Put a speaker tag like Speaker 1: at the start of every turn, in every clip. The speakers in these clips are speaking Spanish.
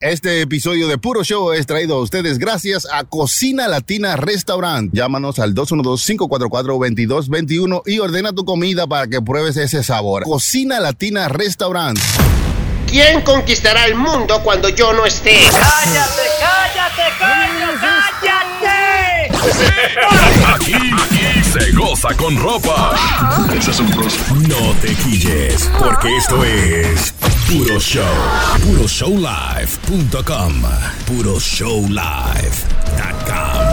Speaker 1: Este episodio de Puro Show es traído a ustedes gracias a Cocina Latina Restaurant. Llámanos al 212-544-2221 y ordena tu comida para que pruebes ese sabor. Cocina Latina Restaurant.
Speaker 2: ¿Quién conquistará el mundo cuando yo no esté?
Speaker 3: ¡Cállate, cállate, cállate,
Speaker 4: Aquí, aquí se goza con ropa. No te quilles, porque esto es Puro Show. PuroShowLive.com. PuroShowLive.com.
Speaker 3: cállate!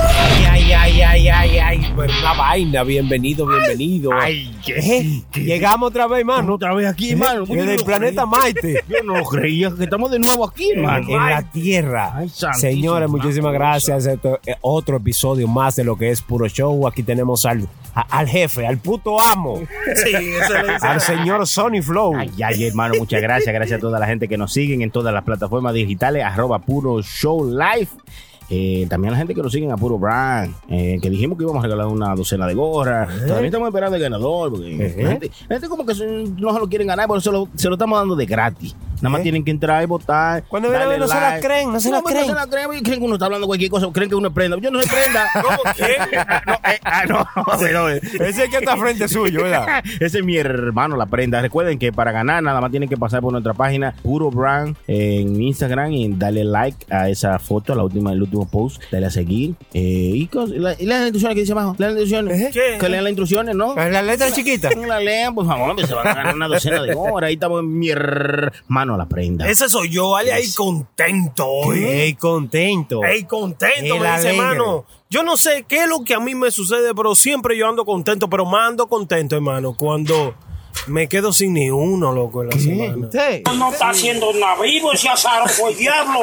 Speaker 3: Ay, ay, ay, ay, ay. Pues una vaina. Bienvenido, bienvenido.
Speaker 5: Ay, ¿qué?
Speaker 3: ¿Eh?
Speaker 5: ¿Qué?
Speaker 3: Llegamos otra vez, mano.
Speaker 5: Otra vez aquí,
Speaker 3: ¿Eh?
Speaker 5: hermano. Yo no
Speaker 3: Desde el
Speaker 5: lo
Speaker 3: planeta
Speaker 5: creía.
Speaker 3: Marte.
Speaker 5: Yo no lo creía que estamos de nuevo aquí,
Speaker 3: En
Speaker 5: hermano. Ay,
Speaker 3: la tierra.
Speaker 5: Ay, santísimo,
Speaker 3: Señores, muchísimas
Speaker 5: santo,
Speaker 3: gracias. Esto es otro episodio más de lo que es Puro Show. Aquí tenemos al, a- al jefe, al puto amo,
Speaker 5: Sí, eso le dice.
Speaker 3: al señor Sony Flow.
Speaker 6: Ay, ay, hermano, muchas gracias. Gracias a toda la gente que nos siguen en todas las plataformas digitales, arroba puro show live. Eh, también a la gente que nos siguen a Puro Brand, eh, que dijimos que íbamos a regalar una docena de gorras.
Speaker 3: ¿Eh?
Speaker 6: Todavía estamos esperando el ganador, porque
Speaker 3: Ajá.
Speaker 6: la, gente, la gente como que se- no se lo quieren ganar, pero se lo, se lo estamos dando de gratis. Nada más
Speaker 3: Ajá.
Speaker 6: tienen que entrar y votar.
Speaker 3: Cuando ven a ver,
Speaker 6: darle
Speaker 3: no se la creen, no se la
Speaker 6: pero
Speaker 3: creen.
Speaker 6: se la creen, porque creen que uno está hablando cualquier cosa, creen que uno es prenda. Yo no soy prenda. ¿Cómo no, eh, ah, no, bueno, eh.
Speaker 3: Ese que está frente suyo, ¿verdad?
Speaker 6: Ese es mi hermano, la prenda. Recuerden que para ganar nada más tienen que pasar por nuestra página Puro Brand en Instagram y darle like a esa foto, a la última, el último post, dale a seguir. Eh, y, cos- y la- y las instrucciones que dice abajo, las instrucciones.
Speaker 3: ¿Eh? ¿Qué?
Speaker 6: Que lean las instrucciones, ¿no?
Speaker 3: La letra chiquita.
Speaker 6: La lean, por favor, que se van a ganar una docena de horas. Ahí estamos mi hermano la prenda.
Speaker 5: Ese soy yo, vale, ahí contento hoy.
Speaker 3: Ey, contento.
Speaker 5: Ey, contento, me
Speaker 3: El
Speaker 5: dice,
Speaker 3: alegre.
Speaker 5: hermano. Yo no sé qué es lo que a mí me sucede, pero siempre yo ando contento, pero más ando contento, hermano, cuando me quedo sin ni uno, loco, en la semana.
Speaker 3: ¿Usted?
Speaker 7: no está haciendo nada vivo ese azarofo el diablo.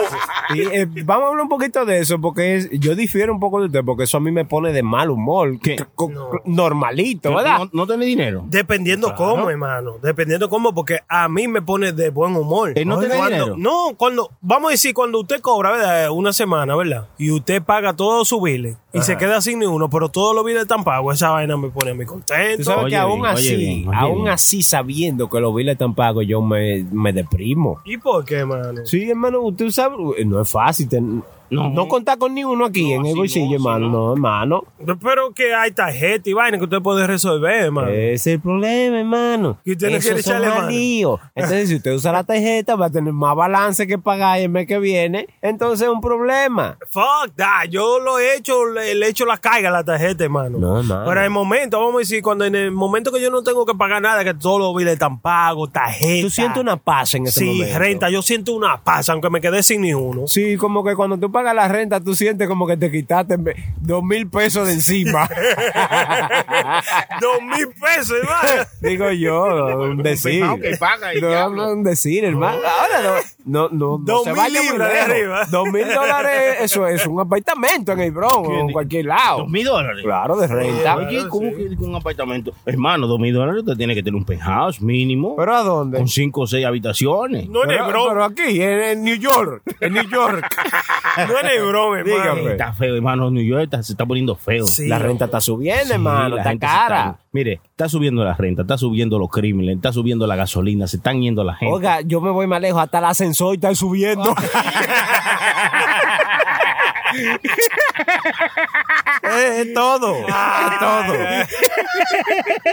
Speaker 3: Y, eh, vamos a hablar un poquito de eso, porque es- yo difiero un poco de usted, porque eso a mí me pone de mal humor.
Speaker 6: ¿Qué?
Speaker 3: C- c- Normalito, ¿verdad?
Speaker 6: no, no tenés dinero.
Speaker 5: Dependiendo cómo, hermano. Dependiendo cómo, porque a mí me pone de buen humor.
Speaker 6: Eh, ¿no te da
Speaker 5: Cuando-
Speaker 6: dinero?
Speaker 5: No, cuando, vamos a decir, cuando usted cobra, ¿verdad? eh, Una semana, ¿verdad? Y usted paga todos sus biles y se queda sin ninguno, pero todos los biles están pagos. Esa vaina me pone muy
Speaker 3: Tú
Speaker 5: contento.
Speaker 3: sabes
Speaker 6: Oye
Speaker 3: que aún
Speaker 6: bien, oye
Speaker 3: así,
Speaker 6: bien, oye
Speaker 3: aún
Speaker 6: bien.
Speaker 3: así sabiendo que los biles están pagos, yo me, me deprimo.
Speaker 5: ¿Y por qué, hermano?
Speaker 3: Sí, hermano, usted sabe, eh, no es fácil. ten- no. contar con ni uno aquí en el bolsillo, hermano, no, hermano.
Speaker 5: Pero que hay tarjeta y vaina que usted puede resolver, hermano.
Speaker 3: Ese es el problema, hermano.
Speaker 5: Y usted no
Speaker 3: Esos
Speaker 5: quiere
Speaker 3: son
Speaker 5: echarle
Speaker 3: más
Speaker 5: mano.
Speaker 3: líos. Entonces, si usted usa la tarjeta, va a tener más balance que pagar el mes que viene. Entonces, es un problema.
Speaker 5: Fuck that. Yo lo he hecho, le, le he hecho la carga a la tarjeta, hermano.
Speaker 3: No, hermano.
Speaker 5: Pero en el momento, vamos a decir, cuando en el momento que yo no tengo que pagar nada, que todos los biles están pagos, tarjeta.
Speaker 3: Tú sientes una paz en ese
Speaker 5: sí,
Speaker 3: momento.
Speaker 5: renta, yo siento una paz, aunque me quedé sin ni uno.
Speaker 3: Sí, como que cuando tú pagas la renta, tú sientes como que te quitaste me- dos mil pesos de encima.
Speaker 5: Dos mil pesos, hermano.
Speaker 3: Digo yo, un decir.
Speaker 6: peinado que paga y
Speaker 3: no,
Speaker 6: ya,
Speaker 3: no, un decir, hermano. Ahora no, no, no, no
Speaker 5: Dos
Speaker 3: se
Speaker 5: mil
Speaker 3: vaya muy
Speaker 5: libras de
Speaker 3: lejos.
Speaker 5: arriba.
Speaker 3: Dos mil dólares, eso es un apartamento en el Bronx o en cualquier lado.
Speaker 6: Dos mil dólares.
Speaker 3: Claro, de renta.
Speaker 6: Oye, ¿cómo que un apartamento? Hermano, dos mil dólares usted tiene que tener un penthouse mínimo.
Speaker 3: ¿Pero a dónde?
Speaker 6: con cinco o seis habitaciones.
Speaker 5: No en el
Speaker 3: Pero,
Speaker 5: bro,
Speaker 3: pero aquí, en, en New York. En New York.
Speaker 5: no en el bro, hermano.
Speaker 3: Dígame.
Speaker 6: Está feo, hermano. New York está- se está poniendo feo.
Speaker 5: Sí.
Speaker 3: La renta está subiendo,
Speaker 6: Sí,
Speaker 3: hermano.
Speaker 6: la
Speaker 3: Está
Speaker 6: gente se
Speaker 3: cara.
Speaker 6: mire, está subiendo la renta, está subiendo los crímenes, está subiendo la gasolina, se están yendo la gente.
Speaker 3: Oiga, yo me voy más lejos. Hasta el ascensor está subiendo. Es, es todo, es todo.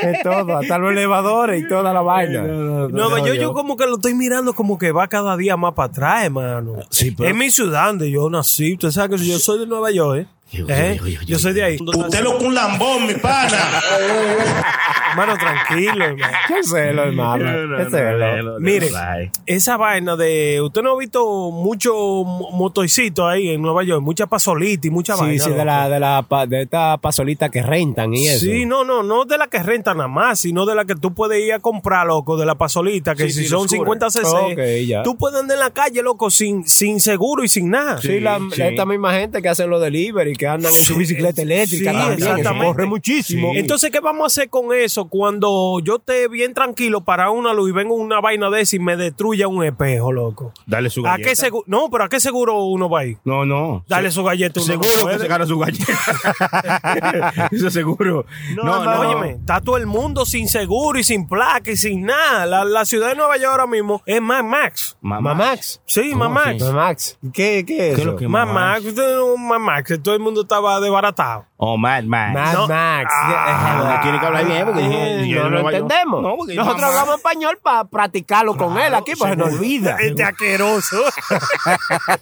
Speaker 3: Es todo, hasta los elevadores y toda la vaina.
Speaker 5: No, yo, yo como que lo estoy mirando como que va cada día más para atrás, hermano.
Speaker 6: Sí, pero-
Speaker 5: Es mi ciudad donde yo nací. Usted sabe que yo soy de Nueva York, ¿eh?
Speaker 6: Yo-
Speaker 5: ¿Eh?
Speaker 6: yo- yo- yo-
Speaker 5: Yo soy de ahí.
Speaker 7: Usted lo que un lambón, mi pana.
Speaker 5: Hermano, tranquilo, hermano.
Speaker 3: Qué celo, hermano. Qué celo.
Speaker 5: Mire,
Speaker 6: Ay.
Speaker 5: esa vaina de. Usted no ha visto mucho mo- motorcito ahí en Nueva York, mucha pasolita y mucha
Speaker 3: Sí,
Speaker 5: vaina.
Speaker 3: sí, de,
Speaker 5: loco.
Speaker 3: la, de, la, pa- de esta pasolita que rentan y eso.
Speaker 5: Sí, no, no, no de la que renta nada más, sino de la que tú puedes ir a comprar, loco, de la pasolita, que
Speaker 6: Sí,
Speaker 5: si
Speaker 6: sí,
Speaker 5: son
Speaker 6: los
Speaker 5: 50
Speaker 6: cubren.
Speaker 5: cc,
Speaker 3: Ok, ya.
Speaker 5: tú puedes andar en la calle, loco, sin, sin seguro y sin nada.
Speaker 3: Sí, la,
Speaker 6: sí.
Speaker 3: esta misma gente que hace los delivery, que andan en su bicicleta eléctrica
Speaker 5: Sí,
Speaker 3: también, eso
Speaker 5: exactamente.
Speaker 3: corre muchísimo.
Speaker 6: Sí.
Speaker 5: Entonces, ¿qué vamos a hacer con eso cuando yo esté bien tranquilo para una luz y venga una vaina de esa y me destruya un espejo, loco?
Speaker 6: Dale su
Speaker 5: ¿A
Speaker 6: galleta.
Speaker 5: qué seguro? No, pero ¿a qué seguro uno va a ir?
Speaker 6: No, no.
Speaker 5: Dale su galleta. uno
Speaker 6: Seguro
Speaker 5: no
Speaker 6: que
Speaker 5: puede.
Speaker 6: se gana su galleta. Eso seguro. No, no,
Speaker 5: Además, óyeme, está todo el mundo sin seguro y sin placa y sin nada. La, la ciudad de Nueva York ahora mismo es más Max.
Speaker 6: Mamá.
Speaker 3: Mamax.
Speaker 5: Sí,
Speaker 6: ¿Cómo
Speaker 5: más Max.
Speaker 6: así?
Speaker 3: Mamax. ¿Qué, qué es
Speaker 6: ¿Qué es
Speaker 3: eso?
Speaker 6: lo que-
Speaker 5: Más
Speaker 6: Max?
Speaker 5: Max, usted no, más Max, todo el mundo estaba desbaratado.
Speaker 6: O Oh, Mad Max.
Speaker 3: Mad
Speaker 5: No.
Speaker 3: Max.
Speaker 5: Ah,
Speaker 3: Eh, eh,
Speaker 6: tiene que hablar bien, porque
Speaker 3: eh,
Speaker 6: dije, yo
Speaker 3: no lo
Speaker 6: en Nueva York.
Speaker 3: entendemos.
Speaker 6: No, porque
Speaker 3: Nosotros
Speaker 6: Mad Max-
Speaker 3: hablamos español para practicarlo con él aquí, pues se nos olvida.
Speaker 5: Este asqueroso.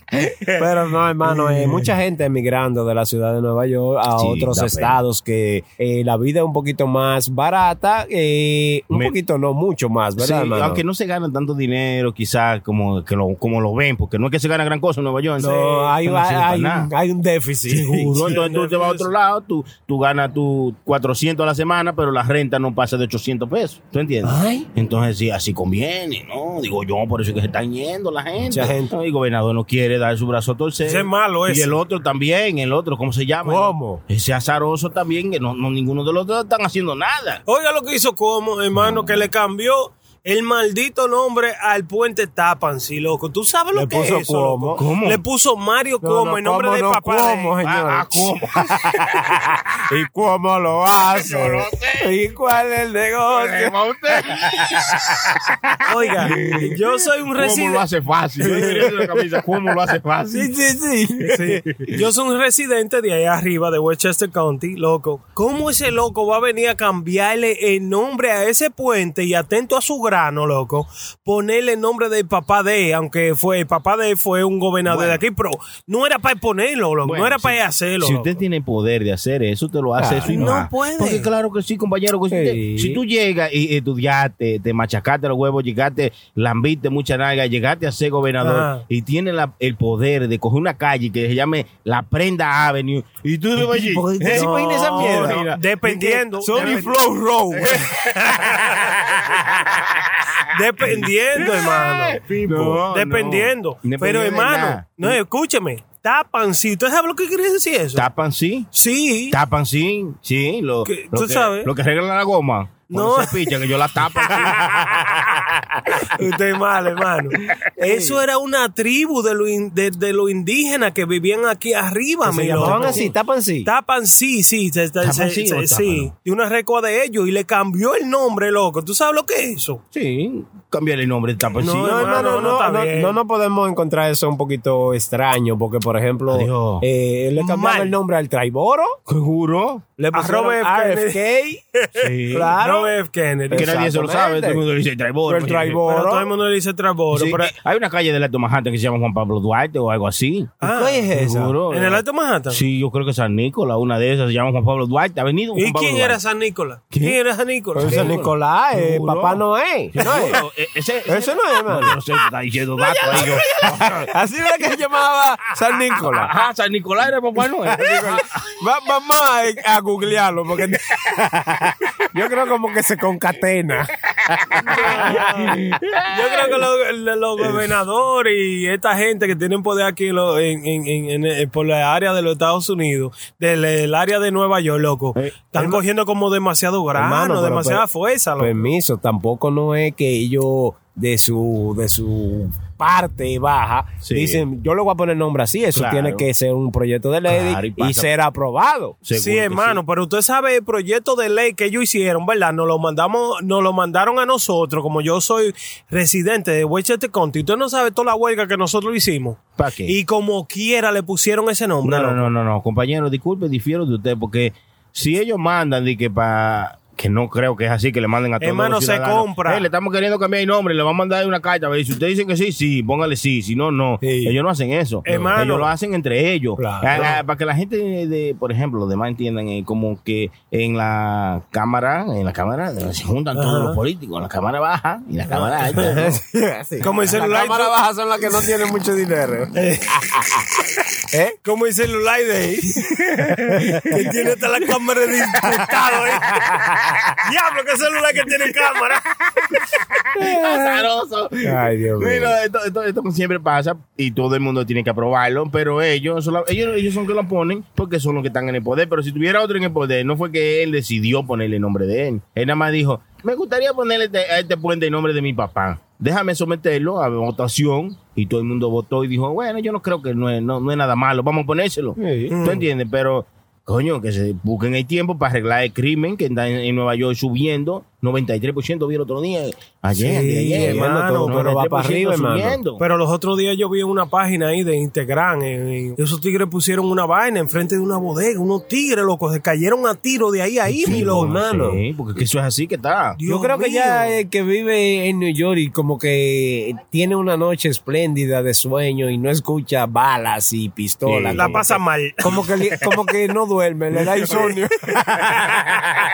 Speaker 3: Pero no, hermano, eh, mucha gente emigrando de la ciudad de Nueva York a
Speaker 6: Sí,
Speaker 3: otros
Speaker 6: da pena.
Speaker 3: estados que eh, la vida es un poquito más barata, eh, un
Speaker 6: Me-
Speaker 3: poquito no mucho más,
Speaker 6: Sí,
Speaker 3: ¿verdad, hermano?
Speaker 6: aunque no se gana tanto dinero, quizás como, que lo, como lo ven, porque no es que se gana gran cosa en Nueva York.
Speaker 3: No, hay,
Speaker 6: Pero no sirve para
Speaker 3: hay,
Speaker 6: nada.
Speaker 3: hay un déficit.
Speaker 6: Seguro, entonces tú te vas a otro lado, tú, tú ganas tu 400 a la semana, pero la renta no pasa de 800 pesos. ¿Tú entiendes?
Speaker 3: Ay.
Speaker 6: Entonces, sí, así conviene, ¿no? Digo yo, por eso es que se están yendo la gente.
Speaker 3: Mucha gente.
Speaker 6: No, el gobernador no quiere dar su brazo a torcer.
Speaker 5: Ese es malo
Speaker 6: Y
Speaker 5: ese.
Speaker 6: el otro también, el otro, ¿cómo se llama?
Speaker 3: ¿Cómo?
Speaker 6: Ese azaroso también, que no, no, ninguno de los dos están haciendo nada.
Speaker 5: Oiga lo que hizo como, hermano, que le cambió el maldito nombre al puente Tapan, sí, loco. ¿Tú sabes lo
Speaker 3: Le
Speaker 5: que
Speaker 3: puso
Speaker 5: es eso, loco?
Speaker 3: Cuomo.
Speaker 6: ¿Cómo?
Speaker 5: Le puso Mario
Speaker 3: No,
Speaker 5: Como,
Speaker 3: no,
Speaker 5: el nombre
Speaker 3: Cuomo
Speaker 5: de
Speaker 3: no,
Speaker 5: papá.
Speaker 3: Cuomo,
Speaker 5: de-
Speaker 3: señor.
Speaker 6: Ah, ah, ¿cómo?
Speaker 3: ¿Y cómo lo hace? ¿Y cuál es el
Speaker 6: Eh,
Speaker 3: negocio?
Speaker 5: Oiga, yo soy un
Speaker 6: ¿Cómo
Speaker 5: residente.
Speaker 6: lo hace fácil? Yo diría eso en la camisa, ¿Cómo lo hace fácil?
Speaker 3: Sí, sí, sí.
Speaker 5: Yo soy un residente de allá arriba, de Westchester County, loco. ¿Cómo ese loco va a venir a cambiarle el nombre a ese puente y atento a su grano, loco? Ponerle el nombre del papá de, aunque fue el papá de fue un gobernador de aquí, pero no era para ponerlo, loco.
Speaker 6: Bueno,
Speaker 5: no era
Speaker 6: si-
Speaker 5: para hacerlo.
Speaker 6: Si
Speaker 5: loco.
Speaker 6: usted tiene poder de hacer eso, te lo hace
Speaker 3: Ay,
Speaker 6: eso y
Speaker 5: no
Speaker 6: más.
Speaker 5: puede.
Speaker 6: Porque claro que sí, compañero. que si usted-
Speaker 3: Sí.
Speaker 6: si tú llegas y estudiaste, te machacaste los huevos, llegaste, lambiste mucha nalga, llegaste a ser gobernador
Speaker 5: Ajá.
Speaker 6: y tienes la- el poder de coger una calle que se llame La Prenda Avenue y tú te vas allí.
Speaker 3: ¿Por qué?
Speaker 6: ¿eh?
Speaker 3: ¿Se imagina esa mierda?
Speaker 6: mira.
Speaker 5: Oh, Dependiendo.
Speaker 3: Sony
Speaker 5: depen-
Speaker 3: Flow Row.
Speaker 5: Dependiendo, hermano.
Speaker 6: No,
Speaker 5: dependiendo. Pero,
Speaker 6: no. Dependiendo de
Speaker 5: hermano,
Speaker 6: nada.
Speaker 5: no, escúcheme. Tapan, si usted sabe lo que quiere decir eso.
Speaker 6: Tapan sí.
Speaker 5: sí.
Speaker 6: Tapan sí, sí, lo,
Speaker 5: Que-
Speaker 6: lo
Speaker 5: tú
Speaker 6: que,
Speaker 5: sabes.
Speaker 6: lo que arreglan la goma.
Speaker 5: No.
Speaker 6: No, picha que yo la tapo.
Speaker 5: Usted es mal, hermano. Eso era una tribu de los in- de, de los indígenas que vivían aquí arriba,
Speaker 3: Se
Speaker 5: mi
Speaker 3: llamaban
Speaker 5: loco.
Speaker 3: así, tapan sí.
Speaker 5: Tapan sí, sí, se- se-
Speaker 6: ¿Tapan
Speaker 5: se-
Speaker 6: sí
Speaker 5: se-
Speaker 6: o
Speaker 5: sí,
Speaker 6: tapan?
Speaker 5: de una récord de ellos y le cambió el nombre, loco. ¿Tú sabes lo que es eso?
Speaker 6: Sí, cambiarle el nombre de Tapan
Speaker 5: No,
Speaker 6: sí.
Speaker 3: No,
Speaker 5: hermano,
Speaker 3: hermano,
Speaker 5: no,
Speaker 3: no,
Speaker 5: está
Speaker 3: no,
Speaker 5: bien.
Speaker 3: no, no podemos encontrar eso un poquito extraño, porque por ejemplo,
Speaker 6: Adiós.
Speaker 3: eh, le cambiaron
Speaker 5: Mal.
Speaker 3: el nombre al Traiboro,
Speaker 6: Juro.
Speaker 3: le
Speaker 5: A Robert
Speaker 3: pusieron RFK,
Speaker 6: Sí.
Speaker 3: claro,
Speaker 5: No es Kennedy.
Speaker 6: Que nadie se lo sabe,
Speaker 3: Exactamente.
Speaker 6: todo el mundo dice Traiboro.
Speaker 3: Pero el Traiboro.
Speaker 5: Pero todo el mundo le dice Traboro.
Speaker 6: Sí,
Speaker 5: pero-
Speaker 6: Hay una calle del Alto Manhattan que se llama Juan Pablo Duarte o algo así.
Speaker 5: Ah,
Speaker 3: ¿qué es eso?
Speaker 6: Seguro. eh.
Speaker 5: ¿En el Alto Manhattan?
Speaker 6: Sí, yo creo que San Nicolás, una de esas se llama Juan Pablo Duarte. ¿Ha venido Juan
Speaker 5: ¿Y
Speaker 6: Pablo
Speaker 5: quién era
Speaker 6: Duarte?
Speaker 5: San Nicolás? ¿Quién era San Nicolás?
Speaker 3: Pero San
Speaker 5: ¿Quién?
Speaker 3: Nicolás, eh,
Speaker 6: Seguro.
Speaker 3: papá Noé. No es.
Speaker 6: Seguro, e- ese- ese-
Speaker 3: Eso no es, hermano.
Speaker 6: No, no sé, está diciendo datos ahí, yo.
Speaker 3: Así era que se llamaba San Nicolás.
Speaker 6: Ajá, San Nicolás era Papá Noel.
Speaker 3: Va- vamos a, a googlearlo porque yo creo como que se concatena.
Speaker 5: Yo creo que los, los- los gobernadores y esta gente que tienen poder aquí en lo- en- en- en- en- por la área de los Estados Unidos, del el área de Nueva York, loco,
Speaker 6: Eh,
Speaker 5: están cogiendo como demasiado grano,
Speaker 3: Hermano, pero-
Speaker 5: demasiada
Speaker 3: pero-
Speaker 5: fuerza. loco.
Speaker 3: Permiso, tampoco no es que ellos de su de su parte baja
Speaker 6: Sí.
Speaker 3: dicen yo le voy a poner nombre así eso
Speaker 6: Claro.
Speaker 3: tiene que ser un proyecto de ley
Speaker 6: Claro, y
Speaker 3: y,
Speaker 6: pasa-
Speaker 3: ser aprobado
Speaker 6: Seguro
Speaker 5: sí,
Speaker 6: que
Speaker 5: hermano, pero usted sabe el proyecto de ley que ellos hicieron, ¿verdad? Nos lo mandamos, nos lo mandaron a nosotros, como yo soy residente de Westchester County. Usted no sabe toda la huelga que nosotros hicimos.
Speaker 6: ¿Pa' qué?
Speaker 5: Y como quiera le pusieron ese nombre.
Speaker 6: No,
Speaker 5: loco.
Speaker 6: no, no, no, no, compañero, disculpe, difiero de usted, porque si ellos mandan de que para que no creo que es así que le manden a todos
Speaker 5: Hermano,
Speaker 6: los
Speaker 5: se
Speaker 6: ciudadanos.
Speaker 5: compra.
Speaker 6: Eh, le estamos queriendo cambiar el nombre, le van a mandar una carta. Y si usted dice que sí, sí, póngale sí, si no, no.
Speaker 3: Sí.
Speaker 6: Ellos no hacen eso.
Speaker 5: Hermano.
Speaker 6: Ellos lo hacen entre ellos.
Speaker 3: Claro.
Speaker 6: Ah, ah, para que la gente, de, de- por ejemplo, los demás entiendan, eh, como que en la cámara, en la cámara eh, se juntan todos los políticos, la cámara baja
Speaker 5: Ah.
Speaker 6: y la cámara alta. ¿no?
Speaker 5: Como el celular.
Speaker 3: cámara baja son las que no tienen mucho dinero ¿Eh?
Speaker 5: Como el celular de ahí. que tiene hasta la cámara de diputado, ¿eh? Diablo, qué celular que tiene cámara.
Speaker 6: Azaroso.
Speaker 8: Ay, Dios mío.
Speaker 6: Mira, esto, esto- esto siempre pasa y todo el mundo tiene que aprobarlo, pero ellos, son la- ellos, ellos son los que lo ponen porque son los que están en el poder. Pero si tuviera otro en el poder, no fue que él decidió ponerle el nombre de él. Él nada más dijo, me gustaría ponerle este- a este puente el nombre de mi papá. Déjame someterlo a votación y todo el mundo votó y dijo, bueno, yo no creo que no es, no, no es nada malo, vamos a ponérselo.
Speaker 8: Sí. Mm.
Speaker 6: ¿Tú entiendes? Pero, coño, que se busquen el tiempo para arreglar el crimen que está en, en Nueva York subiendo. 93% vi el otro día. Ayer,
Speaker 5: Sí,
Speaker 6: ayer,
Speaker 5: hermano,
Speaker 6: todo,
Speaker 8: pero va para
Speaker 6: 93%
Speaker 8: arriba, hermano.
Speaker 6: este subiendo.
Speaker 5: Pero los otros días yo vi una página ahí de Integran. en- en- esos tigres pusieron una vaina enfrente de una bodega. Unos tigres, locos, se cayeron a tiro de ahí a ahí, mi loco.
Speaker 8: hermano.
Speaker 6: Sí, porque que eso es así que está.
Speaker 5: Dios
Speaker 3: Yo creo que ya
Speaker 5: mío.
Speaker 3: el que vive en New York y como que tiene una noche espléndida de sueño y no escucha balas y pistolas.
Speaker 6: Sí.
Speaker 5: La
Speaker 3: como
Speaker 5: pasa
Speaker 3: que-
Speaker 5: mal.
Speaker 3: Como que, li- como que no duerme, le da insomnio.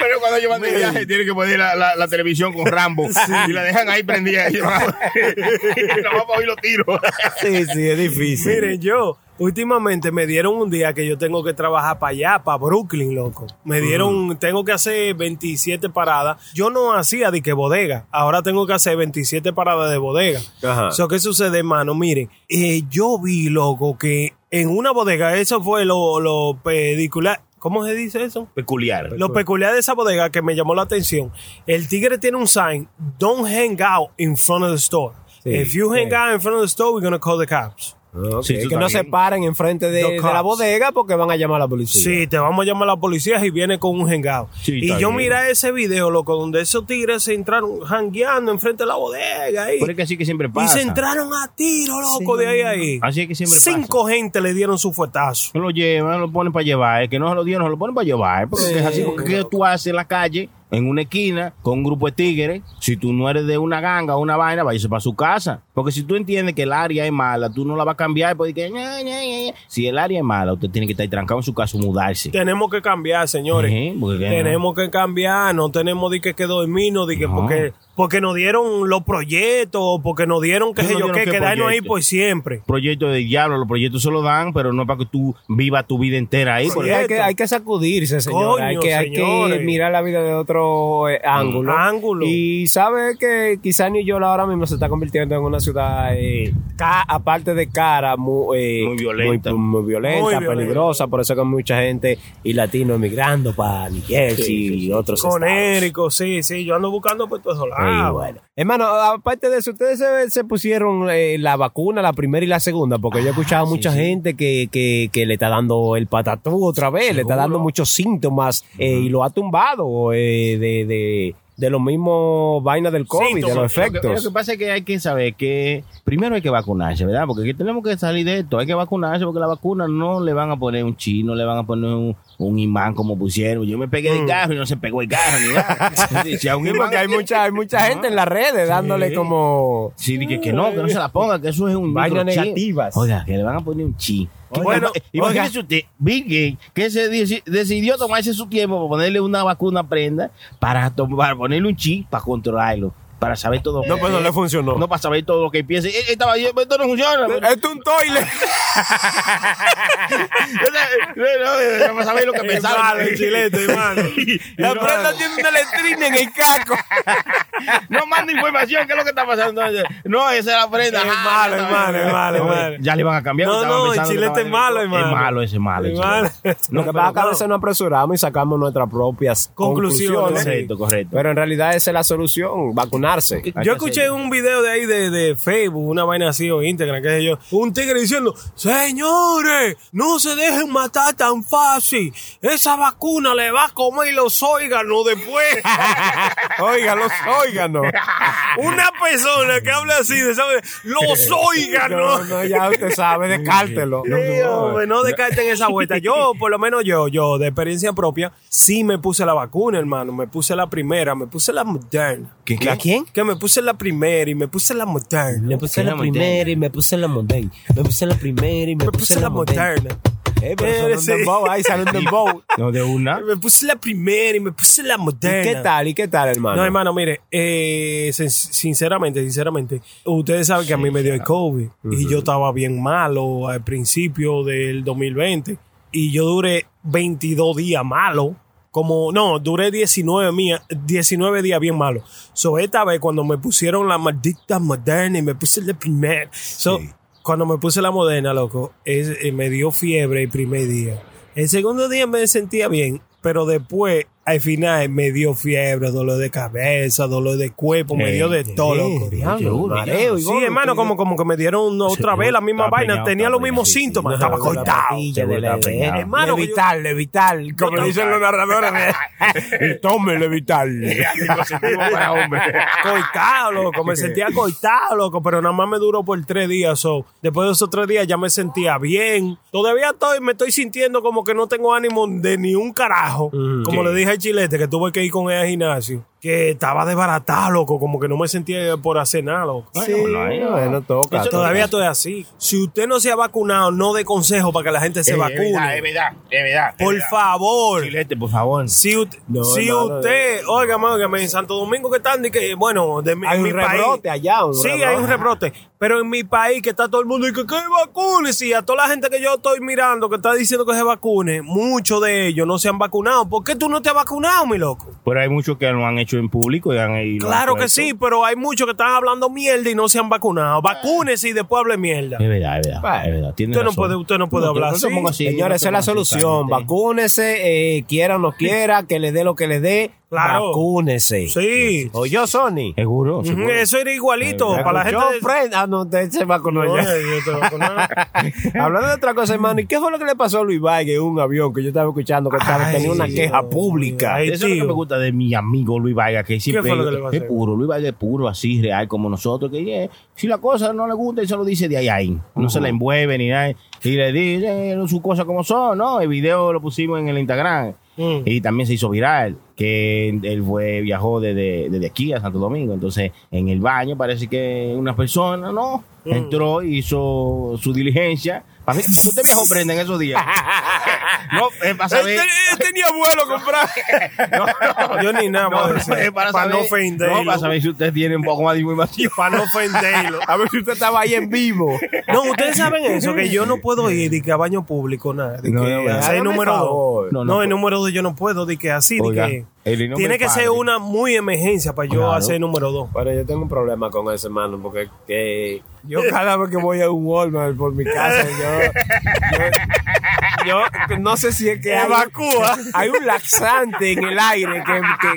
Speaker 6: Pero cuando llevan de viaje tienen que poner la, la- la televisión con Rambo y la dejan ahí prendida. Y van a- y la vamos a oír los tiros.
Speaker 3: sí, sí, es difícil.
Speaker 5: Miren, yo últimamente me dieron un día que yo tengo que trabajar para allá, para Brooklyn, loco. Me dieron, tengo que hacer 27 paradas. Yo no hacía de que bodega. Ahora tengo que hacer 27 paradas de bodega.
Speaker 8: Ajá.
Speaker 5: So, ¿qué sucede, hermano? Miren, eh, yo vi, loco, que en una bodega, eso fue lo, lo pedicular. ¿Cómo se dice eso?
Speaker 6: Peculiar.
Speaker 5: Lo peculiar de esa bodega que me llamó la atención, el tigre tiene un sign, don't hang out in front of the store. If you hang out in front of the store, we're gonna call the cops.
Speaker 3: Ok,
Speaker 6: Sí,
Speaker 3: que
Speaker 6: tú
Speaker 3: no
Speaker 6: también.
Speaker 3: se paren enfrente de,
Speaker 5: The
Speaker 3: de
Speaker 5: cops.
Speaker 3: la bodega porque van a llamar a la
Speaker 5: Sí,
Speaker 3: policía.
Speaker 5: te vamos a llamar a la policía y viene con un hengado.
Speaker 6: Sí,
Speaker 5: y
Speaker 6: está
Speaker 5: yo
Speaker 6: bien.
Speaker 5: mira ese video, loco, donde esos tigres se entraron jangueando enfrente de la bodega ahí.
Speaker 6: Pero es que así que siempre
Speaker 5: y
Speaker 6: pasa.
Speaker 5: se entraron a tiro, loco, de ahí a ahí.
Speaker 6: Así es que siempre pasa.
Speaker 5: Cinco gente le dieron su fuetazo.
Speaker 6: No lo llevan, no lo ponen para llevar. El que no se lo dio, no se lo ponen para llevar. Porque es así. Porque ¿qué tú haces en la calle, en una esquina, con un grupo de tigres? Si tú no eres de una ganga o una vaina, váyase para su casa. Porque si tú entiendes que el área es mala, tú no la vas a cambiar. Porque, que, ña, ña, ña, ña. Si el área es mala, usted tiene que estar trancado en su casa, mudarse.
Speaker 5: Tenemos que cambiar, señores.
Speaker 6: Ujú, porque que no.
Speaker 5: tenemos que cambiar, no tenemos de que, que dormir, no de que porque, porque nos dieron los proyectos, porque nos dieron que
Speaker 6: ¿Qué
Speaker 5: sé
Speaker 6: nos
Speaker 5: yo
Speaker 6: dieron
Speaker 5: qué,
Speaker 6: qué
Speaker 5: quedarnos ahí
Speaker 6: proyecto?
Speaker 5: por siempre.
Speaker 6: Proyectos de diablo, los proyectos se lo dan, pero no es para que tú vivas tu vida entera ahí. porque-
Speaker 5: Cierto.
Speaker 3: Hay que, hay que sacudirse, señor.
Speaker 5: Coño,
Speaker 3: hay, que, hay que
Speaker 5: señores. Mm,
Speaker 3: mirar la vida de otro eh, ángulo.
Speaker 5: Ángulo.
Speaker 3: Y sabe que quizá New York ahora mismo se está convirtiendo en una ciudad, eh, ca- aparte de cara, mu- eh,
Speaker 6: Muy violenta.
Speaker 3: Muy, muy violenta,
Speaker 5: Muy violenta.
Speaker 3: peligrosa. Por eso que mucha gente y latino emigrando para New Jersey y otros
Speaker 5: Con
Speaker 3: estados.
Speaker 5: Érico, sí, sí, yo ando buscando por todos lados.
Speaker 3: Sí, bueno. Ah, Hermano, aparte de eso, ustedes se, se pusieron eh, la vacuna, la primera y la segunda, porque
Speaker 6: Ah,
Speaker 3: yo he escuchado mucha gente que, que, que le está dando el patatú otra vez, le está dando muchos síntomas eh, y lo ha tumbado eh, de, de, de los mismos vainas del COVID, de los
Speaker 6: Lo que- Lo que,
Speaker 3: efectos.
Speaker 6: pasa es que hay que saber que primero hay que vacunarse, ¿verdad? Porque aquí tenemos que salir de esto. Hay que vacunarse porque la vacuna no le van a poner un chino, le van a poner un, un imán como pusieron. Yo me pegué del carro y no se pegó el carro, ni nada. Si a un
Speaker 3: Mm. Sí,
Speaker 6: imán-
Speaker 3: porque hay mucha, hay mucha gente en las redes dándole como...
Speaker 6: Sí, dije que no, que no se la ponga, que eso es un
Speaker 3: Vainas
Speaker 6: microchip.
Speaker 3: negativas.
Speaker 6: Oiga, que le van a poner un chi.
Speaker 5: Bueno,
Speaker 6: imagínese usted, Bill Gates, que se deci- decidió tomarse su tiempo para ponerle una vacuna a prenda, para, tom- para ponerle un chi, para controlarlo, para saber todo. No,
Speaker 3: pues no le funcionó.
Speaker 6: No, para saber todo lo que empiece. Eh, Estaba yo, esto no funciona. No,
Speaker 3: Esto es un toile.
Speaker 6: no, no, para saber lo que pensaba.
Speaker 5: Vale, chilete, hermano.
Speaker 3: La prenda tiene una letrina en el caco.
Speaker 6: No manda información, ¿qué es lo que está pasando? No, esa es la prenda.
Speaker 5: Es
Speaker 6: Ah,
Speaker 5: malo,
Speaker 6: no, no,
Speaker 5: hermano,
Speaker 6: no,
Speaker 5: es malo,
Speaker 6: no,
Speaker 5: hermano.
Speaker 6: Ya le van a cambiar.
Speaker 5: No,
Speaker 6: estaban
Speaker 5: no, el
Speaker 6: pensando que
Speaker 5: chilete
Speaker 6: estaban-
Speaker 5: es malo, hermano.
Speaker 6: Es malo, ese es malo.
Speaker 5: Es
Speaker 6: el chilete.
Speaker 5: malo.
Speaker 6: No,
Speaker 3: Lo
Speaker 5: pero
Speaker 3: que pasa es que a veces
Speaker 5: no.
Speaker 3: no apresuramos y sacamos nuestras propias
Speaker 5: Conclusiones.
Speaker 3: conclusiones.
Speaker 6: Correcto, correcto.
Speaker 3: Pero en realidad esa es la solución, vacunarse.
Speaker 6: Hay
Speaker 5: Yo
Speaker 6: que
Speaker 5: escuché
Speaker 6: hacerlo.
Speaker 5: un video de ahí de, de Facebook, una vaina así o Instagram, qué sé yo, un tigre diciendo, señores, no se dejen matar tan fácil, esa vacuna le va a comer los órganos después.
Speaker 3: Óiganos, óiganos.
Speaker 5: una persona que habla así, de, ¿sabe? Los
Speaker 3: No,
Speaker 5: órganos.
Speaker 3: no, ya usted sabe, descártelo.
Speaker 5: Sí, hombre, no descarten esa vuelta. Yo, por lo menos yo, yo, de experiencia propia, sí me puse la vacuna, hermano. Me puse la primera, me puse la moderna.
Speaker 3: ¿A quién?
Speaker 5: Que me puse la primera y me puse la moderna.
Speaker 3: Me puse la
Speaker 6: la moderna.
Speaker 3: primera y me puse la moderna. Me puse la primera y me,
Speaker 5: Me puse la moderna.
Speaker 3: Eh, pero son un
Speaker 5: Sí.
Speaker 3: dembow, ahí sale un dembow.
Speaker 6: No, de una.
Speaker 5: Me puse la primera y me puse la
Speaker 3: ¿Y
Speaker 5: moderna.
Speaker 3: qué tal? ¿Y qué tal, hermano?
Speaker 5: No, hermano, mire, eh, sin- sinceramente, sinceramente, ustedes saben que a mí me dio el COVID y yo estaba bien malo al principio del 2020 y yo duré 22 días malo. como, no, duré 19, mía, 19 días bien malo. So, esta vez cuando me pusieron la maldita moderna y me puse la primer. So, cuando me puse la moderna, loco, es, eh, me dio fiebre el primer día. El segundo día me sentía bien, pero después, al final, me dio fiebre, dolor de cabeza, dolor de cuerpo, me dio de todo, loco.
Speaker 3: Eh,
Speaker 5: Ah,
Speaker 3: mareo,
Speaker 5: Sí, hermano, como, como que me dieron otra vez la misma
Speaker 6: estaba
Speaker 5: vaina.
Speaker 6: pegado,
Speaker 5: Tenía los
Speaker 6: estaba
Speaker 5: mismos
Speaker 6: pegado, sí,
Speaker 5: síntomas.
Speaker 6: sí.
Speaker 5: Estaba
Speaker 6: Seguro la
Speaker 5: cortado.
Speaker 6: pastilla de la-
Speaker 5: Seguro, Hermano, que yo-
Speaker 3: Levital, levital, como
Speaker 5: Levital.
Speaker 3: dicen los narradores. y tome levital.
Speaker 5: Coitado, loco. Me sentía coitado, loco. Pero nada más me duró por tres días. so. Después de esos tres días ya me sentía bien. Todavía estoy, me estoy sintiendo como que no tengo ánimo de ni un carajo.
Speaker 6: Mm,
Speaker 5: como le dije al chilete que tuve que ir con él al gimnasio. Que estaba desbaratado, loco. Como que no me sentía por hacer nada, loco.
Speaker 3: Sí, bueno, toca.
Speaker 5: Eso todavía estoy así. Si usted no se ha vacunado, no dé consejo para que la gente se
Speaker 6: Es
Speaker 5: vacune.
Speaker 6: verdad, es verdad, es verdad, es
Speaker 5: Por
Speaker 6: verdad.
Speaker 5: favor.
Speaker 6: Chilete, por favor.
Speaker 5: Si, ut- si
Speaker 3: hermano,
Speaker 5: usted, óigame, óigame, en Santo Domingo que están, de que, bueno, de mi,
Speaker 3: Hay
Speaker 5: en
Speaker 3: un
Speaker 5: mi país-
Speaker 3: rebrote allá, un
Speaker 5: sí,
Speaker 3: rebrote.
Speaker 5: hay un rebrote. Pero en mi país que está todo el mundo y que, que vacune. Si a toda la gente que yo estoy mirando que está diciendo que se vacune, muchos de ellos no se han vacunado. ¿Por qué tú no te has vacunado, mi loco?
Speaker 6: Pero hay muchos que lo han hecho en público y han y lo han
Speaker 5: Claro que
Speaker 6: puesto.
Speaker 5: sí, pero hay muchos que están hablando mierda y no se han vacunado. Vacúnese y después hable mierda.
Speaker 6: Es verdad, es verdad.
Speaker 3: Bueno,
Speaker 6: es verdad. Tiene
Speaker 5: usted no
Speaker 6: razón.
Speaker 5: puede- usted no puede hablar
Speaker 6: te- te
Speaker 5: así.
Speaker 6: pongas
Speaker 3: Señores,
Speaker 6: no
Speaker 3: esa
Speaker 6: te
Speaker 3: es la
Speaker 6: pongas así,
Speaker 3: solución.
Speaker 6: cálmate.
Speaker 3: Vacúnese, eh, quiera o no quiera, que le dé lo que le dé.
Speaker 5: Claro.
Speaker 3: Vacúnese.
Speaker 5: Sí.
Speaker 3: O yo, Sony.
Speaker 6: Seguro.
Speaker 5: Ujú, Eh,
Speaker 6: seguro.
Speaker 5: Eso era igualito para la gente.
Speaker 3: Yo, Fred. Ah, no, usted se vacunó
Speaker 5: No, eh.
Speaker 3: ya.
Speaker 5: yo te vacunaba.
Speaker 3: Hablando de otra cosa, hermano, ¿y qué fue lo que le pasó a Luis Valle en un avión que yo estaba escuchando que estaba,
Speaker 5: Ay,
Speaker 3: tenía una
Speaker 5: Dios
Speaker 3: queja
Speaker 5: mío.
Speaker 3: pública?
Speaker 5: Ay,
Speaker 6: Eso es lo que
Speaker 5: tío.
Speaker 6: me gusta de mi amigo Luis Vega, que siempre
Speaker 5: fue lo que le pasó?
Speaker 6: es puro, Luis Vega es puro, así real como nosotros, que eh, si la cosa no le gusta, él se lo dice de ahí a ahí, no se la envuelve ni nada, y le dice eh, sus cosas como son, ¿no? El video lo pusimos en el Instagram
Speaker 5: Mm.
Speaker 6: y también se hizo viral, que él fue, viajó desde, desde aquí a Santo Domingo, entonces en el baño parece que una persona, ¿no?
Speaker 5: Mm.
Speaker 6: Entró, hizo su diligencia. Para mí, usted viajó, Brenda, en esos días. no, es para saber.
Speaker 5: Este tenía vuelo comprar. yo ni nada
Speaker 6: No,
Speaker 5: más
Speaker 6: no,
Speaker 5: decir.
Speaker 6: es para,
Speaker 5: Para
Speaker 6: saber,
Speaker 5: no ofenderlo.
Speaker 6: no, para saber si usted tiene un poco más de información.
Speaker 5: Para no ofenderlo.
Speaker 3: A ver si usted estaba ahí en vivo.
Speaker 5: No, ustedes saben eso, que yo no puedo ir de que a baño público, nada. De
Speaker 6: No,
Speaker 5: que
Speaker 6: no,
Speaker 5: a
Speaker 3: hágame
Speaker 5: ser número
Speaker 3: favor.
Speaker 5: dos.
Speaker 6: No,
Speaker 5: No,
Speaker 6: no,
Speaker 5: el
Speaker 6: pues-
Speaker 5: número dos yo no puedo, de que así, de
Speaker 6: Oiga,
Speaker 5: que.
Speaker 6: el nombre
Speaker 5: Tiene que
Speaker 6: padre.
Speaker 5: ser una muy emergencia para yo
Speaker 6: Claro.
Speaker 5: hacer número dos.
Speaker 3: Bueno, yo tengo un problema con eso, hermano, porque que yo cada vez que voy a un Walmart por mi casa, yo, yo, yo no sé si es que hay,
Speaker 5: Evacúa.
Speaker 3: hay un laxante en el aire que, que-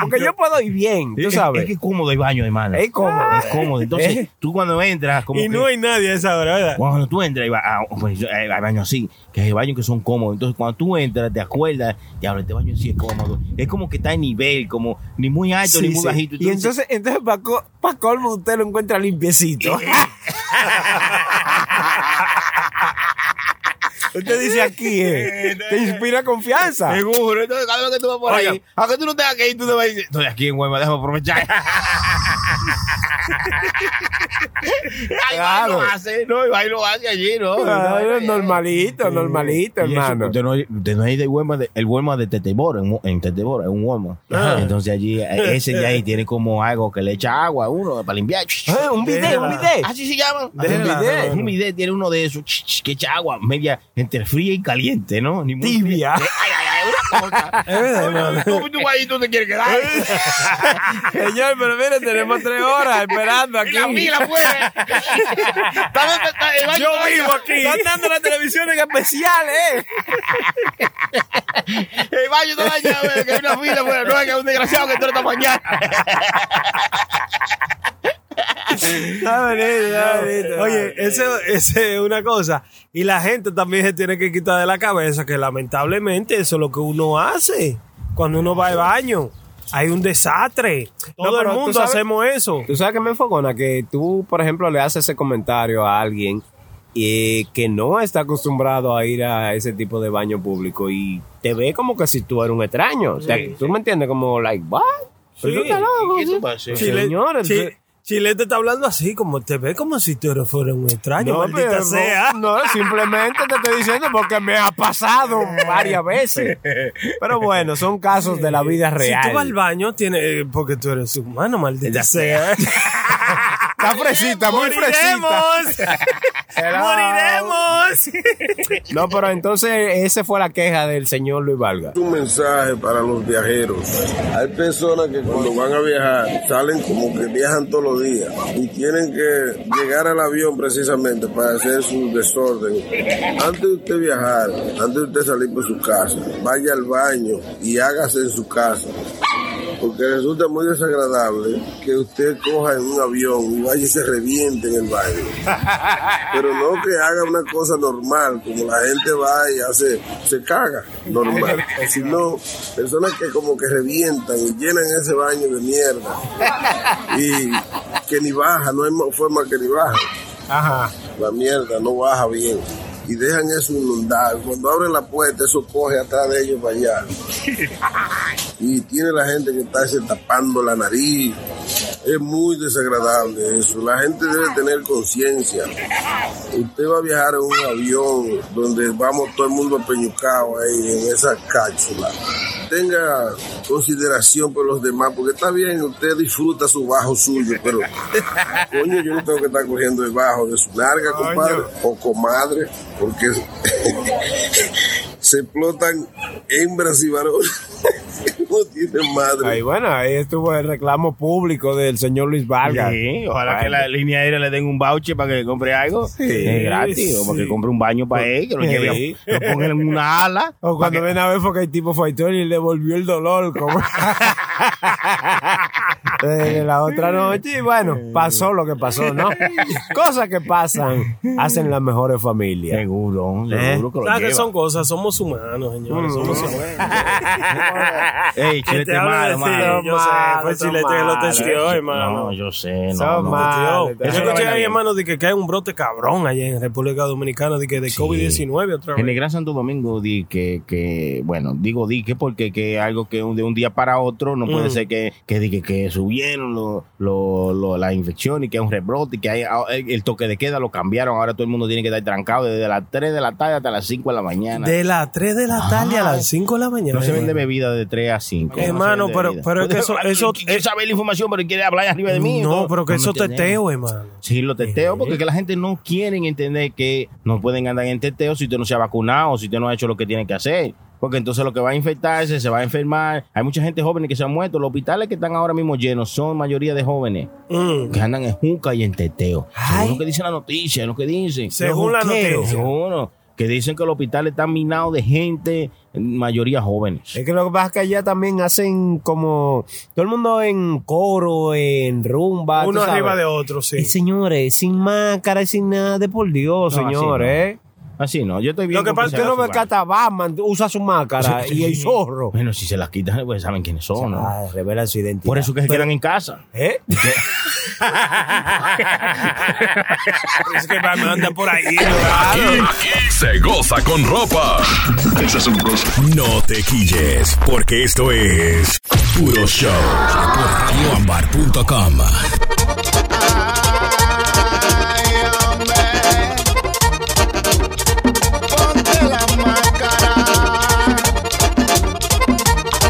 Speaker 3: porque yo puedo ir bien, tú
Speaker 6: Es-
Speaker 3: sabes.
Speaker 6: Es que es cómodo el baño, hermano.
Speaker 3: Es cómodo.
Speaker 6: Es cómodo. Entonces,
Speaker 3: Eh.
Speaker 6: tú cuando entras, como
Speaker 5: Y
Speaker 6: que-
Speaker 5: no hay nadie a esa hora, ¿verdad?
Speaker 6: cuando tú entras, y va- ah, pues, yo- hay hay baños así, que hay baños que son cómodos. Entonces, cuando tú entras, te acuerdas, diablo, este baño sí es cómodo. Es como que está en nivel, como ni muy alto ni
Speaker 3: Sí,
Speaker 6: muy
Speaker 3: sí.
Speaker 6: bajito.
Speaker 3: Y entonces, entonces para colmo usted lo encuentra limpiecito. usted dice aquí, eh, te inspira confianza.
Speaker 6: Seguro, entonces cada vez que tú vas por
Speaker 5: Oiga.
Speaker 6: ahí, aunque tú no tengas que ir, tú te vas a decir, estoy aquí en Huelva, déjame aprovechar. Ay, va y lo
Speaker 3: Claro.
Speaker 6: hace, no, y va y lo hace allí, ¿no?
Speaker 3: Claro, Ah, normalito, normalito,
Speaker 6: Y eso,
Speaker 3: hermano.
Speaker 6: Usted no, usted no es de Huelva, de- el Huelva de Teteboro, en, en Teteboro, es un Huelva. Entonces allí, eh, ese de ahí tiene como algo que le echa agua a uno para limpiar.
Speaker 3: Ah, un bidet, un bidet.
Speaker 6: Así se llaman.
Speaker 3: Déjela,
Speaker 6: un bidet.
Speaker 3: déjela.
Speaker 6: Un bidet tiene uno de esos ch, ch, que echa agua media entre fría y caliente, ¿no? Ni muy
Speaker 3: Tibia.
Speaker 6: fría. Ay, Eh, ay, ay, una cosa. Oye, ¿Cómo tú vas ahí, tú te quieres quedar?
Speaker 3: Señor, pero mire, tenemos tres horas esperando
Speaker 6: Y la
Speaker 3: aquí.
Speaker 6: fila, pues. Está- está- está- el baño
Speaker 5: Yo
Speaker 6: está-
Speaker 5: vivo aquí.
Speaker 3: Están dando la televisión en especial, ¿eh?
Speaker 6: El baño está bañado, güey, que hay una fila, pues. No, es que es un desgraciado que entró esta mañana.
Speaker 5: Está bonito, está bonito. Oye, eso ese es una cosa. Y la gente también se tiene que quitar de la cabeza que lamentablemente eso es lo que uno hace cuando uno va al baño. Hay un desastre.
Speaker 3: No,
Speaker 5: Todo
Speaker 3: pero
Speaker 5: el
Speaker 3: tú
Speaker 5: mundo
Speaker 3: sabes-
Speaker 5: hacemos eso.
Speaker 3: Tú sabes que me enfogona que tú, por ejemplo, le haces ese comentario a alguien eh, que no está acostumbrado a ir a ese tipo de baño público y te ve como que si tú eres un extraño. O sea, tú me entiendes como, like, what? Pero
Speaker 5: Sí.
Speaker 3: tú estás loco, ¿sí?
Speaker 5: Chile-
Speaker 3: Señores,
Speaker 5: Chi-
Speaker 3: entonces-
Speaker 5: Chilete está hablando así, como te ve como si tú eres- fueras un extraño, maldita
Speaker 3: pero
Speaker 5: sea.
Speaker 3: no, simplemente te estoy diciendo porque me ha pasado varias veces. Pero bueno, son casos de la vida real.
Speaker 5: Si tú vas al baño, tiene, eh, porque tú eres humano, maldita sea.
Speaker 8: Está fresita, muy fresita.
Speaker 5: ¡Moriremos! ¡Moriremos!
Speaker 3: No, pero entonces esa fue la queja del señor Luis Valga.
Speaker 9: un mensaje para los viajeros. Hay personas que cuando van a viajar salen como que viajan todos los días y tienen que llegar al avión precisamente para hacer su desorden. Antes de usted viajar, antes de usted salir por su casa, vaya al baño y hágase en su casa. Porque resulta muy desagradable que usted coja en un avión y vaya y se reviente en el baño pero no que haga una cosa normal, como la gente va y hace, se caga, normal, sino personas que como que revientan y llenan ese baño de mierda y que ni baja, no hay mo- forma que ni baja. La mierda no baja bien. Y dejan eso inundado. Cuando abren la puerta, eso coge atrás de ellos para allá. Y tiene la gente que está se tapando la nariz. Es muy desagradable eso. La gente debe tener conciencia. Usted va a viajar en un avión donde vamos todo el mundo peñucado ahí en esa cápsula. Tenga consideración por los demás, porque está bien, usted disfruta su bajo suyo, pero coño, yo no tengo que estar cogiendo el bajo de su larga, compadre, o comadre, porque se explotan hembras y varones. no tienen madre.
Speaker 3: Ahí bueno, ahí estuvo el reclamo público del señor Luis Valga.
Speaker 6: Sí, ojalá que la línea aérea le den un voucher para que compre algo. Es gratis. O para que compre un baño para él, que lo, lleve a- lo pongan en una ala.
Speaker 3: O cuando ven a ver fue que el tipo fue todo y le volvió el dolor como Eh, la otra noche y bueno, pasó lo que pasó, ¿no? Cosas que pasan hacen las mejores familias.
Speaker 6: Seguro,
Speaker 3: Eh.
Speaker 6: seguro que lo
Speaker 5: ¿Sabes
Speaker 6: lleva. Mm,
Speaker 5: qué son cosas? Somos humanos, señores. Somos humanos.
Speaker 6: Ey,
Speaker 5: ¿Qué
Speaker 6: chilete malo, malo.
Speaker 5: Yo sé, pues, fue el
Speaker 3: Son
Speaker 5: chilete que lo
Speaker 3: malos,
Speaker 5: testió,
Speaker 6: No,
Speaker 5: hermano.
Speaker 6: yo sé, no.
Speaker 3: Son
Speaker 6: no.
Speaker 3: malos.
Speaker 5: Yo
Speaker 6: Eso no
Speaker 5: escuché
Speaker 6: va
Speaker 5: ahí,
Speaker 6: bien.
Speaker 5: hermano, de que cae un brote cabrón allá en República Dominicana de, que de COVID-19 otra
Speaker 6: En el
Speaker 5: vez.
Speaker 6: Gran Santo Domingo di que, que bueno, digo di que porque que algo que un- de un día para otro no puede
Speaker 5: Mm.
Speaker 6: ser que, que, di que, que subieron lo, lo, lo- la infección y que es un rebrote y que hay, ah, el, el toque de queda lo cambiaron. Ahora todo el mundo tiene que estar trancado desde las 3 de la tarde hasta las 5 de la mañana.
Speaker 5: De las 3 de la tarde a las 5 de la mañana.
Speaker 6: no se vende
Speaker 5: hermano.
Speaker 6: bebida de 3 a 5.
Speaker 5: Hermano, pero- pero es que eso- eso-
Speaker 6: Él sabe la información, pero quiere hablar arriba de mí.
Speaker 5: No, pero que
Speaker 6: me
Speaker 5: eso
Speaker 6: entiendes.
Speaker 5: teteo, hermano.
Speaker 6: Sí, lo teteo,
Speaker 5: Eh.
Speaker 6: porque que la gente no quiere entender que no pueden andar en teteo si usted no se ha vacunado, o si usted no ha hecho lo que tiene que hacer. Porque entonces lo que va a infectarse, se va a enfermar. Hay mucha gente joven que se ha muerto. Los hospitales que están ahora mismo llenos son mayoría de jóvenes
Speaker 5: Mm.
Speaker 6: que andan en juca y en teteo. Según lo que dice la noticia, lo que dicen.
Speaker 5: Según
Speaker 6: Los
Speaker 5: la
Speaker 6: juqueros,
Speaker 5: noticia.
Speaker 6: seguro, que dicen que los hospitales están minados de gente, mayoría jóvenes.
Speaker 3: Es que lo que pasa es que allá también hacen como todo el mundo en coro, en rumba. tú
Speaker 5: Uno
Speaker 3: sabes.
Speaker 5: arriba de otro, sí.
Speaker 3: Eh, señores, sin máscara y sin nada de por Dios,
Speaker 6: No, así
Speaker 3: señores.
Speaker 6: no.
Speaker 3: ¿eh?
Speaker 6: Así no, yo estoy bien
Speaker 5: Lo que
Speaker 6: con
Speaker 5: pasa
Speaker 6: se
Speaker 5: es que
Speaker 6: haga
Speaker 3: Uno ve
Speaker 6: su
Speaker 3: que hasta Batman usa su máscara
Speaker 6: Sí, sí,
Speaker 3: y el
Speaker 6: sí.
Speaker 3: zorro.
Speaker 6: Bueno, si se las quitan, pues saben quiénes son, ¿no?
Speaker 3: Ah, revela su identidad.
Speaker 6: Por eso que se quedan en casa.
Speaker 3: ¿Eh?
Speaker 5: Es que me anda por ahí.
Speaker 4: Aquí, aquí se goza con ropa. No te quilles, porque esto es puro show por radioambar.com.
Speaker 10: Ponte la máscara.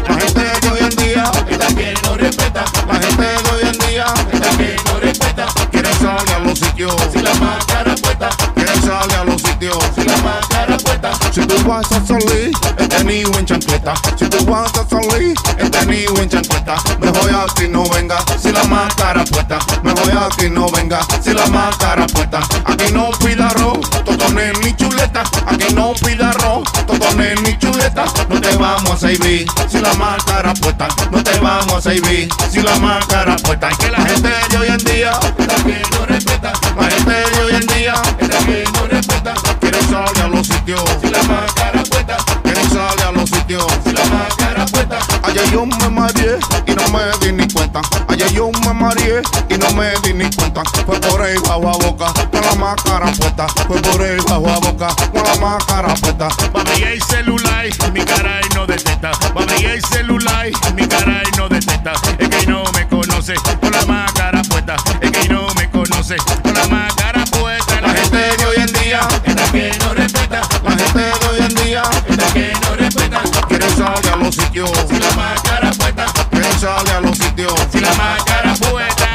Speaker 10: La gente de hoy en día que también no respeta. La gente de hoy en día que también no respeta. Quieren salir a los sitios sin la máscara puesta. Quieren salir a los sitios sin la máscara puesta. Si tú vas a salir, he tenido en chancleta. Si tú vas a salir, he tenido en chancleta. Mejor aquí no venga sin la máscara puesta. Mejor aquí no venga sin la máscara puesta. Aquí no pida arroz, totones ni chuleta. Aquí no pida arroz, totones ni chuleta. No te vamos a servir si la máscara puesta. No te vamos a servir si la máscara puesta. Y que la gente de hoy en día también no respeta. La gente de hoy en día también no respeta. Quieren salir a los sitios si la máscara puesta. Quieren salir a los sitios si la máscara puesta. Ayer yo me mareé y no me di ni cuenta. Ayer yo me mareé y no me di ni cuenta. Fue por ahí bajo a boca con la máscara puesta. Fue por ahí bajo a boca con la máscara puesta.
Speaker 9: Mami, el celular, mi caray no detecta. Mami, el celular, mi caray no detecta. Es que no me conoce con la máscara puesta. Es que no me conoce con la máscara puesta.
Speaker 10: La gente de hoy en día es la que no respeta. La gente de hoy en día es la que no respeta. Quieren salir a los sitios sin la máscara puesta. Quieren salir a los sitios sin la máscara puesta.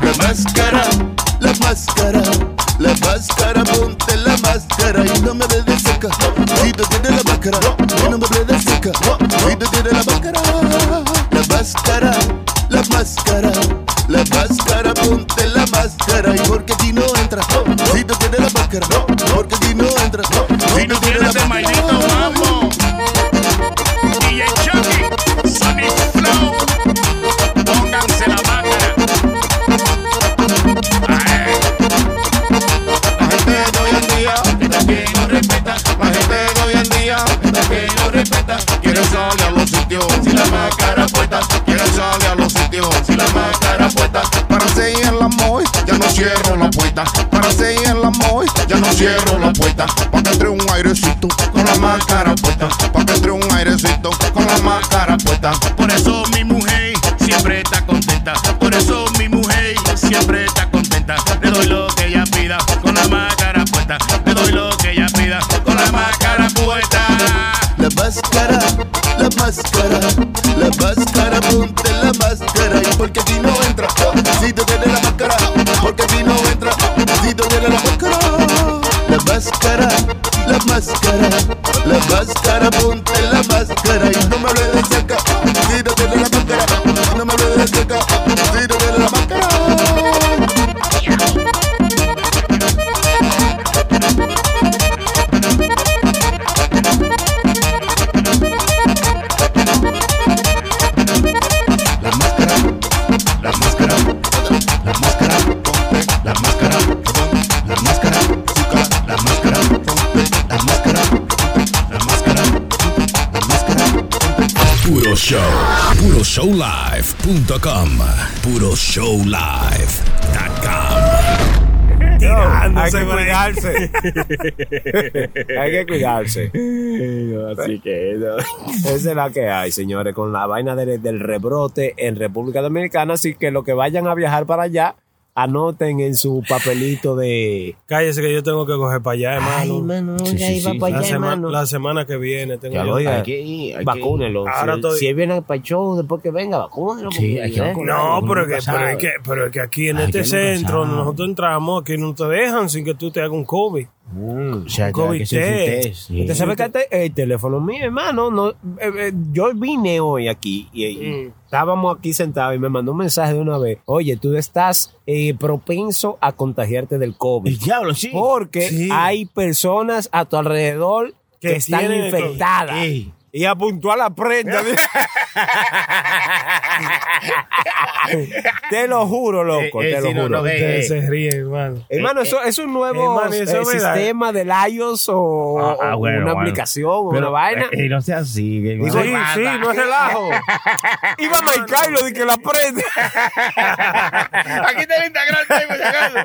Speaker 10: La máscara
Speaker 11: máscara, ponte la máscara y no me hables de seca. Si tú tienes la máscara, ya no me hables de seca. Si tú tienes la máscara, la máscara, la máscara, la máscara, ponte la máscara y porque aquí no entra. Si tú tienes la máscara, porque aquí no entra. Si tú tienes la máscara,
Speaker 10: DJ Chucky, Sonic Flow, pónganse la máscara. La gente de hoy en día es que no respeta, la gente de hoy en día es que no respeta. Quieren salir a los sitios sin la máscara puesta, quieren salir a los sitios sin la máscara puesta. Para seguir el amor, ya no cierro la puerta. Para seguir el amor, ya no cierro la puerta. Para que entre un airecito con la máscara puesta, para que entre un airecito con la máscara puesta. Por eso mi mujer siempre está contenta, por eso mi mujer siempre está contenta. Le doy lo que ella pida con la máscara puesta. Le doy lo que ella pida con la máscara puesta.
Speaker 11: la máscara, la máscara, la máscara, ponte la máscara y porque aquí no entra, si tú tienes la máscara, porque aquí no entra, si tú tienes la máscara, la máscara, la máscara, la máscara, ponte la máscara y no me hables de cerca, si tú tienes la máscara, no me hables de cerca, si tú tienes la máscara. La máscara, la máscara, la máscara, ponte la máscara, ponte la máscara, azúcar, la máscara, ponte la máscara, ponte la máscara, ponte la máscara,
Speaker 4: Puro Show. PuroShowLive.com. PuroShowLive.com.
Speaker 8: Hay
Speaker 5: Tirándose,
Speaker 8: que
Speaker 5: güey.
Speaker 8: cuidarse.
Speaker 3: Hay que cuidarse.
Speaker 6: Así que
Speaker 3: Esa es la que hay, señores, con la vaina del, del rebrote en República Dominicana. Así que los que vayan a viajar para allá, anoten en su papelito de.
Speaker 5: Cállese que yo tengo que coger para allá, hermano.
Speaker 6: Sí, sí, sí.
Speaker 5: la, sema- la semana que viene tengo
Speaker 3: Ya
Speaker 5: yo-
Speaker 3: lo oiga,
Speaker 6: Hay que ir, hay que
Speaker 3: vacúnenlo.
Speaker 5: ir. Ahora
Speaker 3: si,
Speaker 5: estoy-
Speaker 3: si él viene para el show, después que venga, vacúnenlo.
Speaker 6: Sí,
Speaker 3: porque-
Speaker 6: hay que
Speaker 3: ¿eh?
Speaker 6: vacunar.
Speaker 5: No,
Speaker 6: Uno
Speaker 5: pero,
Speaker 6: nunca
Speaker 5: que, pero,
Speaker 6: sabe.
Speaker 5: es que, pero es que aquí en
Speaker 6: Ay,
Speaker 5: este
Speaker 6: que nunca
Speaker 5: centro
Speaker 6: sabe.
Speaker 5: nosotros entramos, aquí no te dejan sin que tú te hagas un COVID.
Speaker 6: Mm, O sea, te
Speaker 5: COVID
Speaker 6: da que ser un
Speaker 5: test.
Speaker 6: test, sí.
Speaker 3: Usted sabe que este- el teléfono mío, hermano, no, eh, eh, yo vine hoy aquí y,
Speaker 5: Mm.
Speaker 3: y estábamos aquí sentados y me mandó un mensaje de una vez. Oye, tú estás eh, propenso a contagiarte del COVID.
Speaker 6: El diablo, sí.
Speaker 3: Porque
Speaker 5: Sí.
Speaker 3: hay personas a tu alrededor que,
Speaker 5: Que
Speaker 3: están
Speaker 5: tienen el COVID.
Speaker 3: infectadas.
Speaker 6: Ey.
Speaker 3: Y apuntó a la prenda. te lo juro, loco,
Speaker 6: Eh, eh,
Speaker 3: te lo
Speaker 6: sí, no,
Speaker 3: juro.
Speaker 6: no, eh,
Speaker 5: Ustedes
Speaker 6: eh.
Speaker 5: se ríen, hermano.
Speaker 3: Hermano, eso es un nuevo
Speaker 5: hermano, eso
Speaker 3: eh,
Speaker 5: es verdad.
Speaker 3: sistema del iOS o,
Speaker 6: Ah,
Speaker 3: o
Speaker 6: ah, bueno,
Speaker 3: una
Speaker 6: bueno.
Speaker 3: aplicación o
Speaker 6: Pero,
Speaker 3: una vaina.
Speaker 6: eh, eh, no sea así. que-
Speaker 3: Digo,
Speaker 6: Ay,
Speaker 3: sí,
Speaker 6: va-
Speaker 3: sí, no es relajo. Iba a Carlos de que la prenda.
Speaker 6: Aquí está el Instagram. tengo, si acaso.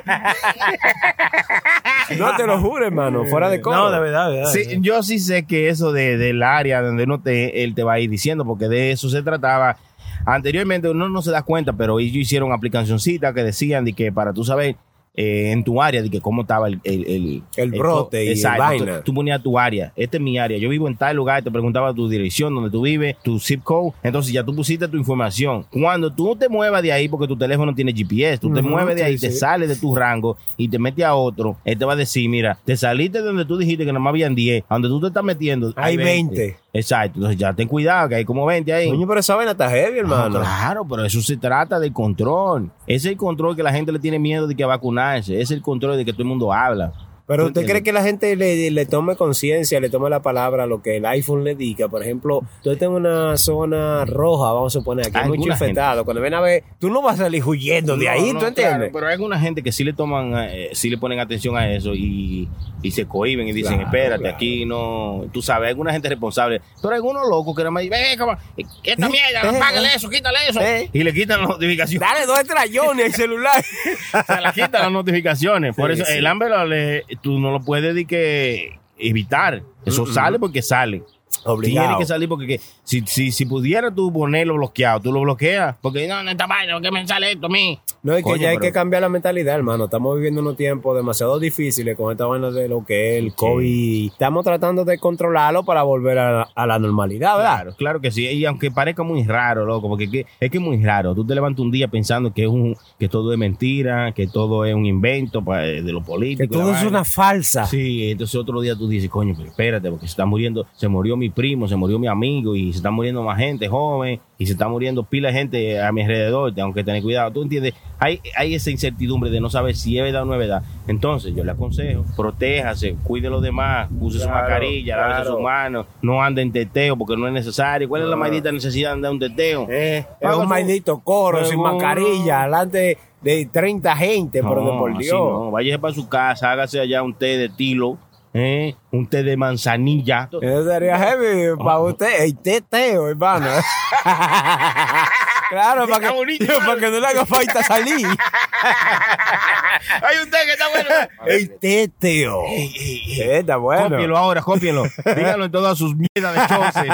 Speaker 3: No te lo juro, hermano, fuera de
Speaker 5: No,
Speaker 3: coro.
Speaker 5: de verdad, de verdad.
Speaker 6: Sí, yo sí sé que eso de, del área donde uno te, él te va a ir diciendo, porque de eso se trataba. Anteriormente uno no se da cuenta, pero ellos hicieron aplicacioncitas que decían de que para tú saber eh, en tu área de que cómo estaba el, el,
Speaker 3: El brote y el
Speaker 6: exacto.
Speaker 3: vaina.
Speaker 6: Tú, tú ponías tu área, este es mi área, yo vivo en tal lugar, te preguntaba tu dirección, donde tú vives, tu zip code, entonces ya tú pusiste tu información. Cuando tú te muevas de ahí, porque tu teléfono tiene GPS, tú te
Speaker 3: Ujú,
Speaker 6: mueves de
Speaker 3: sí,
Speaker 6: ahí, te
Speaker 3: sí.
Speaker 6: sales de tu rango y te metes a otro, él te va a decir, mira, te saliste de donde tú dijiste que nomás habían 10, a donde tú te estás metiendo.
Speaker 3: Hay 20.
Speaker 6: Exacto, entonces ya ten cuidado, que hay como 20 ahí.
Speaker 3: Coño, pero esa vaina está
Speaker 5: Ah,
Speaker 3: heavy, hermano.
Speaker 6: Claro, pero eso se trata del control. Es el control que la gente le tiene miedo de que vacunarse. Es el control de que todo el mundo habla.
Speaker 3: Pero
Speaker 6: ¿Tú
Speaker 3: usted cree
Speaker 6: entiendes?
Speaker 3: que la gente le, le tome conciencia, le tome la palabra a lo que el iPhone le diga. Por ejemplo, tú estás en una zona roja, vamos a suponer, aquí hay mucho
Speaker 6: Alguna gente.
Speaker 3: infectado. Cuando ven a ver, tú no vas a salir huyendo de
Speaker 6: No,
Speaker 3: ahí,
Speaker 6: no,
Speaker 3: ¿tú entiendes?
Speaker 6: claro, pues. pero hay alguna gente que sí le toman, eh, sí le ponen atención a eso y, y se cohiben y dicen,
Speaker 3: Claro,
Speaker 6: espérate,
Speaker 3: claro.
Speaker 6: aquí no. Tú sabes, alguna gente responsable. Pero algunos locos que nada más dicen, "Ve, cómo- esta
Speaker 3: Eh,
Speaker 6: mierda,
Speaker 3: eh,
Speaker 6: apágale
Speaker 3: eh.
Speaker 6: eso, quítale eso.
Speaker 3: Eh.
Speaker 6: Y le quitan las notificaciones.
Speaker 3: Dale dos estrellones al celular.
Speaker 6: se la quitan las notificaciones. Por
Speaker 3: Sí,
Speaker 6: eso
Speaker 3: sí.
Speaker 6: el hambre lo le- tú no lo puedes de que evitar. Eso sale porque sale.
Speaker 3: Obligado.
Speaker 6: Tiene que salir porque que- si, si, si pudiera tú ponerlo bloqueado, tú lo bloqueas. Porque no, no está mal, ¿por qué me sale esto a mí?
Speaker 3: No, es que
Speaker 6: Coño,
Speaker 3: ya hay
Speaker 6: pero-
Speaker 3: que cambiar la mentalidad, hermano. Estamos viviendo unos tiempos demasiado difíciles con esta vaina de lo que es el COVID. Estamos tratando de controlarlo para volver a, a la normalidad, ¿verdad?
Speaker 6: Claro, claro que sí. Y aunque parezca muy raro, loco, porque es que es, que es muy raro. Tú te levantas un día pensando que es un, que todo es mentira, que todo es un invento pa- de los políticos.
Speaker 3: Que
Speaker 6: la
Speaker 3: todo es
Speaker 6: vaina.
Speaker 3: una falsa.
Speaker 6: Sí, entonces otro día tú dices, coño, pero espérate, porque se está muriendo, se murió mi primo, se murió mi amigo y se está muriendo más gente joven y se está muriendo pila de gente a mi alrededor, tengo que tener cuidado, ¿tú entiendes? Hay, hay esa incertidumbre de no saber si es verdad o no es verdad. Entonces yo le aconsejo, protéjase, cuide a los demás, use su
Speaker 3: Claro,
Speaker 6: mascarilla, lávese
Speaker 3: claro.
Speaker 6: sus manos, no ande en teteo porque no es necesario. ¿Cuál es la maldita necesidad de andar en un teteo?
Speaker 3: Eh, es
Speaker 6: Paga
Speaker 3: un
Speaker 6: su-
Speaker 3: maldito coro, sin
Speaker 6: Seguro.
Speaker 3: mascarilla, delante de 30 gente, pero de por
Speaker 6: así
Speaker 3: Dios.
Speaker 6: no. Váyase para su casa, hágase allá un té de tilo, ¿eh? un té de manzanilla.
Speaker 3: Eso sería heavy para usted. El teteo, hermano. claro, para que, para que no le haga falta salir.
Speaker 6: Hay un té que está bueno.
Speaker 3: El teteo. Eh, Está bueno.
Speaker 6: Cópienlo ahora, cópienlo. Díganlo en todas sus mierdas de choces.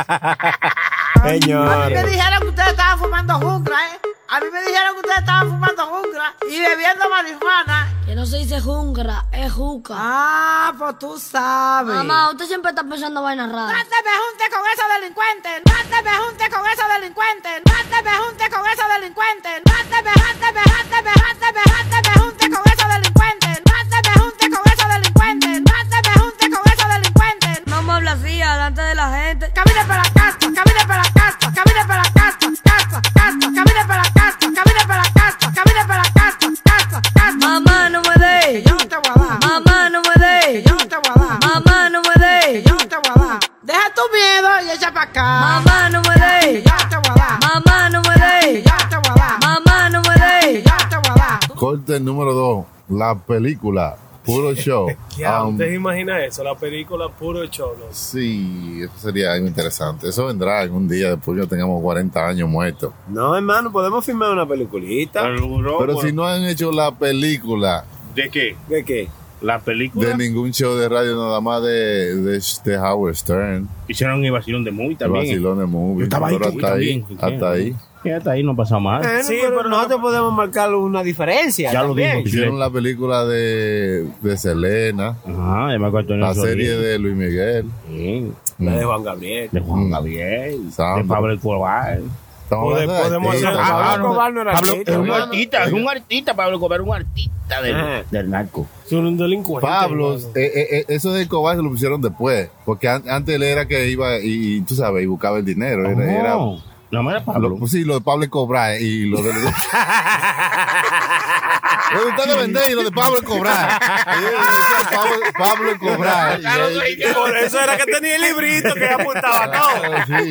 Speaker 3: Señor.
Speaker 12: Me dijeron que ustedes estaban fumando jungla, ¿eh? A mí me dijeron que ustedes estaban fumando jungla y bebiendo marihuana.
Speaker 13: Que no se dice jungra, es juca.
Speaker 12: Ah, pues tú sabes.
Speaker 13: Mamá, usted siempre está pensando vainas
Speaker 12: No
Speaker 13: raras.
Speaker 12: te me juntes con esos delincuentes. No te me juntes con esos delincuentes. No te me juntes con esos delincuentes. No te me juntes, me juntes, me juntes, me juntes, me juntes con esos delincuentes. No te me juntes con esos delincuentes. No te me juntes con esos delincuentes.
Speaker 13: No me hablas así, delante de la gente.
Speaker 12: Camina para la casa, camina para la casa, camina para la casa, casa, casa, camina para la casa, camina para la casa, camina para la casa, casa, casa.
Speaker 13: Mamá, no me
Speaker 12: Que
Speaker 13: dejes.
Speaker 12: yo no te voy a dar.
Speaker 13: Mamá, no me
Speaker 12: Que
Speaker 13: dejes.
Speaker 12: yo no te voy a dar.
Speaker 13: Mamá, no me
Speaker 12: Que
Speaker 13: dejes.
Speaker 12: yo no te voy a dar. Deja tu miedo y echa para acá.
Speaker 13: Mamá, no me
Speaker 12: Que
Speaker 13: dejes.
Speaker 12: yo no te voy a dar.
Speaker 13: Mamá, no me
Speaker 12: Que
Speaker 13: dejes.
Speaker 12: yo no te voy a dar.
Speaker 13: Mamá, no me
Speaker 12: Que
Speaker 13: dejes.
Speaker 12: yo no te voy a dar.
Speaker 1: Corte número 2, la película, puro show.
Speaker 5: Ya,
Speaker 1: Um,
Speaker 5: ¿ustedes imaginan eso? La película puro cholo.
Speaker 1: sí, eso sería algo interesante. Eso vendrá algún día después que tengamos 40 años muertos.
Speaker 3: No, hermano, podemos filmar una peliculita.
Speaker 1: Pero si no han hecho la película
Speaker 6: ¿De qué?
Speaker 3: ¿De qué?
Speaker 6: La película.
Speaker 1: de ningún show de radio, nada más de, de, de Howard Stern,
Speaker 6: Hicieron el vacilón de muy
Speaker 1: el
Speaker 6: también.
Speaker 1: vacilón de movie.
Speaker 6: Yo estaba ahí,
Speaker 1: Pero
Speaker 6: tú
Speaker 1: hasta ahí,
Speaker 6: también.
Speaker 1: hasta ahí.
Speaker 6: Y hasta ahí no pasa mal.
Speaker 3: Bueno,
Speaker 5: Sí,
Speaker 3: pero,
Speaker 5: pero
Speaker 3: nosotros podemos marcar una diferencia.
Speaker 6: Ya lo
Speaker 3: también.
Speaker 6: dijo.
Speaker 1: Hicieron la película de, de Selena,
Speaker 6: Ajá, de Marco Antonio
Speaker 1: la
Speaker 6: Solís.
Speaker 1: serie de Luis Miguel.
Speaker 6: Sí,
Speaker 3: La de Juan Gabriel.
Speaker 6: de Juan
Speaker 1: Mm. Ah,
Speaker 6: Gabriel. De
Speaker 1: Sandro.
Speaker 6: Pablo Escobar.
Speaker 1: Estamos hablando de
Speaker 5: Podemos hacer-
Speaker 1: artistas,
Speaker 3: Pablo
Speaker 1: ¿sabes?
Speaker 3: Escobar no era
Speaker 6: Pablo-
Speaker 3: artista,
Speaker 6: es un
Speaker 3: hermano.
Speaker 6: artista, es un artista, Pablo Escobar, un artista del,
Speaker 3: Ajá.
Speaker 6: del narco.
Speaker 5: Son un delincuente.
Speaker 1: Pablo,
Speaker 5: hermano.
Speaker 1: eh, eh, eh, eso de Cobar se lo pusieron después, porque an- antes él era que iba y, y tú sabes, y buscaba el dinero. Era, era-
Speaker 6: No, no me era Pablo.
Speaker 1: lo, pues sí, lo de Pablo es cobrar y lo de. lo de usted de vender y lo de Pablo es cobrar. Y él decía, Pablo, Pablo es cobrar. Y ahí-
Speaker 5: Por eso era que tenía el librito que apuntaba todo.
Speaker 1: Ah, sí,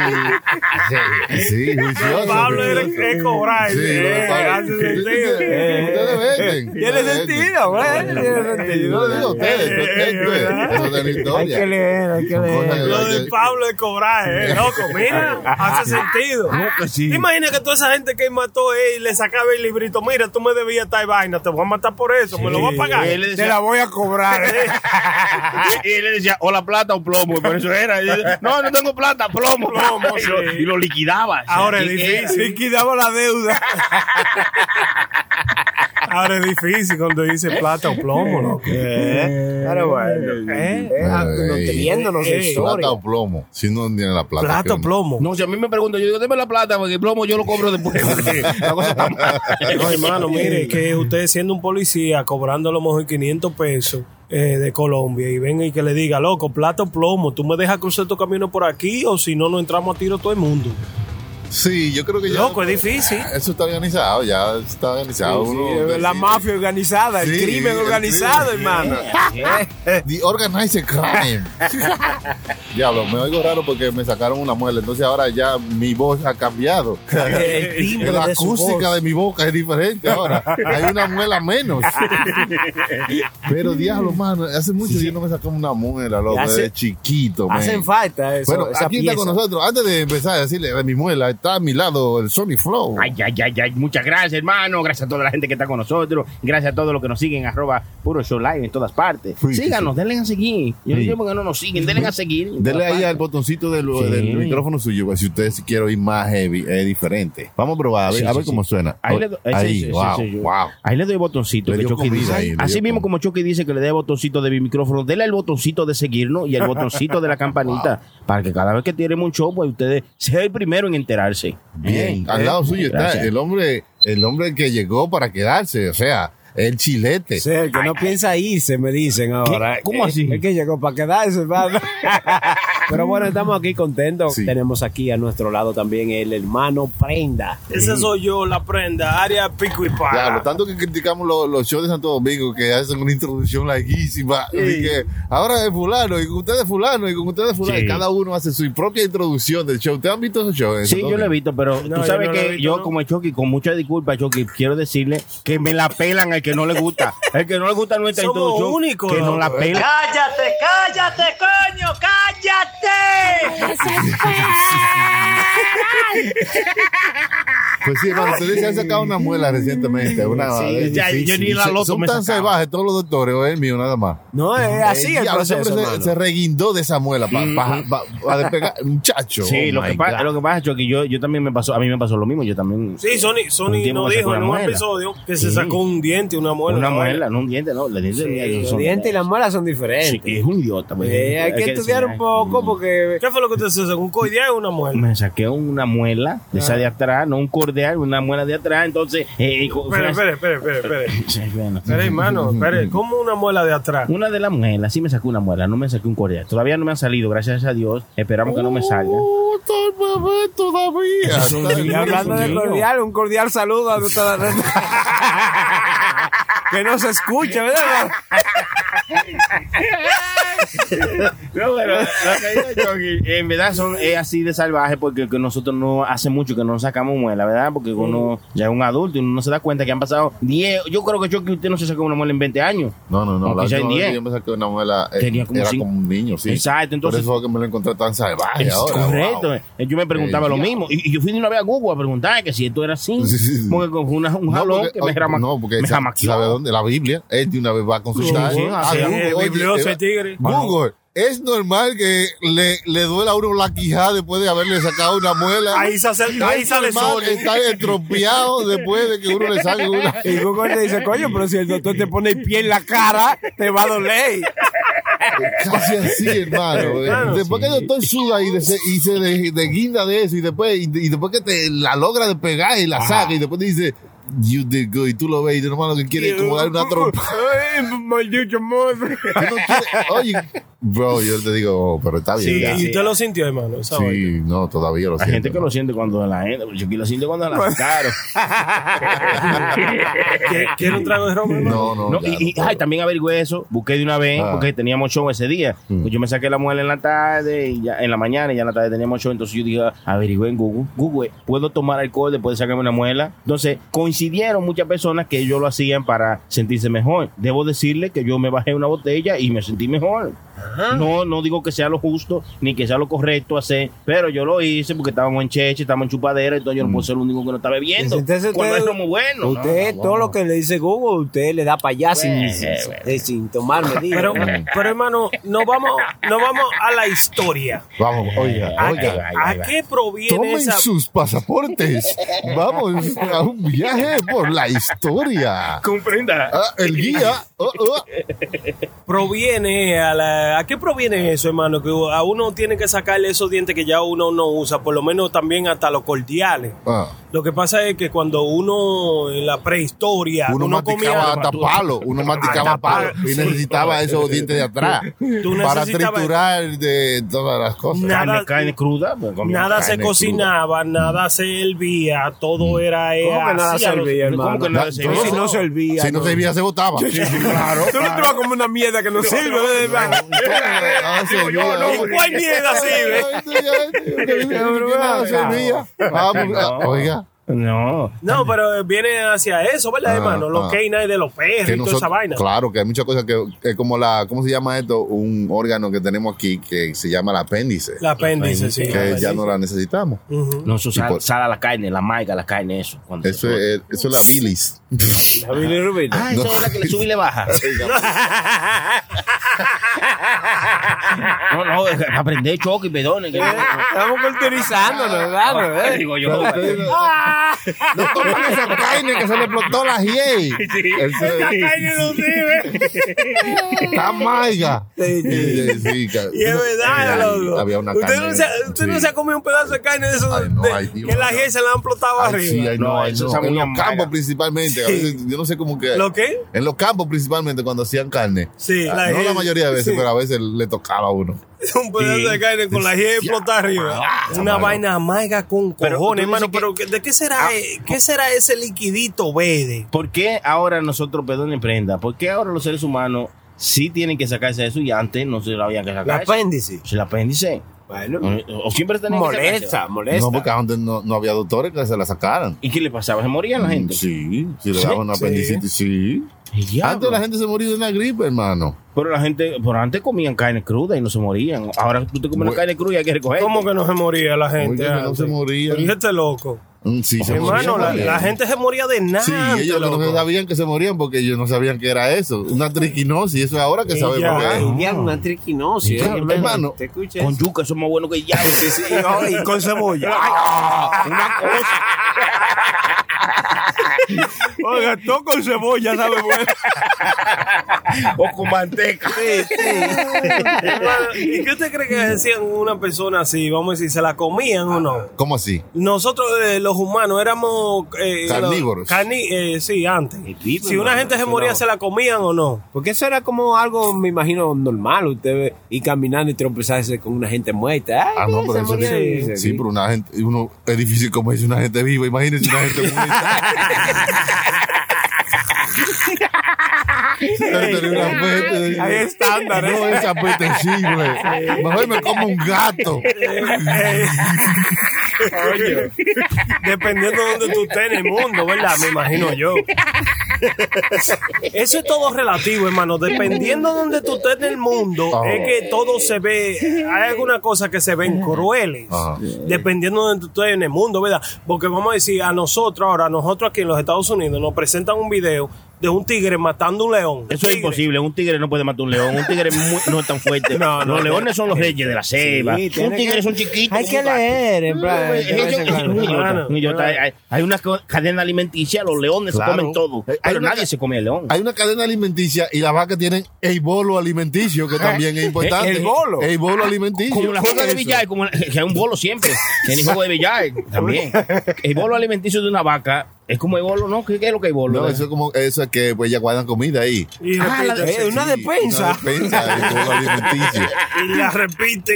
Speaker 1: sí, sí, juicioso,
Speaker 5: Pablo era
Speaker 1: juicioso.
Speaker 5: es cobrar.
Speaker 1: Sí, lo de
Speaker 5: eh,
Speaker 1: Pablo-
Speaker 5: hace sentido. Eh,
Speaker 1: Ustedes venden.
Speaker 3: Tiene
Speaker 1: ustedes
Speaker 3: sentido,
Speaker 1: venden.
Speaker 3: güey, tiene sentido.
Speaker 1: Yo le digo a ustedes,
Speaker 5: pues, Eh, eh,
Speaker 1: eso es-
Speaker 5: ¿verdad?
Speaker 1: eso es de la
Speaker 3: Hay
Speaker 1: historia.
Speaker 3: que leer, hay que
Speaker 1: Son cosas
Speaker 3: leer.
Speaker 1: que-
Speaker 5: eh, Lo de Pablo es cobrar, eh, loco, mira, hace sentido. ¿Te imaginas que toda esa gente que mató él le sacaba el librito? Mira, tú me debías tal vaina, te voy a matar por eso, me lo voy eh. a pagar.
Speaker 6: Él le
Speaker 3: Te
Speaker 6: decía,
Speaker 3: la voy a cobrar.
Speaker 6: y él le decía, o la plata o plomo. Y por eso era. Y dice, no, no tengo plata, plomo.
Speaker 5: Plomo,
Speaker 6: y, lo,
Speaker 5: sí.
Speaker 6: y lo liquidaba.
Speaker 5: Ahora es
Speaker 6: Así era.
Speaker 5: difícil.
Speaker 3: Liquidamos la deuda.
Speaker 5: Ahora es difícil cuando dice plata o plomo, loco.
Speaker 3: Pero bueno, eh, eh,
Speaker 6: Ah,
Speaker 3: nutriéndonos de
Speaker 5: Ey.
Speaker 3: historia.
Speaker 1: Plata o plomo. Si no tiene la plata.
Speaker 5: eh, Plata o
Speaker 1: ¿qué?
Speaker 5: plomo.
Speaker 6: Eh, No, si a mí me preguntan, yo digo, deme la plata, porque el plomo yo lo cobro después. porque la cosa está mal.
Speaker 5: No,
Speaker 3: eh,
Speaker 5: hermano, mire, que usted siendo un policía cobrando a lo mejor 500 pesos eh, de Colombia y venga y que le diga, loco, plata o plomo, tú me dejas cruzar tu camino por aquí o si no, nos entramos a tiro todo el mundo.
Speaker 1: Sí, yo creo que ya.
Speaker 5: Loco, es difícil.
Speaker 1: Eso está organizado, ya está organizado.
Speaker 3: Sí,
Speaker 1: uno
Speaker 3: sí, la
Speaker 1: decide.
Speaker 3: mafia organizada, el
Speaker 1: Sí,
Speaker 3: crimen
Speaker 1: el
Speaker 3: organizado,
Speaker 1: crimen.
Speaker 3: hermano.
Speaker 1: The organized crime. Diablo, me oigo raro porque me sacaron una muela. Entonces ahora ya mi voz ha cambiado.
Speaker 3: El timbre
Speaker 1: La
Speaker 3: de su
Speaker 1: acústica
Speaker 3: voz.
Speaker 1: de mi boca es diferente ahora. Hay una muela menos. Pero diablo, mano, hace mucho yo no me sacaba una muela, loco,
Speaker 3: Hace-
Speaker 1: desde chiquito. man.
Speaker 3: Hacen falta eso,
Speaker 1: Bueno,
Speaker 3: esa
Speaker 1: aquí
Speaker 3: pieza.
Speaker 1: está con nosotros. Antes de empezar a decirle de mi muela, está a mi lado el Sony Flow.
Speaker 6: Ay, ay, ay, ay. Muchas gracias, hermano. Gracias a toda la gente que está con nosotros. Gracias a todos los que nos siguen. Arroba puro show live en todas partes. Síganos, denle a seguir. Yo no
Speaker 1: Sí.
Speaker 6: sé por qué no nos siguen. Denle a seguir. en
Speaker 1: Dele
Speaker 6: todas
Speaker 1: ahí
Speaker 6: partes.
Speaker 1: al botoncito del, del micrófono suyo, pues, si ustedes quieren oír más heavy, es diferente. Vamos a probar, a ver,
Speaker 6: Sí,
Speaker 1: a
Speaker 6: sí,
Speaker 1: ver
Speaker 6: sí.
Speaker 1: cómo suena.
Speaker 6: Ahí le doy- ahí sí, sí, sí,
Speaker 1: wow,
Speaker 6: sí, sí.
Speaker 1: wow.
Speaker 6: Ahí le doy botoncito.
Speaker 1: Le
Speaker 6: que
Speaker 1: dio
Speaker 6: Chucky
Speaker 1: comida
Speaker 6: dice.
Speaker 1: ahí, le dio
Speaker 6: Así mismo como Chucky dice que le dé botoncito de mi micrófono, dele el botoncito de seguirnos y el botoncito de la campanita para que cada vez que tiremos un show, pues ustedes sean el primero en enterarse. ¿Eh?
Speaker 1: Bien, al lado suyo está el hombre, el hombre que llegó para quedarse, o sea, el chilete.
Speaker 3: Sí, el que no piensa irse, me dicen ahora.
Speaker 1: ¿Cómo
Speaker 3: Eh,
Speaker 1: así?
Speaker 3: Es que llegó para quedarse, hermano. Pero bueno, estamos aquí contentos. Tenemos aquí a nuestro lado también el hermano Prenda.
Speaker 5: Ese soy yo, la prenda, área pico y
Speaker 1: Diablo,
Speaker 5: pala.
Speaker 1: tanto que criticamos lo- los shows de Santo Domingo que hacen una introducción larguísima.
Speaker 5: Sí.
Speaker 1: Y que ahora es fulano, y con ustedes fulano, y con ustedes fulano.
Speaker 6: Sí.
Speaker 1: Y cada uno hace su propia introducción del show. ¿Ustedes han visto esos shows? en
Speaker 6: Sí,
Speaker 1: Santo
Speaker 6: yo lo he
Speaker 1: Domingo?
Speaker 6: visto, pero
Speaker 1: No,
Speaker 6: tú
Speaker 1: yo
Speaker 6: sabes
Speaker 1: no lo
Speaker 6: que
Speaker 1: he visto,
Speaker 6: yo,
Speaker 1: no.
Speaker 6: como Chucky, con mucha disculpa, Chucky, quiero decirle que me la pelan al que no le gusta. El que no le gusta nuestra
Speaker 5: Somos
Speaker 6: introducción,
Speaker 5: únicos,
Speaker 6: que
Speaker 5: loco.
Speaker 6: no la pelan.
Speaker 14: ¡Cállate, cállate, coño! ¡Cállate!
Speaker 1: Pues sí, hermano, ustedes se han sacado una muela recientemente. Una,
Speaker 6: Sí,
Speaker 1: es
Speaker 6: ya,
Speaker 1: difícil.
Speaker 6: yo ni la
Speaker 1: Se-
Speaker 6: loto
Speaker 1: Son
Speaker 6: me
Speaker 1: tan
Speaker 6: sacaba.
Speaker 1: salvajes todos los doctores, o el mío nada más.
Speaker 3: No, es Eh, así el
Speaker 1: diablo,
Speaker 3: proceso,
Speaker 1: eh, siempre se-
Speaker 3: hermano.
Speaker 1: se, reguindó de esa muela para despegar. Muchacho.
Speaker 6: Sí,
Speaker 1: oh
Speaker 6: lo,
Speaker 1: my
Speaker 6: que pasa,
Speaker 1: God.
Speaker 6: lo que pasa, Chucky, yo, yo también me pasó, a mí me pasó lo mismo, yo también.
Speaker 5: Sí, Sony,
Speaker 6: Un
Speaker 5: Sony
Speaker 6: tiempo
Speaker 5: nos
Speaker 6: que
Speaker 5: dijo
Speaker 6: sacó
Speaker 5: en
Speaker 6: la
Speaker 5: un
Speaker 6: muela.
Speaker 5: episodio que se
Speaker 6: Sí.
Speaker 5: sacó un diente, una muela.
Speaker 6: una muela, no un diente, no. Los dientes,
Speaker 3: Los dientes y las muelas son diferentes.
Speaker 6: es un idiota. pues.
Speaker 3: Eh, hay que estudiar un poco porque...
Speaker 5: ¿Qué fue lo que usted se sacó? ¿Un coideal o una muela?
Speaker 6: Me saqué una muela de esa de atrás, no un cordial, una muela de atrás. Entonces, eh, co-
Speaker 5: Espere,
Speaker 6: Fran-
Speaker 5: espere, espere, espere, espere.
Speaker 6: Sí, bueno.
Speaker 5: Espere, hermano, espere. ¿Cómo una muela de atrás?
Speaker 6: Una de las muelas, sí me saqué una muela, no me saqué un cordial. Todavía no me ha salido, gracias a Dios. Esperamos que no me salga.
Speaker 1: Puta, el bebé Oh, todavía.
Speaker 6: Eso es un
Speaker 3: Y hablando de
Speaker 6: niño.
Speaker 3: cordial, un cordial saludo a nuestra... que no se escucha, ¿verdad?
Speaker 6: No, pero lo que dice Chucky, eh, en verdad son, es así de salvaje porque que nosotros no hace mucho que no sacamos muela, ¿verdad? Porque uno ya es un adulto y uno no se da cuenta que han pasado 10. Yo creo que Chucky, usted no se sacó una muela en 20 años.
Speaker 1: No, no, no.
Speaker 6: O
Speaker 1: La
Speaker 6: quizá en
Speaker 1: última vez
Speaker 6: 10.
Speaker 1: que yo me saqué una muela eh,
Speaker 6: Tenía como
Speaker 1: era
Speaker 6: cinco.
Speaker 1: como un niño, sí.
Speaker 6: Exacto, entonces-
Speaker 1: Por eso fue que me lo encontré tan salvaje
Speaker 6: Es
Speaker 1: ahora.
Speaker 6: correcto.
Speaker 1: wow.
Speaker 6: Eh, Yo me preguntaba
Speaker 1: Eh,
Speaker 6: lo
Speaker 1: ya.
Speaker 6: mismo. Y, y yo fui de una vez a Google a preguntar que si esto era así.
Speaker 1: Sí, sí, sí.
Speaker 6: Porque con una, un
Speaker 1: No,
Speaker 6: jalón
Speaker 1: porque-
Speaker 6: que me
Speaker 1: oh,
Speaker 6: jama-
Speaker 1: No, porque
Speaker 6: me
Speaker 1: sa-
Speaker 6: jamaqueó.
Speaker 1: sabe dónde la Biblia. Él de una vez va a consultar.
Speaker 6: Sí, sí,
Speaker 1: Ah,
Speaker 6: así es.
Speaker 1: Google,
Speaker 6: Eh,
Speaker 1: oye,
Speaker 6: biblioso,
Speaker 1: eh,
Speaker 6: el tigre.
Speaker 1: Google, es normal que le, le duela a uno la quijada después de haberle sacado una muela.
Speaker 5: Ahí se hace- ahí
Speaker 1: Es
Speaker 5: sale
Speaker 1: normal
Speaker 5: Sony.
Speaker 1: Estar estropeado después de que uno le saque una.
Speaker 3: Y Google te dice, coño, pero si el doctor te pone el pie en la cara, te va a doler.
Speaker 1: Casi así, hermano. eh.
Speaker 3: Claro.
Speaker 1: después que el doctor suda y, de- se- y se de- desguinda de eso, y después, y, y después que te la logra de pegar y la saca, y después te dice, You did good, y tú lo ves, y tu hermano que quiere como dar una trompa.
Speaker 3: Ay, maldito amor.
Speaker 1: Oye, bro, yo te digo, oh, pero está bien.
Speaker 5: Sí,
Speaker 1: ya.
Speaker 5: y usted lo sintió, hermano. esa vaina.
Speaker 1: Sí, no, todavía lo
Speaker 6: Hay
Speaker 1: siento.
Speaker 6: gente que lo siente cuando la gente. Chucky lo siente cuando la sacaron.
Speaker 5: ¿Quiere un trago de romo?
Speaker 1: No, no.
Speaker 6: No, y, y- ay, también averigüé eso, busqué de una vez,
Speaker 1: Ah.
Speaker 6: porque teníamos show ese día. Pues yo me saqué la muela en la tarde, y ya, en la mañana, y ya en la tarde teníamos show. Entonces yo dije, ah, averigüé en Google, Google, ¿puedo tomar alcohol después de sacarme una muela? Entonces coincidieron muchas personas que ellos lo hacían para sentirse mejor. Debo decirle que yo me bajé una botella y me sentí mejor. No, no digo que sea lo justo ni que sea lo correcto hacer, pero yo lo hice porque estábamos en cheche, estábamos en chupadera, entonces yo no puedo ser el único que no está bebiendo.
Speaker 3: Entonces usted,
Speaker 6: cuando es romo bueno.
Speaker 5: Ah,
Speaker 3: usted todo lo que le dice Google, usted le da para allá sin, sin- eh, sin tomar medidas.
Speaker 5: Pero,
Speaker 1: Mm.
Speaker 5: pero hermano, no vamos, no vamos a la historia.
Speaker 1: Vamos, oiga,
Speaker 5: ¿A, qué,
Speaker 1: oiga.
Speaker 5: a qué proviene
Speaker 1: Tomen
Speaker 5: esa?
Speaker 1: sus pasaportes. Vamos a un viaje por la historia.
Speaker 6: Comprenda.
Speaker 1: Ah, el guía. oh, oh.
Speaker 5: Proviene a la, ¿a qué proviene eso, hermano? Que a uno tiene que sacarle esos dientes que ya uno no usa, por lo menos también hasta los cordiales.
Speaker 1: Ah,
Speaker 5: Lo que pasa es que cuando uno en la prehistoria
Speaker 1: uno maticaba hasta palo, uno maticaba
Speaker 5: Ah, Hasta palo,
Speaker 1: palo y
Speaker 5: sí.
Speaker 1: necesitaba esos dientes de atrás
Speaker 5: Tú
Speaker 1: para
Speaker 5: necesitabas-
Speaker 1: triturar de todas las cosas.
Speaker 5: Nada- Carne- carne
Speaker 6: cruda,
Speaker 5: nada se cocinaba, nada se hervía,
Speaker 1: Mm.
Speaker 5: todo era eh,
Speaker 3: ¿Cómo que nada
Speaker 5: así a
Speaker 3: se
Speaker 5: los-
Speaker 3: hervía, hermano?
Speaker 5: ¿Cómo que nada
Speaker 3: Na-
Speaker 5: se
Speaker 3: Pero
Speaker 5: hervía?
Speaker 3: si no se hervía,
Speaker 1: Si no
Speaker 3: no.
Speaker 1: se hervía, se botaba.
Speaker 3: Claro. Tú no te vas como una mierda que no sirve, ¿verdad?
Speaker 5: ¿Y cuál ¿eh? mierda sirve?
Speaker 1: Nada se hervía. Vamos, ah, Oiga,
Speaker 6: No.
Speaker 5: No, pero viene hacia eso, ¿verdad,
Speaker 1: Mm. Ah,
Speaker 5: hermano? Los
Speaker 1: ah.
Speaker 5: canines de los perros y toda esa
Speaker 1: que nosotros-
Speaker 5: vaina.
Speaker 1: Claro, que hay muchas cosas que es como la, ¿cómo se llama esto? Un órgano que tenemos aquí que se llama el apéndice.
Speaker 5: El apéndice, sí.
Speaker 1: Que ya no la necesitamos.
Speaker 6: No, eso
Speaker 1: Y
Speaker 6: sal-
Speaker 1: por-
Speaker 6: sala la carne, la maiga, la carne, eso. Cuando
Speaker 1: Eso
Speaker 6: se-
Speaker 1: es, eh, eso es la bilis.
Speaker 6: La bilirrubina. Ah, esa es la que le sube y le baja. No, no, es que aprender choque y pedone.
Speaker 3: Eh,
Speaker 6: que-
Speaker 3: Estamos culturizándonos,
Speaker 6: Ah,
Speaker 3: ¿verdad?
Speaker 6: digo yo.
Speaker 1: No tomen esa carne que se le explotó la hiey. Eso es- Está maiga. Sí, sí, ca-
Speaker 5: Y es verdad,
Speaker 1: Ay,
Speaker 5: loco.
Speaker 1: Había una
Speaker 5: usted
Speaker 1: carne.
Speaker 5: no se, ha- usted no se ha comido un pedazo de carne de eso de- que la gente se la han explotado
Speaker 1: Ay,
Speaker 5: arriba.
Speaker 1: sí, ay, no, ay, no. En los campos principalmente. a
Speaker 5: Sí.
Speaker 1: veces, yo no sé cómo que.
Speaker 5: ¿Lo qué?
Speaker 1: En los campos principalmente cuando hacían carne.
Speaker 5: Sí,
Speaker 1: Ah,
Speaker 5: la
Speaker 1: no
Speaker 5: gente-
Speaker 1: la mayoría de veces,
Speaker 5: sí.
Speaker 1: pero a veces le tocaba a uno.
Speaker 5: un pedazo de carne con la gente explotada arriba. Una vaina amarga con cojones, hermano. Pero ¿de qué será, eh, qué será ese liquidito verde?
Speaker 6: ¿Por qué ahora nosotros, perdón, prenda? ¿Por qué ahora los seres humanos sí tienen que sacarse eso y antes no se lo habían que
Speaker 1: El
Speaker 6: sacar? apéndice. El apéndice. Bueno. O, o siempre tenían que sacarse.
Speaker 1: No, porque antes no, no había doctores que se la sacaran.
Speaker 6: ¿Y qué le pasaba? ¿Se morían la gente?
Speaker 1: Sí, si le
Speaker 6: Sí.
Speaker 1: daban una
Speaker 6: Sí.
Speaker 1: apendicitis, sí. Antes la gente se moría de una gripe, hermano.
Speaker 6: Pero la gente, pero antes comían carne cruda y no se morían. Ahora tú te comes
Speaker 1: Bueno.
Speaker 6: la carne cruda y hay que recoger.
Speaker 5: ¿Cómo que no se moría la gente?
Speaker 1: Oye, que no se moría.
Speaker 5: Fíjate loco.
Speaker 1: Mm, Sí, se
Speaker 5: hermano, la,
Speaker 1: morían,
Speaker 5: la
Speaker 1: ¿no?
Speaker 5: gente se moría de nada.
Speaker 1: Sí, ellos
Speaker 5: loco.
Speaker 1: no sabían que se morían porque ellos no sabían que era eso. Una triquinosis, eso es ahora que
Speaker 3: Y
Speaker 1: sabemos
Speaker 3: ya,
Speaker 1: que es.
Speaker 3: y ya, una triquinosis.
Speaker 1: Ya,
Speaker 3: eh,
Speaker 1: hermano.
Speaker 3: ¿Te escuchas?
Speaker 6: Con yuca, eso es más bueno que ya.
Speaker 5: y con cebolla.
Speaker 6: una cosa.
Speaker 8: Oiga, todo con cebolla, sabe bueno.
Speaker 6: o con manteca.
Speaker 5: Hermano, ¿Y qué usted cree que decían una persona así? Vamos a decir, ¿se la comían o no?
Speaker 1: ¿Cómo así?
Speaker 5: Nosotros, eh, los humanos, éramos. eh,
Speaker 1: Carnívoros.
Speaker 5: los- carni- eh, sí, antes. Si una
Speaker 3: hermano,
Speaker 5: gente se
Speaker 3: pero-
Speaker 5: moría, ¿se la comían o no?
Speaker 3: Porque eso era como algo, me imagino, normal. Usted ve- ir caminando y tropezarse con una gente muerta. Ay,
Speaker 1: Ah, no,
Speaker 3: se
Speaker 1: pero eso
Speaker 3: murió
Speaker 1: sí.
Speaker 3: de-
Speaker 1: Sí, pero una gente, uno, es difícil como es una gente viva. Imagínense una gente muerta. Tener una peste.
Speaker 8: Hay estándares.
Speaker 1: No
Speaker 6: ¿eh?
Speaker 1: es apetecible. Mejor me como un gato.
Speaker 5: Dependiendo de donde tú estés en el mundo, ¿verdad? Me imagino yo. Eso es todo relativo, hermano. Dependiendo de donde tú estés en el mundo,
Speaker 8: Ajá.
Speaker 5: es que todo se ve. Hay algunas cosas que se ven crueles.
Speaker 8: Ajá.
Speaker 5: Dependiendo de donde tú estés en el mundo, ¿verdad? Porque vamos a decir, a nosotros ahora, a nosotros aquí en los Estados Unidos, nos presentan un video de un tigre matando a un león.
Speaker 6: Eso es imposible. Un tigre no puede matar a un león. Un tigre muy- no es tan fuerte.
Speaker 5: no.
Speaker 6: los leones son los reyes de la selva.
Speaker 3: Sí,
Speaker 6: un
Speaker 3: tiene
Speaker 6: tigre
Speaker 3: que-
Speaker 6: son chiquitos.
Speaker 3: Hay que leer, en plan,
Speaker 6: Ellos-
Speaker 3: de vez en
Speaker 6: ellos-
Speaker 3: cuando.
Speaker 6: un idiota,
Speaker 3: Claro,
Speaker 6: un idiota.
Speaker 3: claro.
Speaker 6: Hay- Hay una co- cadena alimenticia, los leones
Speaker 1: Claro.
Speaker 6: se comen todo.
Speaker 1: Hay
Speaker 6: Pero
Speaker 1: una
Speaker 6: nadie
Speaker 1: ca-
Speaker 6: se come el león.
Speaker 1: Hay una cadena alimenticia y las vacas tienen el bolo alimenticio, que también es importante.
Speaker 6: El bolo.
Speaker 1: El bolo alimenticio.
Speaker 6: Como la
Speaker 1: ¿Qué
Speaker 6: juega
Speaker 1: es
Speaker 6: de
Speaker 1: eso?
Speaker 6: billar, como la- que hay un bolo siempre. En el juego de billar también. El bolo alimenticio de una vaca es como el bolo, ¿no? ¿Qué, qué es lo que es el bolo?
Speaker 1: No, eso es como, eso es que pues ya guardan comida ahí.
Speaker 5: Y
Speaker 6: Ah, la-
Speaker 5: repiten.
Speaker 6: eh, una
Speaker 1: Una despensa, el bolo alimenticio.
Speaker 5: Y la repiten.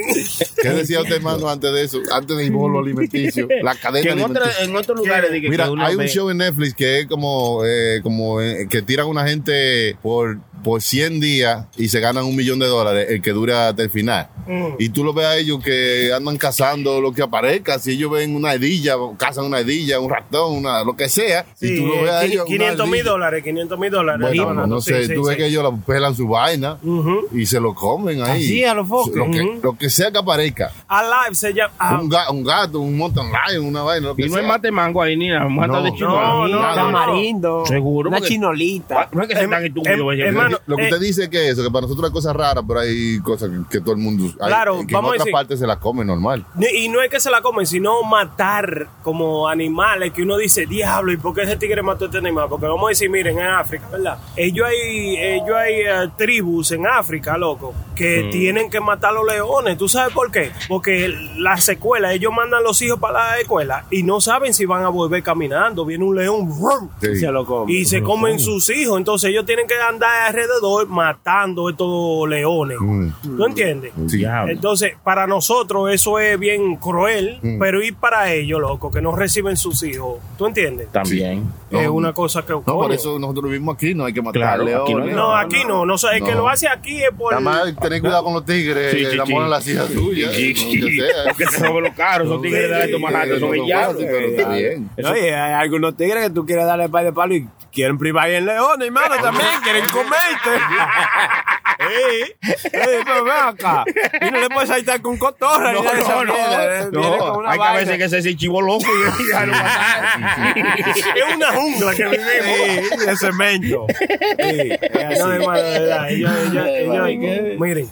Speaker 1: ¿Qué decía usted, hermano, antes de eso? Antes del bolo alimenticio. La
Speaker 6: Que
Speaker 1: cadena
Speaker 6: en, otra-
Speaker 1: alimenticia.
Speaker 6: en otros lugares de que
Speaker 1: Mira,
Speaker 6: que uno
Speaker 1: hay un
Speaker 6: ve-
Speaker 1: show en Netflix que es como, eh, como eh, que tiran a una gente por, por 100 días y se ganan un millón de dólares, el que dura hasta el final.
Speaker 15: Mm.
Speaker 1: Y tú lo ves a ellos que andan cazando lo que aparezca. Si ellos ven una hedilla, cazan una hedilla, un ratón, una, lo que sea. y tú lo ves a ellos. una
Speaker 5: 500 mil
Speaker 1: ardilla.
Speaker 5: dólares, 500 mil dólares.
Speaker 1: Bueno,
Speaker 5: Hermano,
Speaker 1: no
Speaker 5: sí,
Speaker 1: sé,
Speaker 5: sí,
Speaker 1: tú ves
Speaker 5: sí.
Speaker 1: que ellos la pelan su vaina y se lo comen ahí.
Speaker 5: Así, a los focos.
Speaker 1: Lo que,
Speaker 5: Ujú.
Speaker 1: lo que sea que aparezca.
Speaker 5: Alive se llama. Ah,
Speaker 1: Un, ga- un gato, un mountain lion, una vaina.
Speaker 6: Y no hay mate mango ahí ni nada, mata
Speaker 1: No,
Speaker 6: de
Speaker 1: no, no,
Speaker 6: chino.
Speaker 1: no.
Speaker 3: Tamarindo.
Speaker 6: Seguro.
Speaker 3: Una
Speaker 6: porque-
Speaker 3: chinolita.
Speaker 6: No es que sean tan estúpidos. ellos.
Speaker 1: lo que usted dice que eso, que para nosotros es cosa rara, pero hay cosas que, que todo el mundo. hay-
Speaker 5: Claro,
Speaker 1: que
Speaker 5: vamos a
Speaker 1: en otras
Speaker 5: decir-
Speaker 1: partes se las come normal.
Speaker 5: Ni- Y no es que se la comen, sino matar como animales que uno dice, diablo, ¿y por qué ese tigre mató a este animal? Porque vamos a decir, miren, en África, ¿verdad? Ellos hay, ellos hay eh, tribus en África, loco, que
Speaker 8: Mm.
Speaker 5: tienen que matar a los leones. ¿Tú sabes por qué? Porque la secuela, ellos mandan los hijos para la escuela y no saben si van a volver caminando. Viene un león ¡rum!
Speaker 1: Sí.
Speaker 5: y se comen sus hijos. Entonces ellos tienen que andar alrededor matando estos leones. ¿No entiendes?
Speaker 6: Mm. Sí.
Speaker 5: Entonces, para nosotros eso es bien cruel,
Speaker 6: Mm.
Speaker 5: pero y para ellos, loco, que no reciben sus hijos. ¿Tú entiendes?
Speaker 6: También.
Speaker 5: Es una cosa que.
Speaker 1: No, por
Speaker 5: coño.
Speaker 1: eso nosotros vivimos aquí, no hay que matar
Speaker 6: Claro,
Speaker 1: leones.
Speaker 6: aquí no hay-
Speaker 5: No, aquí no. no, sé, el que lo hace aquí es por.
Speaker 1: Nada más tener cuidado con los tigres,
Speaker 6: Sí,
Speaker 1: que
Speaker 6: sí,
Speaker 1: la
Speaker 6: sí.
Speaker 1: mona las hijas tuyas.
Speaker 6: Sí, sí.
Speaker 1: lo que sea.
Speaker 6: Porque se roban los carros, son tigres de la Alto Manhattan, son
Speaker 1: Sí,
Speaker 6: villanos.
Speaker 1: pero está bien.
Speaker 6: Eso-
Speaker 8: Oye, hay algunos tigres que tú quieres darle par de palo y quieren privar en león, hermano, también quieren comerte. Ey, ey, pero ven acá. Y no le puedes saltar con cotorra
Speaker 6: No,
Speaker 8: ni nada de
Speaker 6: no,
Speaker 8: esa
Speaker 6: no,
Speaker 8: mierda, eh. Viene con
Speaker 6: no.
Speaker 8: una
Speaker 6: Hay que a veces
Speaker 8: vaina.
Speaker 6: que se hace chivo loco y y ya lo
Speaker 5: es una jungla que vivimos.
Speaker 8: Sí, de cemento. Sí, es así.
Speaker 5: No, hermano, de verdad, ellos- ellos- ellos- miren,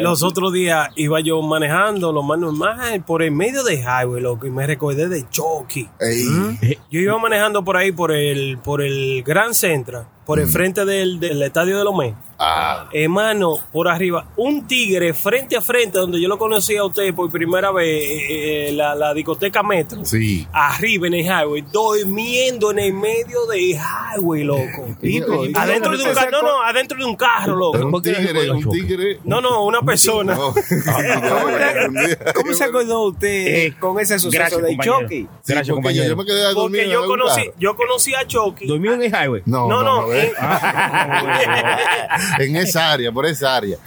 Speaker 5: los otros días iba yo manejando lo más normal por el medio de highway, loco, y me recordé de Chucky. ¿Mm? Yo iba manejando por ahí, por el, por el Gran Central, por el frente del, del estadio de Lomé.
Speaker 1: Ah,
Speaker 5: Hermano, por arriba, un tigre frente a frente, donde yo lo conocí a usted por primera vez, eh, eh, la, la discoteca Metro.
Speaker 1: Sí.
Speaker 5: Arriba en el highway, durmiendo en el medio del highway, loco.
Speaker 1: Tipo, ¿y
Speaker 5: adentro de
Speaker 1: cómo
Speaker 5: un
Speaker 1: te
Speaker 5: carro, no,
Speaker 1: sacó?
Speaker 5: no, adentro de un carro,
Speaker 1: Pero
Speaker 5: loco.
Speaker 1: Un
Speaker 5: Porque-
Speaker 1: tigre, un tigre.
Speaker 5: No, no, una persona.
Speaker 8: ¿Cómo se acordó usted
Speaker 6: Eh,
Speaker 8: con ese suceso
Speaker 6: gracias,
Speaker 8: de
Speaker 6: compañero.
Speaker 8: Chucky?
Speaker 1: Sí,
Speaker 6: Gracias,
Speaker 1: porque yo,
Speaker 6: compañero.
Speaker 1: yo me quedé a dormir.
Speaker 5: Porque
Speaker 1: en
Speaker 5: yo
Speaker 1: algún
Speaker 5: conocí,
Speaker 1: carro.
Speaker 5: yo conocí a Chucky.
Speaker 6: ¿Dormió en el highway?
Speaker 1: No,
Speaker 5: No,
Speaker 1: no,
Speaker 5: no,
Speaker 1: no,
Speaker 5: eh.
Speaker 1: en esa área, por esa área.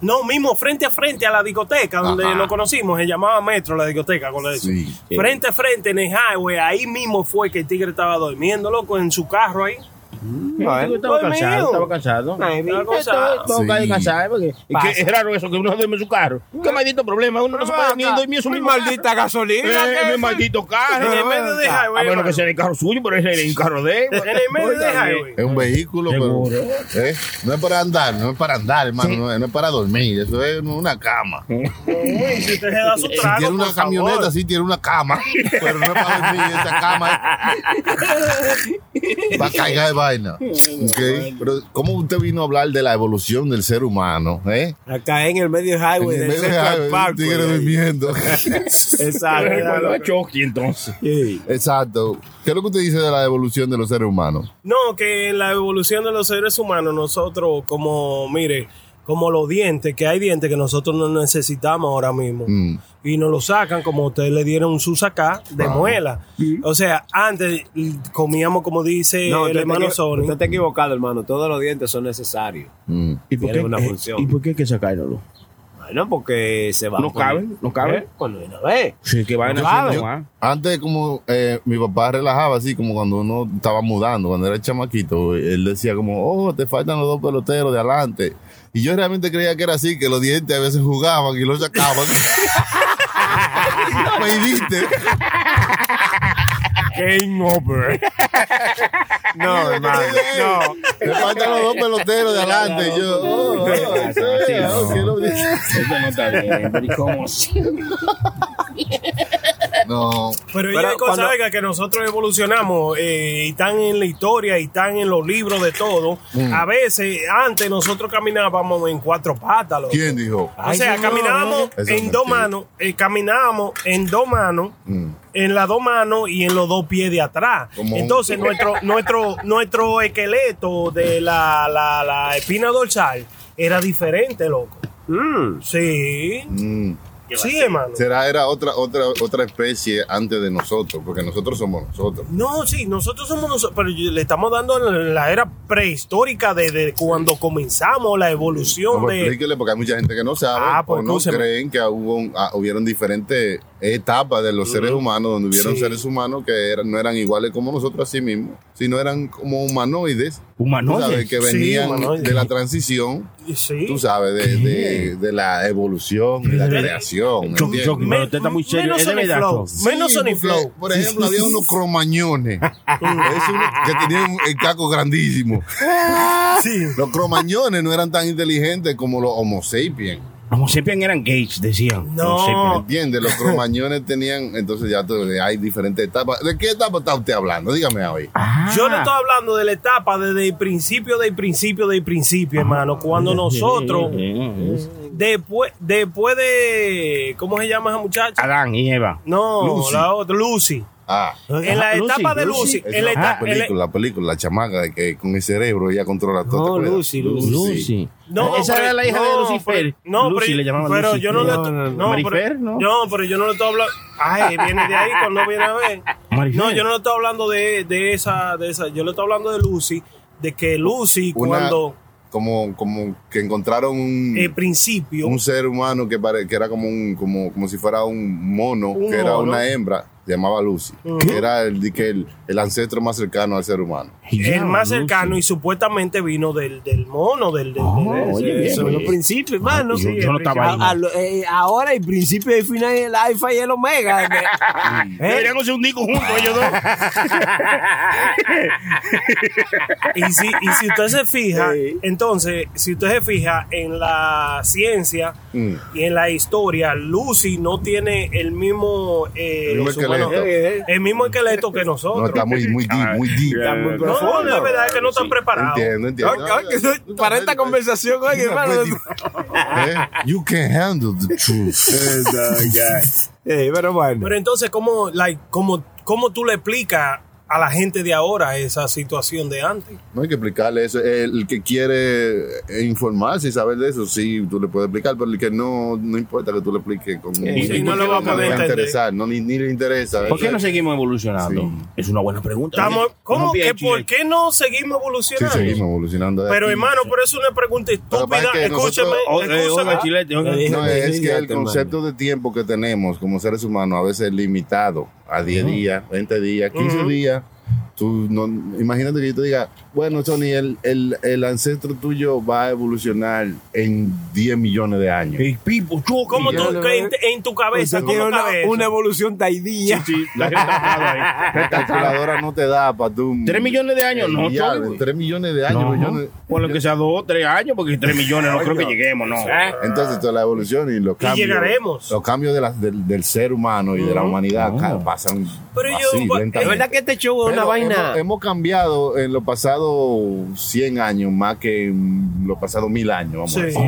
Speaker 5: No, mismo frente a frente a la discoteca donde
Speaker 1: Ajá.
Speaker 5: lo conocimos, se llamaba Metro la discoteca con eso.
Speaker 1: Sí.
Speaker 5: Frente a frente en el highway, ahí mismo fue que el tigre estaba durmiendo, loco, en su carro ahí.
Speaker 6: Yo
Speaker 5: Dormido.
Speaker 6: estaba cansado, estaba cansado.
Speaker 5: Ay, mi
Speaker 6: Estaba
Speaker 5: cosa.
Speaker 6: cansado, estaba
Speaker 1: Sí.
Speaker 6: cansado, ¿eh? porque- y que
Speaker 8: Pasa.
Speaker 6: Es raro eso, que uno duerme en su carro. ¿Eh? Ah, Qué maldito problema, uno no se puede ni dormir en su
Speaker 8: Mi
Speaker 6: mismo carro.
Speaker 8: maldita gasolina.
Speaker 6: Eh,
Speaker 8: ¿qué
Speaker 6: mi
Speaker 8: es?
Speaker 6: maldito carro.
Speaker 5: En el medio
Speaker 1: Ah,
Speaker 5: de
Speaker 6: A
Speaker 5: highway,
Speaker 6: menos
Speaker 5: hermano.
Speaker 6: Ah, que sea en el carro suyo, pero es en el carro de él.
Speaker 5: En el medio de highway.
Speaker 1: Es un vehículo, pero.
Speaker 6: Seguro.
Speaker 1: ¿eh? No es para andar, no es para andar, hermano. No, es, no es para dormir. Eso es una cama.
Speaker 5: Uy, si usted se da su
Speaker 1: Si tiene
Speaker 5: trago,
Speaker 1: una
Speaker 5: por
Speaker 1: camioneta,
Speaker 5: favor.
Speaker 1: sí tiene una cama. Pero no es para dormir. Esa cama va a cargar de vaina. ¿ok? Pero, ¿cómo usted vino a hablar de la evolución del ser humano? ¿eh?
Speaker 8: Acá en el medio
Speaker 1: En
Speaker 8: highway
Speaker 1: el
Speaker 8: del
Speaker 1: medio de
Speaker 8: Central
Speaker 1: highway, un
Speaker 8: Park.
Speaker 1: tigre
Speaker 8: güey.
Speaker 1: durmiendo.
Speaker 8: Exacto.
Speaker 6: Recuerdo a Chucky entonces.
Speaker 8: Sí.
Speaker 1: Exacto. ¿Qué es lo que usted dice de la evolución de los seres humanos?
Speaker 5: No, que en la evolución de los seres humanos, nosotros, como, mire, como los dientes, que hay dientes que nosotros no necesitamos ahora mismo.
Speaker 1: Mm.
Speaker 5: y nos lo sacan como ustedes le dieron su sacá de muela. O sea, antes l- comíamos como dice
Speaker 8: Mm. No,
Speaker 5: el
Speaker 8: usted
Speaker 5: hermano
Speaker 8: está, equivo-
Speaker 5: Sony.
Speaker 8: usted está equivocado, hermano. Todos los dientes son necesarios.
Speaker 1: Mm.
Speaker 6: ¿Y por,
Speaker 8: Tiene
Speaker 6: qué,
Speaker 8: una
Speaker 6: eh,
Speaker 8: función.
Speaker 6: ¿Y por qué hay que sacárnoslo?
Speaker 8: Bueno, porque se va. ¿Eh?
Speaker 6: No caben, no caben.
Speaker 8: Cuando una vez.
Speaker 6: Sí, que vayan
Speaker 8: No
Speaker 6: haciendo,
Speaker 8: saben.
Speaker 6: ah.
Speaker 1: Antes, como eh, mi papá relajaba así, como cuando uno estaba mudando, cuando era chamaquito, él decía como, oh, te faltan los dos peloteros de adelante. Y yo realmente creía que era así, que los dientes a veces jugaban y los sacaban. Me viste.
Speaker 8: Game over. no, hermano. No.
Speaker 1: Te faltan los dos peloteros de adelante. Y yo, oh, oh,
Speaker 6: Ah, sí,
Speaker 1: sí,
Speaker 6: no.
Speaker 1: oh, sí, lo dice.
Speaker 6: Eso no está bien, pero ¿y cómo así?
Speaker 1: No,
Speaker 5: Pero
Speaker 8: Pero
Speaker 5: ella hay cosas
Speaker 8: cuando-
Speaker 5: oiga, que nosotros evolucionamos eh, y están en la historia y están en los libros de todo.
Speaker 8: Mm.
Speaker 5: A veces, antes nosotros caminábamos en cuatro patas. loco.
Speaker 1: ¿quién dijo?
Speaker 5: O sea, caminábamos
Speaker 1: Eso es
Speaker 5: en dos
Speaker 1: mentira. Mm.
Speaker 5: manos, eh, caminábamos en dos manos, en las dos manos y en los dos pies de atrás.
Speaker 1: Como un-
Speaker 5: Entonces, nuestro, nuestro, nuestro esqueleto de la, la, la espina dorsal era diferente, loco. Sí,
Speaker 1: Mm.
Speaker 5: sí, hermano.
Speaker 1: Será era otra otra otra especie antes de nosotros, porque nosotros somos nosotros.
Speaker 5: No, sí, nosotros somos nosotros, pero yo- le estamos dando la era prehistórica de, de cuando comenzamos la
Speaker 1: No,
Speaker 5: evolución
Speaker 1: pues,
Speaker 5: de...
Speaker 1: explíquele, porque hay mucha gente que no sabe
Speaker 5: Ah,
Speaker 1: o
Speaker 5: pues,
Speaker 1: no
Speaker 5: escúcheme.
Speaker 1: creen que hubo un- ah, hubieron diferentes etapas de los seres humanos, donde hubieron
Speaker 5: Sí.
Speaker 1: seres humanos que eran, no eran iguales como nosotros a sí mismos, sino eran como humanoides, tú sabes,
Speaker 6: Humanoides.
Speaker 1: que
Speaker 5: Sí,
Speaker 1: venían
Speaker 5: humanoides.
Speaker 1: de la transición,
Speaker 5: Sí.
Speaker 1: tú sabes, de, de- de la evolución, de la
Speaker 5: Pero-
Speaker 1: creación.
Speaker 6: Yo-
Speaker 1: ¿entiendes?
Speaker 6: yo- Pero usted está muy serio,
Speaker 5: Menos
Speaker 6: es de
Speaker 5: Sonic
Speaker 6: verdad,
Speaker 5: Flow.
Speaker 6: Fox.
Speaker 5: Menos
Speaker 1: Sí,
Speaker 5: Sonic
Speaker 1: porque,
Speaker 5: Flow.
Speaker 1: Por ejemplo, había unos cromañones es uno que tenían el caco grandísimo.
Speaker 5: Sí.
Speaker 1: Los cromañones no eran tan inteligentes como los homo sapiens.
Speaker 6: Homo sapiens eran gays, decían.
Speaker 5: No.
Speaker 6: Homo sapiens.
Speaker 1: ¿Entiendes? Los cromañones tenían, entonces ya tú- eh, hay diferentes etapas. ¿De qué etapa está usted hablando? Dígame hoy.
Speaker 5: Yo
Speaker 6: Ah.
Speaker 5: no estoy hablando de la etapa desde el principio, del principio, del principio, hermano. Cuando nosotros, después, después de, ¿cómo se llama esa muchacha?
Speaker 6: Adán y Eva.
Speaker 5: No,
Speaker 1: Lucy.
Speaker 5: la otra, Lucy.
Speaker 1: Ah.
Speaker 5: En la etapa de Lucy, en la
Speaker 1: la
Speaker 5: etapa, en la-
Speaker 1: película, la película, la chamaca que con el cerebro ella controla todo. ¿te
Speaker 5: No,
Speaker 1: acuerdas?
Speaker 5: Lucy, Lucy.
Speaker 6: Lucy.
Speaker 5: No,
Speaker 6: Esa
Speaker 5: pero-
Speaker 6: era la hija de
Speaker 5: no,
Speaker 6: Lucifer.
Speaker 5: pero- No,
Speaker 6: Lucy
Speaker 5: pero,
Speaker 6: le llamaban
Speaker 5: pero
Speaker 6: Lucy.
Speaker 5: yo no le
Speaker 6: No, no, no.
Speaker 5: no,
Speaker 6: Marifer,
Speaker 5: pero, no, pero yo no le estoy hablando. Ay, viene de ahí cuando viene a ver. No, yo no le estoy hablando de, de esa, de esa. Yo le estoy hablando de Lucy, de que Lucy
Speaker 1: Una-
Speaker 5: cuando Eh,
Speaker 1: Como, como que encontraron un,
Speaker 5: el principio
Speaker 1: un ser humano que, pare- que era como un como, como si fuera un mono,
Speaker 5: Un
Speaker 1: que era
Speaker 5: mono.
Speaker 1: una hembra, se llamaba Lucy. Que era el, di que el, el ancestro más cercano al ser humano.
Speaker 5: el más cercano y supuestamente vino del, del mono, del, del, del-
Speaker 1: Ah, oye,
Speaker 5: de-
Speaker 1: bien, Ah,
Speaker 5: de-
Speaker 1: oye.
Speaker 5: los principios, hermano.
Speaker 6: yo- yo no estaba ahí,
Speaker 5: A- a-
Speaker 3: lo- eh, ahora el principio y el final el alfa y el omega. eh,
Speaker 6: ¿Eh?
Speaker 5: Eh,
Speaker 6: Deberían hacer un disco juntos
Speaker 5: Ah,
Speaker 6: ellos dos.
Speaker 5: y, si, y si usted se fija, entonces, si usted se fija en la ciencia
Speaker 1: Mm.
Speaker 5: y en la historia, Lucy no tiene el mismo, eh,
Speaker 1: El mismo
Speaker 5: los humanos-
Speaker 3: Eh,
Speaker 1: esqueleto.
Speaker 5: el mismo esqueleto que
Speaker 1: No,
Speaker 5: nosotros.
Speaker 1: está muy, muy deep, muy deep.
Speaker 5: Está muy profundo. No, la verdad es que no están preparados.
Speaker 1: Entiendo, entiendo.
Speaker 3: para esta conversación, oye, hermano.
Speaker 6: pues,
Speaker 1: Eh, You can handle the truth.
Speaker 3: Eh, pero bueno.
Speaker 5: Pero entonces, ¿cómo, like, cómo, cómo tú le explicas a la gente de ahora esa situación de antes?
Speaker 1: No hay que explicarle eso. El que quiere informarse y saber de eso, sí, tú le puedes explicar, pero el que no, no importa que tú le expliques. Con,
Speaker 6: Sí, sí, no
Speaker 1: porque
Speaker 6: lo va a poder
Speaker 1: le va a
Speaker 6: entender.
Speaker 1: interesar, no, ni, ni le interesa.
Speaker 6: ¿Por qué no
Speaker 1: se
Speaker 6: seguimos evolucionando? Es una buena pregunta.
Speaker 5: Estamos,
Speaker 6: Oye,
Speaker 5: ¿Cómo
Speaker 6: unos
Speaker 5: que
Speaker 6: PhD.
Speaker 5: por qué no seguimos
Speaker 1: Sí,
Speaker 5: evolucionando?
Speaker 1: seguimos evolucionando. de
Speaker 5: Pero
Speaker 1: aquí.
Speaker 5: hermano, pero es una pregunta estúpida. Escúchame,
Speaker 6: Oh,
Speaker 1: eh,
Speaker 6: eh,
Speaker 5: escúchame. Ah, eh,
Speaker 1: No, es que el concepto de tiempo que tenemos como seres humanos a veces es limitado a 10 días, 20 días, 15
Speaker 5: Ujú.
Speaker 1: días. Tú no, imagínate que yo te diga, bueno, Tony, el, el, el ancestro tuyo va a evolucionar en 10 millones de años.
Speaker 6: pipo,
Speaker 5: ¿Cómo tú, que en, en tu cabeza,
Speaker 1: Usted tiene
Speaker 5: ¿cómo
Speaker 1: una-
Speaker 5: cabeza?
Speaker 3: Una evolución taidía.
Speaker 1: La calculadora no te da para tú.
Speaker 6: Tres millones de años, no, Tony, güey.
Speaker 1: 3 millones de años.
Speaker 6: No.
Speaker 1: pues yo no-
Speaker 6: Por lo que sea dos o tres años, porque tres millones no creo que
Speaker 1: Coño.
Speaker 6: lleguemos, no.
Speaker 5: Eh.
Speaker 1: Entonces, toda la evolución y los cambios.
Speaker 5: llegaremos.
Speaker 1: Los cambios de la- del, del ser humano y de la humanidad ca- pasan. así, lentamente.
Speaker 3: Es verdad que este show es una
Speaker 1: Pero
Speaker 3: vaina.
Speaker 1: Hemos, hemos cambiado en los pasados 100 años más que en los pasados 1000 años, vamos a
Speaker 5: Sí.
Speaker 1: decir.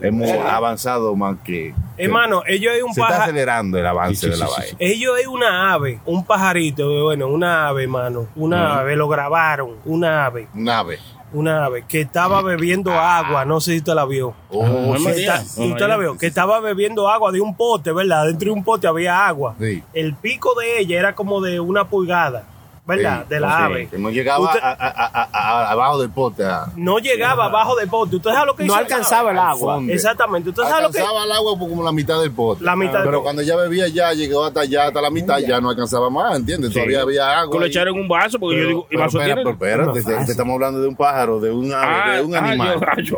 Speaker 1: Hemos avanzado más que.
Speaker 5: Hermano, ellos hay un
Speaker 1: se está
Speaker 5: paja,
Speaker 1: acelerando el avance de la vaina.
Speaker 5: ellos hay una ave, un pajarito, bueno, una ave, hermano,
Speaker 1: Mm.
Speaker 5: una ave, lo grabaron, una ave,
Speaker 1: Un ave.
Speaker 6: Ah,
Speaker 5: una ave que
Speaker 1: Mm.
Speaker 5: estaba bebiendo agua, no sé si usted la vio.
Speaker 1: Oh,
Speaker 5: Que
Speaker 1: sí.
Speaker 5: está- usted la vio, que estaba bebiendo agua de un pote, ¿verdad? Dentro de un pote había agua.
Speaker 1: Sí.
Speaker 5: El pico de ella era como de una pulgada, ¿verdad?
Speaker 1: Sí,
Speaker 5: de la
Speaker 1: sí,
Speaker 5: ave.
Speaker 1: que no llegaba
Speaker 5: Usted-
Speaker 1: a- a- a- a- abajo del pote. a-
Speaker 5: no llegaba abajo del pote. Usted sabe lo que
Speaker 1: No
Speaker 5: hizo
Speaker 1: alcanzaba el agua.
Speaker 5: Exactamente. Usted sabe lo que
Speaker 1: Alcanzaba el agua por como la mitad del pote.
Speaker 5: La mitad del
Speaker 1: Pero
Speaker 5: pote.
Speaker 1: cuando ya bebía, ya llegó hasta allá, hasta la mitad, ya no alcanzaba más, ¿entiendes?
Speaker 6: Sí.
Speaker 1: Todavía había agua.
Speaker 6: Que lo
Speaker 1: ahí.
Speaker 6: echaron en un vaso, porque yo
Speaker 1: Pero-
Speaker 6: digo, ¿y
Speaker 1: pero
Speaker 6: vaso
Speaker 1: espera,
Speaker 6: tiene? Ah,
Speaker 1: pero espérate, te, te estamos hablando de un pájaro, de un, ave, de un animal.
Speaker 5: es un animal.
Speaker 6: Yo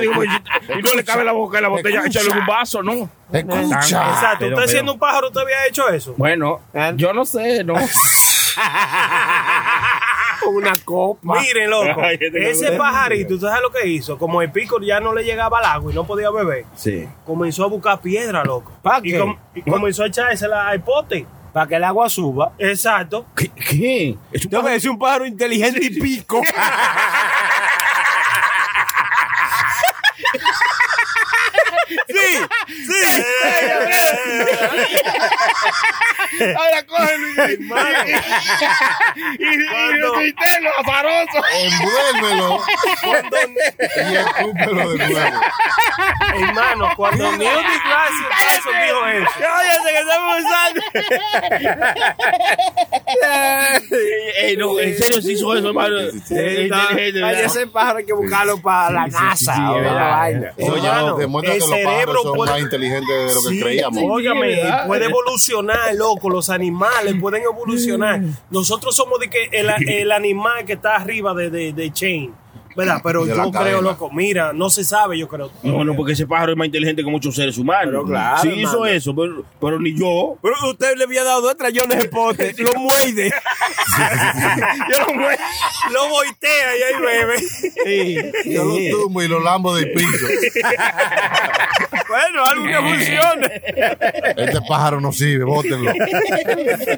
Speaker 6: digo, y no le cabe la boca en la botella, échale un vaso, ¿no?
Speaker 1: Escucha.
Speaker 5: Exacto.
Speaker 6: Pero,
Speaker 5: usted
Speaker 6: pero-
Speaker 5: siendo un pájaro, usted había hecho eso.
Speaker 6: Bueno, yo no sé, ¿no?
Speaker 3: una copa.
Speaker 5: Miren, loco.
Speaker 6: Ay, yo tengo
Speaker 5: ese
Speaker 6: que-
Speaker 5: pajarito, ¿usted sabe lo que hizo? Como el pico ya no le llegaba al agua y no podía beber,
Speaker 6: Sí.
Speaker 5: comenzó a buscar piedra, loco.
Speaker 3: ¿Para
Speaker 5: Y,
Speaker 3: qué?
Speaker 5: com- y comenzó a echársela al pote.
Speaker 3: Para que el agua suba.
Speaker 5: Exacto.
Speaker 6: ¿Qué? ¿Qué? Es un
Speaker 3: Yo me decía un pájaro inteligente y pico. sí, sí.
Speaker 6: Ahora coge y, y,
Speaker 5: Cuando-
Speaker 6: interno, azaroso.
Speaker 1: Envuélvelo
Speaker 5: Cuando-
Speaker 1: y escúpelo de nuevo.
Speaker 5: hermano, cuando Neil deGrasse Tyson dijo eso.
Speaker 3: Cállate que estamos usando.
Speaker 6: Ey, no, en serio se hizo eso, hermano. Es inteligente,
Speaker 3: Hay
Speaker 6: ¿verdad?
Speaker 3: ese pájaro hay que buscarlo para la
Speaker 6: Sí, sí, sí,
Speaker 3: NASA. o
Speaker 6: sí, es
Speaker 3: una
Speaker 6: verdad.
Speaker 3: vaina.
Speaker 1: Eso ya
Speaker 5: Hermano,
Speaker 1: nos demuestra
Speaker 5: el
Speaker 1: que los pájaros
Speaker 5: cerebro
Speaker 1: son
Speaker 5: puede-
Speaker 1: más inteligentes de lo que
Speaker 5: Sí,
Speaker 1: creíamos.
Speaker 5: Óigame,
Speaker 6: ¿verdad?
Speaker 5: puede
Speaker 3: Eh,
Speaker 5: evolucionar, loco. Los animales pueden
Speaker 3: Mm.
Speaker 5: evolucionar. Nosotros somos de que el, el animal que está arriba de, de, de Chain, ¿verdad? Pero
Speaker 1: De la
Speaker 5: yo creo,
Speaker 1: cadena.
Speaker 5: loco, mira, no se sabe, yo creo.
Speaker 6: No, no, porque ese pájaro es más inteligente que muchos seres humanos.
Speaker 3: Pero claro,
Speaker 6: Sí hizo
Speaker 3: hermano.
Speaker 6: eso, pero, pero ni yo.
Speaker 3: Pero usted le había dado dos trayones de pote, lo muerde.
Speaker 6: Yo no me-
Speaker 5: Lo voltea y ahí bebe.
Speaker 1: Yo lo tumbo y lo lambo del piso.
Speaker 3: Bueno, algo que funcione.
Speaker 1: Este pájaro no sirve, bótenlo.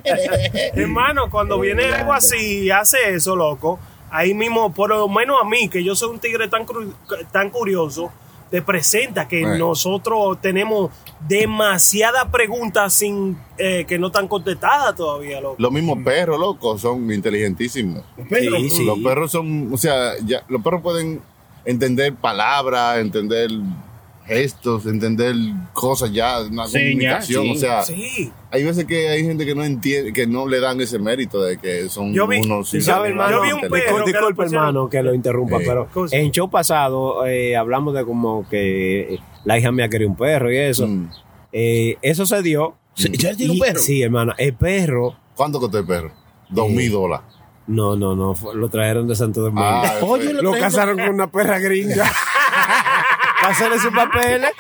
Speaker 5: Hermano, cuando viene algo así y hace eso, loco, ahí mismo, por lo menos a mí, que yo soy un tigre tan, cru- tan curioso, te presenta que
Speaker 1: Right.
Speaker 5: nosotros tenemos demasiadas preguntas sin eh, que no están contestadas todavía, loco.
Speaker 1: Los mismos perros, loco, son inteligentísimos.
Speaker 5: perros? Sí, sí.
Speaker 1: Los perros son, o sea, ya, los perros pueden entender palabras, entender gestos, entender cosas ya, una
Speaker 15: Señas,
Speaker 1: comunicación,
Speaker 15: sí.
Speaker 1: o sea,
Speaker 15: Sí.
Speaker 1: hay veces que hay gente que no entiende, que no le dan ese mérito de que son
Speaker 3: Yo vi-
Speaker 1: unos
Speaker 3: tú sabes, hermano,
Speaker 1: animales
Speaker 3: yo vi un
Speaker 1: inteligentes.
Speaker 3: perro que lo Disculpa, pusieron- hermano,
Speaker 8: que lo interrumpa,
Speaker 1: Eh,
Speaker 3: pero en show pasado eh, hablamos de como que eh, la hija mía quería un perro y eso. Eh, eso se dio.
Speaker 6: Mm. ¿Ya tiene un
Speaker 3: Y-
Speaker 6: perro?
Speaker 3: Sí, hermano. El perro.
Speaker 1: ¿Cuánto costó el perro? Dos mil dólares.
Speaker 3: No, no, no. fue- Lo trajeron de Santo Domingo.
Speaker 1: Ah,
Speaker 8: Oye, lo trajeron-
Speaker 3: una perra gringa. Para hacerle sus papeles.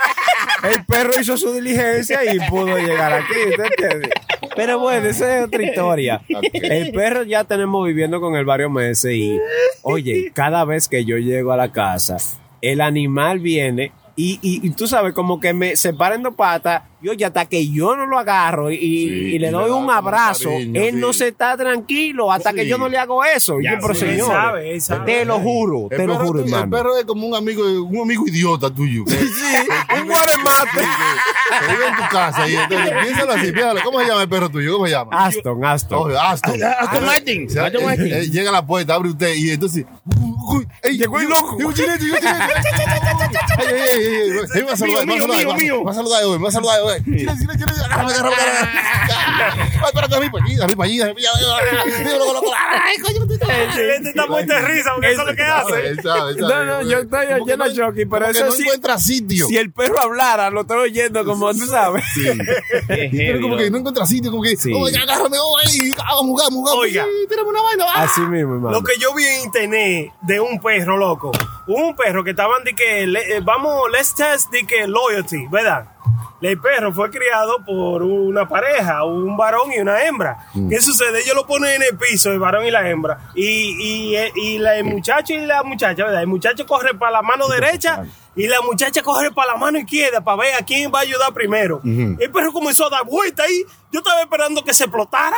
Speaker 3: El perro hizo su diligencia y pudo llegar aquí. ¿usted entiende? Pero bueno, esa es otra historia.
Speaker 8: Ok.
Speaker 3: El perro ya tenemos viviendo con él varios meses y, oye, cada vez que yo llego a la casa, el animal viene y, y- y tú sabes, como que me separa en dos patas, yo ya hasta que yo no lo agarro y, y- y le
Speaker 8: y le
Speaker 3: doy
Speaker 8: da
Speaker 3: un
Speaker 8: como
Speaker 3: abrazo,
Speaker 8: cariño,
Speaker 3: él no
Speaker 8: sí.
Speaker 3: se está tranquilo hasta que
Speaker 1: Sí.
Speaker 3: yo no le hago eso. Y
Speaker 1: Ya,
Speaker 3: yo, pero
Speaker 1: sí, él
Speaker 3: señores,
Speaker 1: sabe, él sabe.
Speaker 3: te lo juro,
Speaker 1: El
Speaker 3: te lo
Speaker 1: perro
Speaker 3: juro,
Speaker 1: tu- el
Speaker 3: hermano.
Speaker 1: perro es como un amigo, un amigo idiota tuyo. Sí,
Speaker 3: un guaremate.
Speaker 1: Te vive en tu casa y entonces piénsalo así, piénsalo. ¿Cómo se llama el perro tuyo? ¿Cómo se llama?
Speaker 3: Aston, Aston.
Speaker 1: Oye, Aston.
Speaker 15: Ah, Aston Martin,
Speaker 1: O sea,
Speaker 15: Aston
Speaker 1: eh,
Speaker 15: Martin.
Speaker 1: eh, llega a la puerta, abre usted y entonces. ¡Ey, llegó el loco! ¡Llegó el chinete, llegó el chinete! ¡Ey, ey, ey, ey, ey! ey, va a saludar,
Speaker 15: Mío,
Speaker 1: va
Speaker 15: mío,
Speaker 1: a saludar,
Speaker 15: mío,
Speaker 1: va a saludar, eh, va a saludar, va a saludar, güey. Chinete, chinete, chinete. Agárrame, agárrame, agárrame. Ay, espérate, a mí para allí, a mí para allí, a mí para allí. Dímelo, loco, loco. Ay, coño, tú-
Speaker 5: Este, está muerto de risa, porque eso es lo
Speaker 1: Este
Speaker 5: que hace.
Speaker 1: Él sabe, él sabe,
Speaker 3: No, no, yo estoy
Speaker 1: Como que
Speaker 3: lleno de
Speaker 1: no-
Speaker 3: choque, pero
Speaker 1: como que
Speaker 3: eso
Speaker 1: no
Speaker 3: sí-
Speaker 1: encuentra sitio.
Speaker 3: Si el perro hablara, lo estoy oyendo como tú sabes.
Speaker 1: Pero como que no encuentra sitio, como que. Oye, agárrame, oye, vamos, vamos, vamos.
Speaker 5: Oiga.
Speaker 1: Ah, Sí, Tírame una vaina, va.
Speaker 3: Así mismo, hermano.
Speaker 5: Lo que yo vi en internet de un perro, loco. Un perro que estaban de que, le- eh, vamos, let's test de que loyalty, ¿verdad? El perro fue criado por una pareja, un varón y una hembra. ¿Qué sucede? Ellos lo ponen en el piso, el varón y la hembra. Y, y, eh, y la, el muchacho y la muchacha, ¿verdad? El muchacho corre para la mano derecha y la muchacha corre para la mano izquierda para ver a quién va a ayudar primero.
Speaker 8: Ujú.
Speaker 5: El perro comenzó a dar vuelta ahí. Yo estaba esperando que se explotara.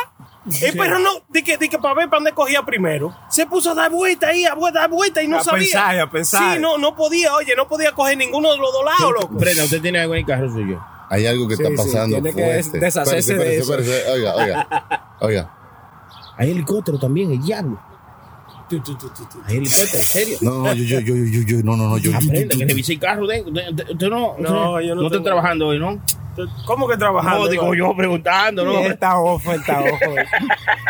Speaker 5: El perro Eh, no, di que, di que para ver para dónde cogía primero. Se puso a dar vuelta ahí, a vuelta, dar vuelta y no
Speaker 6: A
Speaker 5: sabía.
Speaker 6: pensar, a pensar.
Speaker 5: Sí, no, no podía, oye, no podía coger ninguno de los dos lados, loco.
Speaker 6: Prenda, usted tiene algo en el carro suyo.
Speaker 1: Hay algo que
Speaker 6: Sí,
Speaker 1: está
Speaker 6: sí,
Speaker 1: pasando.
Speaker 6: tiene que
Speaker 1: fuerte.
Speaker 6: des- deshacerse
Speaker 1: Espérese,
Speaker 6: de
Speaker 1: espérese,
Speaker 6: eso.
Speaker 1: espérese. Oiga, oiga, oiga.
Speaker 6: Hay helicóptero también, el diablo. Hay helicóptero, en serio.
Speaker 1: No, no, yo, yo, yo, yo, yo, yo, no, no, no, yo.
Speaker 6: Aprenda, que revise el carro. De, de- de- usted no,
Speaker 5: No,
Speaker 6: usted-
Speaker 5: yo no tengo-
Speaker 6: no
Speaker 5: Ah,
Speaker 6: estoy trabajando hoy, ¿no?
Speaker 5: ¿Cómo que trabajando?
Speaker 6: No, digo
Speaker 5: Iván?
Speaker 6: yo preguntando, ¿no?
Speaker 3: Está ojo, está ojo.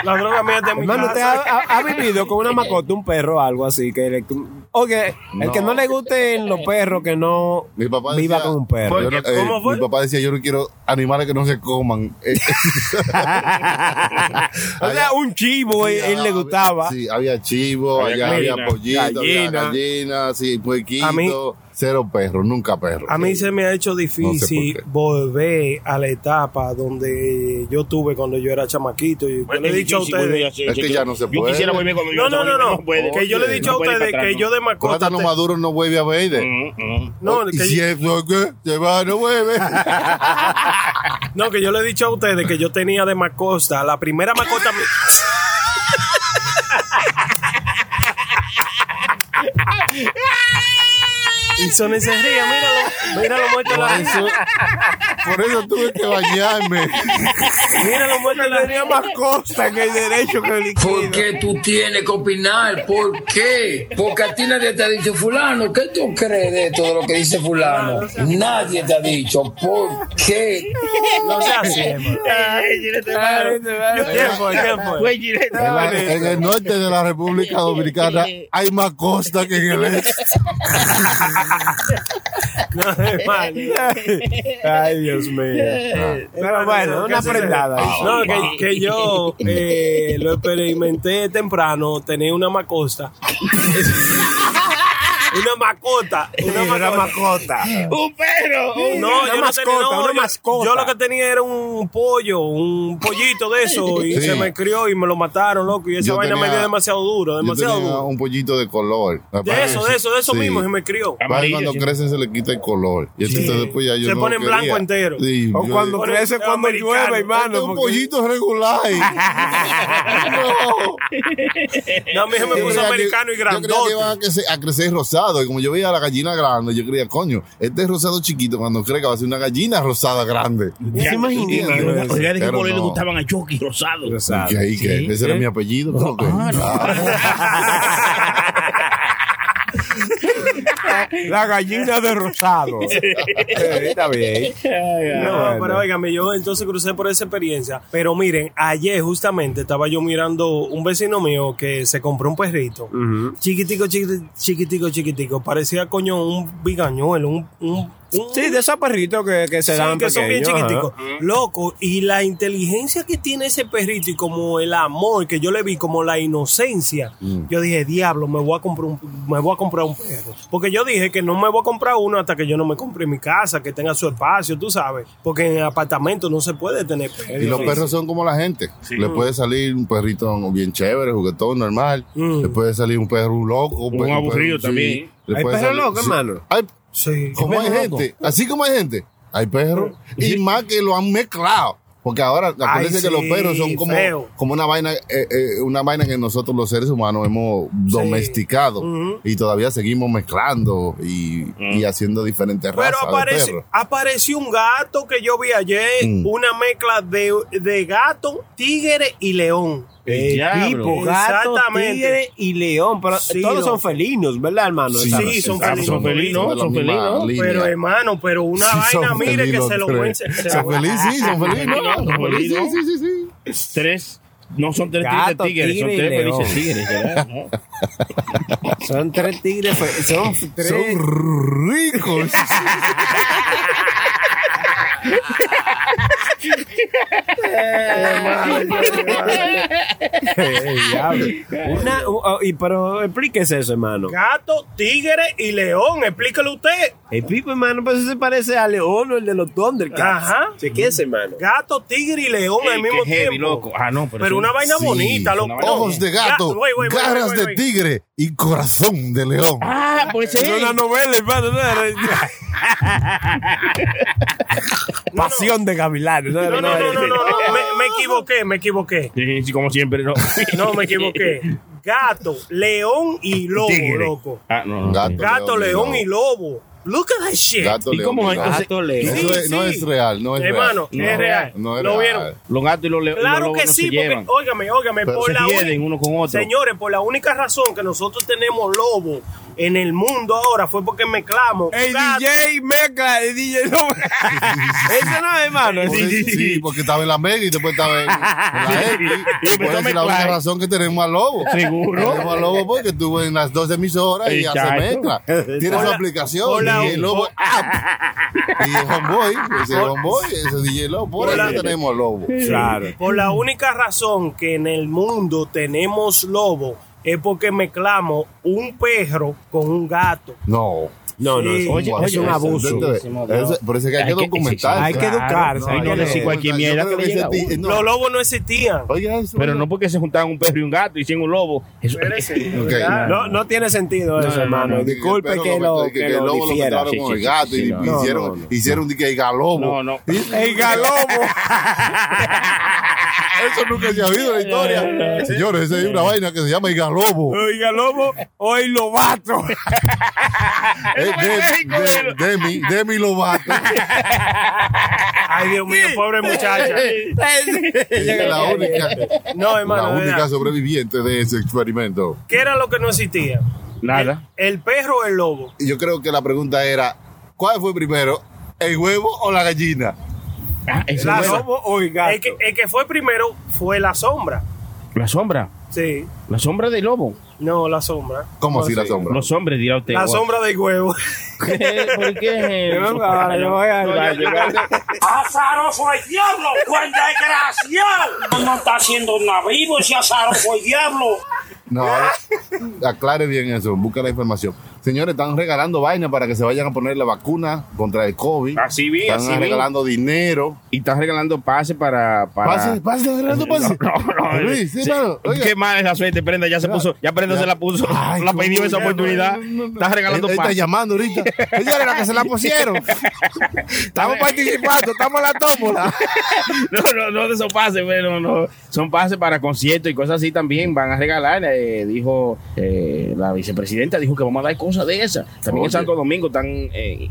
Speaker 5: La droga mía está en mi
Speaker 3: Hermano, ¿usted ha,
Speaker 5: casa.
Speaker 3: ha- ha vivido con una mascota, un perro o algo así? Que le- o que el que no le gusten los perros, que no
Speaker 1: Mi papá
Speaker 3: viva
Speaker 1: decía-
Speaker 3: con un perro.
Speaker 1: Yo no- eh, Mi papá decía, yo no quiero animales que no se coman. Eh,
Speaker 3: O sea, un chivo, eh, él, él le gustaba.
Speaker 1: ah, sí, había chivo,
Speaker 3: Había
Speaker 1: había, había
Speaker 3: gallina,
Speaker 1: pollito, había
Speaker 3: gallina.
Speaker 1: gallina, sí, puerquito.
Speaker 5: A mí-
Speaker 1: cero perro, nunca perro.
Speaker 5: A mí se me ha hecho
Speaker 1: No sé
Speaker 5: difícil
Speaker 1: por
Speaker 5: volver a la etapa donde yo tuve cuando yo era chamaquito. Y yo
Speaker 1: Bueno,
Speaker 5: le he
Speaker 1: es
Speaker 5: dicho a
Speaker 1: difícil volver a
Speaker 5: ustedes.
Speaker 1: hacer- Es que ya no se yo puede. quisiera volver cuando yo
Speaker 5: No, no,
Speaker 1: era
Speaker 5: no, no.
Speaker 1: chamaquito, no puede.
Speaker 5: que yo le he
Speaker 1: Oye,
Speaker 5: dicho
Speaker 1: no
Speaker 5: a
Speaker 1: puede ir
Speaker 5: ustedes
Speaker 1: para
Speaker 5: que
Speaker 1: atrás,
Speaker 5: yo de
Speaker 1: no.
Speaker 5: mascota.
Speaker 1: Plátano maduro no vuelve a verde.
Speaker 5: No,
Speaker 1: y
Speaker 5: que-
Speaker 1: si es lo que se va, no vuelve.
Speaker 5: No, que yo le he dicho a ustedes que yo tenía de mascota. La primera mascota. y Sony se ríe, míralo. Míralo muerto en la
Speaker 1: Por
Speaker 5: risa.
Speaker 1: eso- Por eso tuve que bañarme.
Speaker 5: Míralo muerto en la risa.
Speaker 3: más costa que el derecho que el
Speaker 16: ¿Por qué tú tienes que opinar? ¿Por qué? Porque a ti nadie te ha dicho, fulano, ¿qué tú crees de todo lo que dice fulano? Nadie te ha dicho, ¿por qué?
Speaker 5: No se hace.
Speaker 1: tiempo, tiempo. En, la- en el norte de la República Dominicana hay más costa que en el este.
Speaker 5: No, hermano.
Speaker 3: Ay, Dios mío.
Speaker 5: Ah.
Speaker 3: Pero bueno, una prendada.
Speaker 5: No, que, que yo eh, lo experimenté temprano, tenía una macosta. una macota. Una macota.
Speaker 15: Un perro. un-
Speaker 5: No,
Speaker 15: una
Speaker 5: yo no tenía-
Speaker 15: mascota,
Speaker 5: no,
Speaker 15: una
Speaker 5: yo-
Speaker 15: mascota.
Speaker 5: Yo lo que tenía era un pollo, un pollito de eso, y
Speaker 1: Sí.
Speaker 5: se me crió y me lo mataron, loco. Y esa
Speaker 1: Yo
Speaker 5: vaina me
Speaker 1: tenía-
Speaker 5: dio demasiado duro,
Speaker 1: Yo
Speaker 5: demasiado
Speaker 1: tenía
Speaker 5: duro.
Speaker 1: un pollito de color.
Speaker 5: De eso, de eso, de eso
Speaker 1: Sí.
Speaker 5: mismo, se me crió.
Speaker 1: Para cuando crecen se le quita el color. Y entonces después ya yo
Speaker 5: Se
Speaker 1: no
Speaker 5: pone en
Speaker 1: quería.
Speaker 5: blanco entero.
Speaker 1: Sí,
Speaker 5: O
Speaker 1: yo-
Speaker 5: cuando crece, cuando llueve, hermano,
Speaker 1: Este es un
Speaker 5: porque-
Speaker 1: pollito regular. no.
Speaker 5: No, a mí se me
Speaker 1: Yo
Speaker 5: puso
Speaker 1: creía que-
Speaker 5: americano y
Speaker 1: Yo creía que
Speaker 5: grandote.
Speaker 1: iban a crecer, a crecer rosado rosado. Y como yo veía la gallina grande, yo creía, coño, este es rosado chiquito cuando cree que va a ser una gallina rosada grande.
Speaker 15: Ya se imaginé.
Speaker 1: ¿Entiendes?
Speaker 15: Oiga, de qué
Speaker 1: Pero
Speaker 15: color le
Speaker 1: no.
Speaker 15: gustaban a Chucky, rosado.
Speaker 1: ¿Y ahí qué?
Speaker 15: Sí.
Speaker 1: Ese era mi apellido. ¿cómo que?
Speaker 8: La gallina de rosado. Eh, está bien.
Speaker 5: No, pero óigame, yo entonces crucé por esa experiencia. Pero miren, ayer justamente estaba yo mirando un vecino mío que se compró un perrito. Chiquitico, chiquitico, chiquitico, chiquitico. Parecía, coño, un bigañuelo, un... un
Speaker 8: Sí, de esos perritos que, que se
Speaker 5: Sí,
Speaker 8: dan
Speaker 5: que son bien
Speaker 8: pequeños, ajá.
Speaker 5: chiquiticos. Loco, y la inteligencia que tiene ese perrito y como el amor que yo le vi, como la inocencia,
Speaker 1: Mm.
Speaker 5: yo dije, diablo, me voy a comprar un, me voy a comprar un perro. Porque yo dije que no me voy a comprar uno hasta que yo no me compre mi casa, que tenga su espacio, tú sabes. Porque en el apartamento no se puede tener perros.
Speaker 1: Y los perros son como la gente. Le puede salir un perrito bien chévere, juguetón, normal. Le puede salir un perro loco.
Speaker 15: Mm. Un
Speaker 1: perro-
Speaker 15: aburrido
Speaker 1: sí.
Speaker 15: también.
Speaker 1: Le
Speaker 15: Hay
Speaker 1: puede
Speaker 15: perros
Speaker 1: salir-
Speaker 15: locos,
Speaker 1: sí.
Speaker 15: hermano.
Speaker 1: Hay-
Speaker 5: Sí.
Speaker 1: Como hay gente, así como hay gente, hay perros. Y más que lo han mezclado. Porque ahora, acuérdense
Speaker 5: sí,
Speaker 1: que los perros son como,
Speaker 5: feo.
Speaker 1: como una vaina eh, eh, una vaina que nosotros los seres humanos hemos domesticado.
Speaker 5: Ujú.
Speaker 1: Y todavía seguimos mezclando y,
Speaker 15: Mm.
Speaker 1: y haciendo diferentes
Speaker 5: Pero
Speaker 1: razas de
Speaker 5: aparece,
Speaker 1: perros.
Speaker 5: apareció un gato que yo vi ayer,
Speaker 1: Mm.
Speaker 5: una mezcla de, de gato, tigre y león.
Speaker 3: Eh, tipo, gato,
Speaker 5: Exactamente.
Speaker 3: tigre y león. Pero
Speaker 5: Sí,
Speaker 3: todos
Speaker 5: loco.
Speaker 3: son felinos, ¿verdad, hermano?
Speaker 5: Sí,
Speaker 3: Esa-
Speaker 5: son
Speaker 3: esa-
Speaker 5: felinos. Pero hermano, pero una
Speaker 3: Sí, son
Speaker 5: vaina, mire que
Speaker 3: felinos,
Speaker 5: se lo
Speaker 3: tres.
Speaker 5: pueden. se- se
Speaker 15: Son
Speaker 5: lo van-
Speaker 15: felices, sí, son felinos. Son felinos.
Speaker 1: Sí, sí, sí.
Speaker 15: Tres. No son tres
Speaker 3: Gato,
Speaker 15: tigres, tigres, son
Speaker 3: tigre y
Speaker 15: tres felices
Speaker 3: león.
Speaker 15: tigres. ¿verdad? No.
Speaker 3: Son tres tigres, fe- son tres.
Speaker 1: Son ricos.
Speaker 3: Eh, Ey, eh, diablo. Una- u- oh, y, pero explíquese eso, hermano.
Speaker 5: Gato, tigre y león, explíquelo usted.
Speaker 3: El pipo, hermano, pues eso se parece a León o el de los Thundercats.
Speaker 5: Ajá.
Speaker 3: Chequese, hermano.
Speaker 5: Gato, tigre y león
Speaker 3: Ey,
Speaker 5: al
Speaker 3: qué
Speaker 5: mismo
Speaker 3: heavy,
Speaker 5: tiempo.
Speaker 3: loco. Ah, no, pero
Speaker 5: pero
Speaker 3: eso-
Speaker 5: una vaina
Speaker 3: sí,
Speaker 5: bonita,
Speaker 3: es
Speaker 5: loco.
Speaker 3: una vaina
Speaker 1: Ojos de gato,
Speaker 5: Ga- wait, wait, wait,
Speaker 1: garras
Speaker 5: wait,
Speaker 1: de
Speaker 5: wait.
Speaker 1: tigre y corazón de león.
Speaker 15: Ah, pues
Speaker 8: Es una novela, hermano. no era-
Speaker 3: Pasión de gavilanes.
Speaker 5: No, no, no, no, no, no, Me, me equivoqué, me equivoqué.
Speaker 15: Sí, sí, como siempre, no.
Speaker 5: No, me equivoqué. Gato, león y lobo,
Speaker 15: Tigre.
Speaker 5: loco.
Speaker 15: Ah, no, no.
Speaker 1: Gato,
Speaker 5: Gato, león y lobo. Look at that shit.
Speaker 1: Gato, león, y lobo. Eso es- no es real, no es
Speaker 5: Hermano,
Speaker 1: real.
Speaker 5: es real.
Speaker 1: No es
Speaker 5: Lo
Speaker 1: real.
Speaker 5: vieron.
Speaker 15: Los gatos y los leones.
Speaker 5: Claro que
Speaker 15: no
Speaker 5: sí,
Speaker 15: se
Speaker 5: porque,
Speaker 15: llevan.
Speaker 5: óigame, óigame,
Speaker 15: Pero
Speaker 5: por
Speaker 15: se
Speaker 5: la
Speaker 15: pierden
Speaker 5: uni-
Speaker 15: uno con otro.
Speaker 5: Señores, por la única razón que nosotros tenemos lobo en el mundo ahora fue porque mezclamos.
Speaker 8: El
Speaker 5: gato-
Speaker 8: DJ mezcla, el DJ no. Eso no es, hermano.
Speaker 1: Porque- Sí, porque estaba en la Mega y después estaba en la X. Por eso es la única razón que tenemos al lobo.
Speaker 15: Seguro.
Speaker 1: Tenemos al lobo porque estuvo en las dos emisoras y hace
Speaker 15: Exacto.
Speaker 1: mezcla. Tiene su
Speaker 15: Hola,
Speaker 1: aplicación.
Speaker 15: hola,
Speaker 1: DJ Lobo App. Y el Homeboy. Ese
Speaker 5: Hola.
Speaker 1: Homeboy, ese DJ Lobo. Por
Speaker 5: Hola.
Speaker 1: eso tenemos al lobo.
Speaker 5: Por la única razón que en el mundo tenemos lobo es porque mezclamos un perro con un gato.
Speaker 1: No.
Speaker 5: No, no,
Speaker 1: Sí.
Speaker 5: es un- Oye,
Speaker 1: Guau,
Speaker 5: es un
Speaker 1: eso,
Speaker 5: abuso.
Speaker 1: entonces, eso- Por eso es que hay que documentar.
Speaker 3: hay que educarse,
Speaker 1: hay que decir cualquier mierda que le llega a uno.
Speaker 5: Los lobos no existían.
Speaker 15: Pero no porque se juntaban un perro y un gato y hicieron un lobo. Eso
Speaker 5: ¿verdad?
Speaker 3: No, no tiene sentido eso, hermano. Disculpe que lo, que lo
Speaker 1: lobo lo
Speaker 3: difiera.
Speaker 1: mataron
Speaker 3: Sí,
Speaker 1: con
Speaker 3: sí,
Speaker 1: el
Speaker 3: sí,
Speaker 1: gato
Speaker 3: sí,
Speaker 1: y
Speaker 3: no, no,
Speaker 1: hicieron, hicieron de que el galobo.
Speaker 15: No, no.
Speaker 1: El galobo. Eso nunca se ha habido en la historia. Señores, esa es una vaina que se llama el galobo.
Speaker 8: Oiga, lobo, hoy lobato.
Speaker 1: Eh, de- de- Demi, Demi Lovato.
Speaker 5: Ay, Dios mío, pobre muchacha.
Speaker 1: Ella es la única,
Speaker 5: No, hermano,
Speaker 1: la
Speaker 5: de
Speaker 1: única
Speaker 5: verdad.
Speaker 1: sobreviviente de ese experimento.
Speaker 5: ¿Qué era lo que no existía?
Speaker 15: Nada.
Speaker 5: ¿El perro o el lobo?
Speaker 1: Yo creo que la pregunta era, ¿cuál fue primero, el huevo o la gallina?
Speaker 5: La
Speaker 1: es
Speaker 5: sombra. El que, el que fue primero fue la sombra.
Speaker 15: La sombra.
Speaker 5: Sí.
Speaker 15: La sombra del lobo.
Speaker 5: No, la sombra.
Speaker 1: ¿Cómo así la sombra?
Speaker 15: Los hombres, dirá usted.
Speaker 5: La sombra del huevo.
Speaker 15: ¿Por qué?
Speaker 5: Yo vengo ahora, yo voy al baño.
Speaker 7: ¡Azaroso el diablo! ¡Buen desgraciado! No está haciendo nada vivo ese azaroso el diablo.
Speaker 1: No, aclare bien eso, busca la información. Señores, están regalando vainas para que se vayan a poner la vacuna contra el COVID.
Speaker 15: Así vi,
Speaker 1: Están
Speaker 15: Ah, así vi.
Speaker 1: regalando dinero.
Speaker 15: Y están regalando pase para. para...
Speaker 1: Pase, pase, están regalando pase.
Speaker 15: No, no, no.
Speaker 1: Luis, sí,
Speaker 15: Sí.
Speaker 1: hermano, oiga.
Speaker 15: Qué mal es la suerte, Prenda. Ya se puso. Ya Prenda se la puso.
Speaker 1: Ay,
Speaker 15: la pedí
Speaker 1: cómo
Speaker 15: esa
Speaker 1: no,
Speaker 15: oportunidad.
Speaker 1: no, no, no.
Speaker 15: Estás regalando
Speaker 1: Él- él
Speaker 15: pase.
Speaker 1: Está llamando ahorita. Señores, la que se la pusieron. Estamos participando, estamos en la tómbola.
Speaker 15: No, no, no de esos pases, pero no. Son pases para conciertos y cosas así también. Van a regalar
Speaker 6: vaina. eh, dijo eh, la vicepresidenta, dijo que vamos a dar cosas de esas. También en
Speaker 17: Oye.
Speaker 6: Santo Domingo están eh,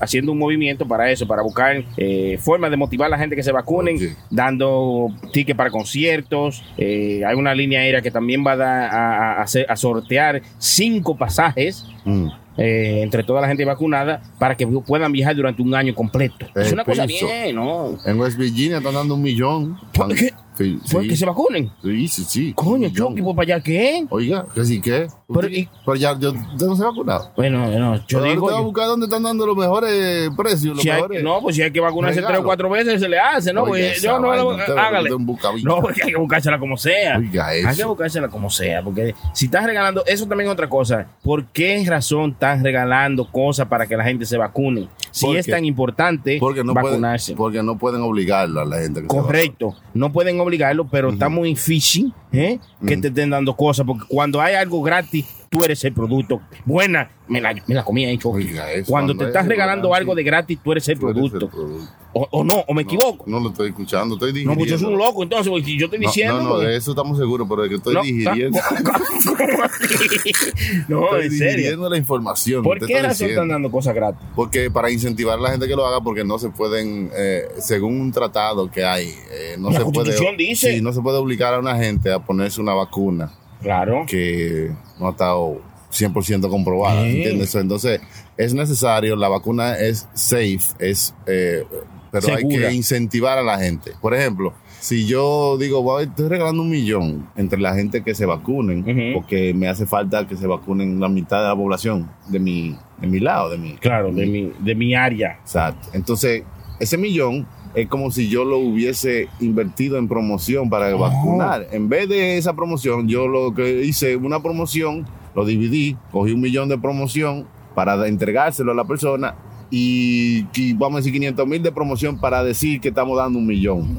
Speaker 6: haciendo un movimiento para eso, para buscar eh, formas de motivar a la gente que se vacunen, dando tickets para conciertos. Eh, hay una línea aérea que también va a, dar- a- a hacer- a sortear cinco pasajes.
Speaker 15: Mm.
Speaker 6: eh, entre toda la gente vacunada para que puedan viajar durante un año completo. Es
Speaker 1: Eh,
Speaker 6: una cosa
Speaker 1: piso.
Speaker 6: bien, ¿no?
Speaker 1: En West Virginia están dando un millón. ¿Por qué?
Speaker 6: Pues que se vacunen?
Speaker 1: Sí, sí, sí. Coño, Chucky,
Speaker 6: ¿para allá qué?
Speaker 1: Oiga, que sí, ¿qué? Pero, ya, yo, usted no se ha vacunado.
Speaker 6: Bueno, no, yo
Speaker 1: Pero
Speaker 6: digo,
Speaker 1: Ahora usted va a
Speaker 6: yo-
Speaker 1: buscar dónde están dando los mejores precios, los
Speaker 6: Si hay-
Speaker 1: mejores.
Speaker 6: no, pues si hay que vacunarse
Speaker 1: regalos.
Speaker 6: tres o cuatro veces, se le hace, ¿no?
Speaker 1: Oiga,
Speaker 6: Pues,
Speaker 1: esa
Speaker 6: yo no,
Speaker 1: vaina,
Speaker 6: lo-
Speaker 1: usted
Speaker 6: hágale.
Speaker 1: es un buscavista.
Speaker 6: No, porque hay que buscársela como sea. Hay que
Speaker 1: eso.
Speaker 6: buscársela como sea, porque si estás regalando, eso también es otra cosa. ¿Por qué razón estás regalando cosas para que la gente se vacune? Si
Speaker 1: ¿Por
Speaker 6: es
Speaker 1: qué?
Speaker 6: tan importante
Speaker 1: Porque no, pueden,
Speaker 6: vacunarse.
Speaker 1: porque no pueden obligarlo a la gente. Que se
Speaker 6: Correcto, no pueden obligarlo, pero está muy fishy ¿eh? que te estén dando cosas, porque cuando hay algo gratis, tú eres el producto. Buena, me la, me la comí ahí, Chucky. Cuando te
Speaker 1: cuando
Speaker 6: estás
Speaker 1: es
Speaker 6: regalando
Speaker 1: gratis,
Speaker 6: algo de gratis, tú eres el producto. O, o no, o me equivoco.
Speaker 1: No lo estoy escuchando, estoy
Speaker 6: No,
Speaker 1: digiriendo.
Speaker 6: pues yo soy un loco, entonces, porque yo estoy
Speaker 1: No,
Speaker 6: diciendo.
Speaker 1: No, no,
Speaker 6: porque-
Speaker 1: de eso estamos seguros, pero de que estoy
Speaker 6: No,
Speaker 1: digiriendo.
Speaker 6: No,
Speaker 1: Estoy
Speaker 6: en serio.
Speaker 1: digiriendo la información.
Speaker 6: ¿Por
Speaker 1: te
Speaker 6: qué
Speaker 1: estoy
Speaker 6: razón
Speaker 1: diciendo.
Speaker 6: están dando cosas gratis?
Speaker 1: Porque para incentivar a la gente que lo haga, porque no se pueden, eh, según un tratado que hay, eh, no
Speaker 6: La
Speaker 1: se puede.
Speaker 6: Constitución dice.
Speaker 1: Sí, no se puede obligar a una gente a ponerse una vacuna.
Speaker 6: Claro.
Speaker 1: Que no ha estado 100% comprobada,
Speaker 6: Sí.
Speaker 1: ¿entiendes? Entonces, es necesario, la vacuna es safe, es. eh, pero hay
Speaker 6: Segura.
Speaker 1: que incentivar a la gente. Por ejemplo, si yo digo, "Wow, estoy regalando un millón entre la gente que se vacunen, porque me hace falta que se vacunen la mitad de la población de mi, de mi lado, de mi,
Speaker 6: claro, de mi, de mi área.
Speaker 1: Exacto. Entonces, ese millón es como si yo lo hubiese invertido en promoción para vacunar. En vez de esa promoción, yo lo que hice, una promoción, lo dividí, cogí un millón de promoción para da- entregárselo a la persona y, y vamos a decir 500 mil de promoción para decir que estamos dando un millón.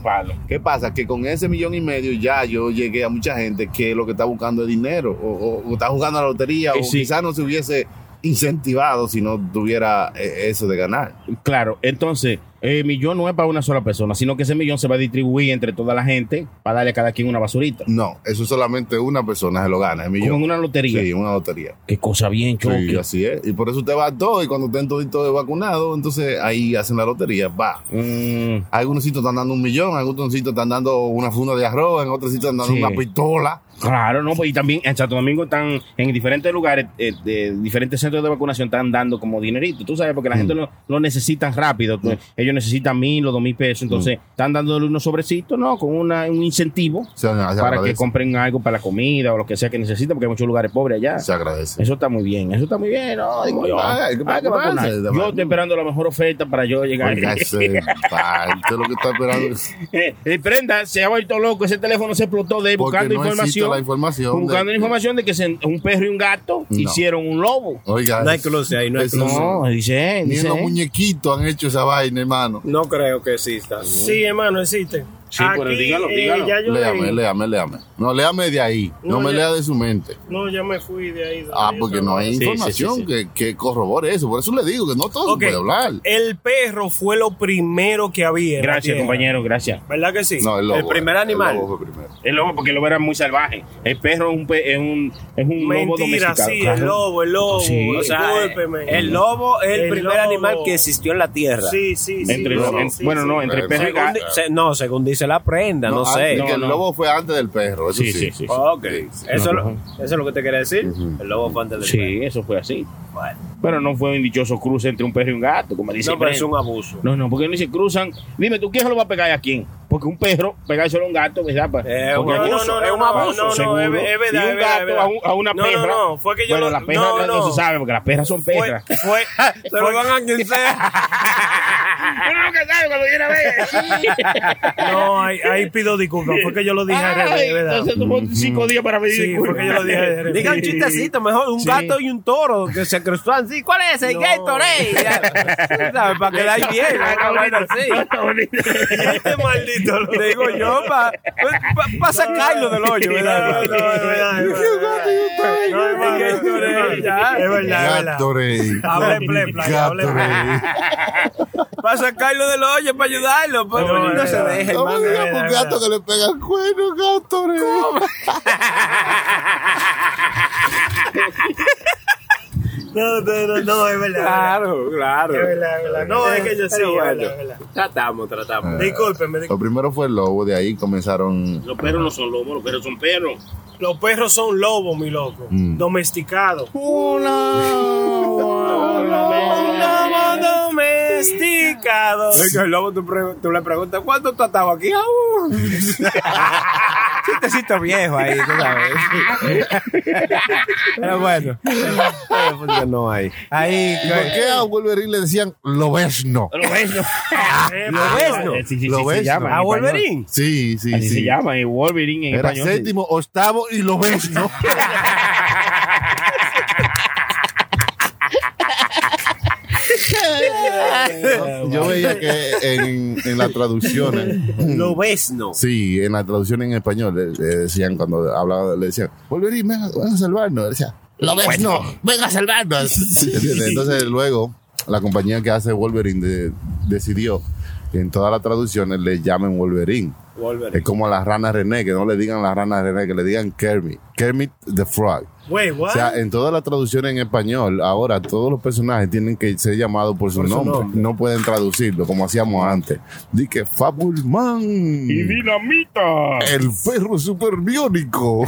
Speaker 1: ¿Qué pasa? Que con ese millón y medio ya yo llegué a mucha gente que lo que está buscando es dinero o, o- o está jugando a la lotería
Speaker 6: Eh,
Speaker 1: o
Speaker 6: sí.
Speaker 1: quizás no se hubiese incentivado si no tuviera eh, eso de ganar.
Speaker 6: Claro, entonces, el millón no es para una sola persona, sino que ese millón se va a distribuir entre toda la gente para darle a cada quien una basurita.
Speaker 1: No, eso solamente una persona se lo gana. El millón.
Speaker 6: Como en una lotería.
Speaker 1: Sí, una lotería.
Speaker 6: Qué cosa bien, Chucky.
Speaker 1: Sí, así es. Y por eso usted va a todo y cuando estén toditos vacunados, entonces ahí hacen la lotería. Va.
Speaker 6: Mm,
Speaker 1: Algunos sitios están dando un millón, algunos sitios están dando una funda de arroz, en otros sitios están dando
Speaker 6: Sí.
Speaker 1: una pistola.
Speaker 6: Claro, no, pues y también en Santo Domingo están en diferentes lugares, eh, de diferentes centros de vacunación están dando como dinerito, tú sabes, porque
Speaker 1: Mm.
Speaker 6: la gente lo, lo necesita rápido, tú- ellos necesitan mil o dos mil pesos, entonces
Speaker 1: Mm.
Speaker 6: están dándole unos sobrecitos, ¿no? Con una, un incentivo
Speaker 1: Se- se
Speaker 6: para que
Speaker 1: agradece.
Speaker 6: compren algo para la comida o lo que sea que necesitan, porque hay muchos lugares pobres allá.
Speaker 1: Se agradece.
Speaker 6: Eso está muy bien, eso está muy bien, no, digo yo.
Speaker 1: Ay, ¿qué
Speaker 6: Hay
Speaker 1: pasa?
Speaker 6: que vacunar. Yo estoy esperando la mejor oferta para yo llegar.
Speaker 1: Oiga, ese parte, lo que está esperando.
Speaker 6: Eh, eh, prenda, se ha vuelto loco, ese teléfono se explotó de ahí
Speaker 1: Porque
Speaker 6: buscando
Speaker 1: no existe
Speaker 6: información.
Speaker 1: la información
Speaker 6: Buscando
Speaker 1: de-
Speaker 6: información de que se- un perro y un gato
Speaker 1: No.
Speaker 6: hicieron un lobo.
Speaker 1: Oiga,
Speaker 6: No hay cruce ahí, no hay
Speaker 1: eso
Speaker 6: cruce. No, dice,
Speaker 1: Ni
Speaker 6: dice.
Speaker 1: los muñequitos han hecho esa vaina, hermano.
Speaker 3: No creo que exista.
Speaker 5: Sí, hermano, existe. Aquí, eh, ya yo
Speaker 1: léame,
Speaker 5: leí.
Speaker 1: léame, léame. No, léame de ahí. No,
Speaker 5: No,
Speaker 1: me
Speaker 5: ya-
Speaker 1: lea de su mente.
Speaker 5: No, ya me fui de ahí. de
Speaker 1: Ah,
Speaker 5: ahí,
Speaker 1: porque
Speaker 5: otra
Speaker 1: no
Speaker 5: vez.
Speaker 1: hay
Speaker 5: Sí, sí,
Speaker 1: información
Speaker 5: sí, sí.
Speaker 1: Que, que corrobore eso. Por eso le digo que no todo
Speaker 5: Ok, Eh,
Speaker 1: se puede hablar.
Speaker 5: El perro fue lo primero que había. en la
Speaker 6: Gracias,
Speaker 5: tierra.
Speaker 6: compañero, gracias.
Speaker 5: ¿Verdad que sí?
Speaker 6: No, el lobo,
Speaker 5: el primer
Speaker 1: eh,
Speaker 6: el
Speaker 5: animal.
Speaker 6: lobo El lobo, porque el lobo era muy salvaje. El perro es un, pe- es un, es un lobo
Speaker 5: Mentira,
Speaker 6: domesticado.
Speaker 5: sí,
Speaker 6: claro.
Speaker 5: el lobo, el lobo.
Speaker 6: Sí.
Speaker 5: O sea, discúlpeme.
Speaker 6: el lobo
Speaker 3: es eh, el primer animal que
Speaker 5: existió en la
Speaker 3: tierra. Ah,
Speaker 5: Sí, sí, sí.
Speaker 3: Entre
Speaker 5: sí,
Speaker 3: los- en-
Speaker 5: sí,
Speaker 3: bueno,
Speaker 5: sí.
Speaker 3: no, entre perro y
Speaker 5: Según
Speaker 3: gato.
Speaker 5: di- se- no, según dice la prenda, no, sé.
Speaker 1: antes, que el lobo fue antes del perro. Eso sí,
Speaker 6: Sí, sí, sí, sí.
Speaker 5: Oh,
Speaker 3: Ok, eso,
Speaker 6: No,
Speaker 3: lo-
Speaker 6: no.
Speaker 3: eso es lo que te quería decir. El lobo fue antes del
Speaker 6: Sí,
Speaker 3: perro.
Speaker 6: eso fue así.
Speaker 3: Bueno.
Speaker 6: Pero no fue un dichoso cruce entre un perro y un gato, como dice
Speaker 3: No, pero es
Speaker 6: Brenda.
Speaker 3: un abuso.
Speaker 6: No, no, porque no se cruzan. Dime, ¿tú quién se lo va a pegar y a quién? Porque un perro pegárselo a un gato, ¿verdad?
Speaker 5: Es un
Speaker 6: Porque
Speaker 5: abuso, es un abuso, seguro.
Speaker 6: seguro.
Speaker 5: es verdad,
Speaker 6: Y
Speaker 5: es
Speaker 6: un
Speaker 5: verdad,
Speaker 6: gato
Speaker 5: es verdad.
Speaker 6: A, un- a una
Speaker 5: No, no,
Speaker 6: perra.
Speaker 5: no, fue que yo
Speaker 6: bueno,
Speaker 5: lo-
Speaker 6: las perras
Speaker 5: no,
Speaker 6: no,
Speaker 5: no.
Speaker 6: se sabe, porque las perras son perras.
Speaker 5: Fue, se lo van a quien sea.
Speaker 6: Uno nunca sabe cuando viene a ver.
Speaker 5: No, ahí, ahí pido disculpas, fue que yo lo dije al revés,
Speaker 6: Ay,
Speaker 5: ¿verdad?
Speaker 6: entonces tomó cinco días para pedir
Speaker 5: Sí, fue que yo lo dije al revés.
Speaker 3: Diga un chistecito, mejor un
Speaker 5: Sí.
Speaker 3: gato y un toro que se cruzan así. ¿Cuál es el
Speaker 5: No.
Speaker 3: Gatorade? Ya, ¿Sabes? Para quedar bien, una vaina así.
Speaker 5: Este maldito lo
Speaker 3: Te digo yo, para pa, pa sacarlo del hoyo, ¿verdad?
Speaker 5: No, no, es verdad, es verdad. No, es verdad, es verdad. Es verdad, es verdad.
Speaker 1: Gatorade.
Speaker 5: Hablé plepla, ya hablé
Speaker 1: Gatorade.
Speaker 5: plepla. para sacarlo del hoyo, para ayudarlo. Pero
Speaker 3: No,
Speaker 5: no,
Speaker 3: no,
Speaker 5: se
Speaker 3: no.
Speaker 5: deje,
Speaker 3: No me
Speaker 5: hermano.
Speaker 3: digas por gato
Speaker 1: que le pega el cuero, gato.
Speaker 5: No, no, no, no, es verdad.
Speaker 3: Claro, claro.
Speaker 5: Es verdad, es verdad. No, es que yo
Speaker 3: Pero
Speaker 5: sí, es
Speaker 3: bueno.
Speaker 5: verdad, es verdad.
Speaker 3: Tratamos, tratamos.
Speaker 5: Discúlpeme.
Speaker 1: Lo primero fue el lobo, de ahí comenzaron.
Speaker 6: Los perros no son lobos, los perros son perros.
Speaker 5: Los perros son lobos, mi loco. Domesticados. Lobo domesticados.
Speaker 3: Es que el lobo tú, pre- tú le preguntas, ¿cuánto tú has estado aquí? Aún. Chistecito viejo ahí, tú sabes.
Speaker 10: Pero bueno, pero funcionó ahí. Ahí,
Speaker 1: ¿Y por qué a Wolverine le decían lobesno?
Speaker 6: Lobesno.
Speaker 1: Lobesno.
Speaker 6: Sí, sí, sí,
Speaker 1: Lobesno.
Speaker 6: se llama en español.
Speaker 1: Sí, sí,
Speaker 6: Así
Speaker 1: sí.
Speaker 6: se llama, y Wolverine en
Speaker 1: Era
Speaker 6: español.
Speaker 1: séptimo, octavo y lobesno. Yo veía que en, en las traducciones.
Speaker 3: Lo ves, no.
Speaker 1: Sí, en la traducción en español le, le decían cuando hablaba, le decían, Wolverine, ven, a- ven a salvarnos. Le decía, lo ves, no, ven a salvarnos. ¿Entiendes? Entonces luego la compañía que hace Wolverine de- decidió que en todas las traducciones le llamen Wolverine.
Speaker 3: Wolverine.
Speaker 1: Es como las ranas René, que no le digan las ranas René, que le digan Kermit. Kermit the Frog.
Speaker 5: Güey, what?
Speaker 1: O sea, eh, en todas las traducciones en español, ahora todos los personajes tienen que ser llamados por su,
Speaker 5: Por su
Speaker 1: nombre.
Speaker 5: nombre.
Speaker 1: No pueden traducirlo como hacíamos antes. Di que Fabulman. Y
Speaker 6: Dinamita.
Speaker 1: El perro superbiónico.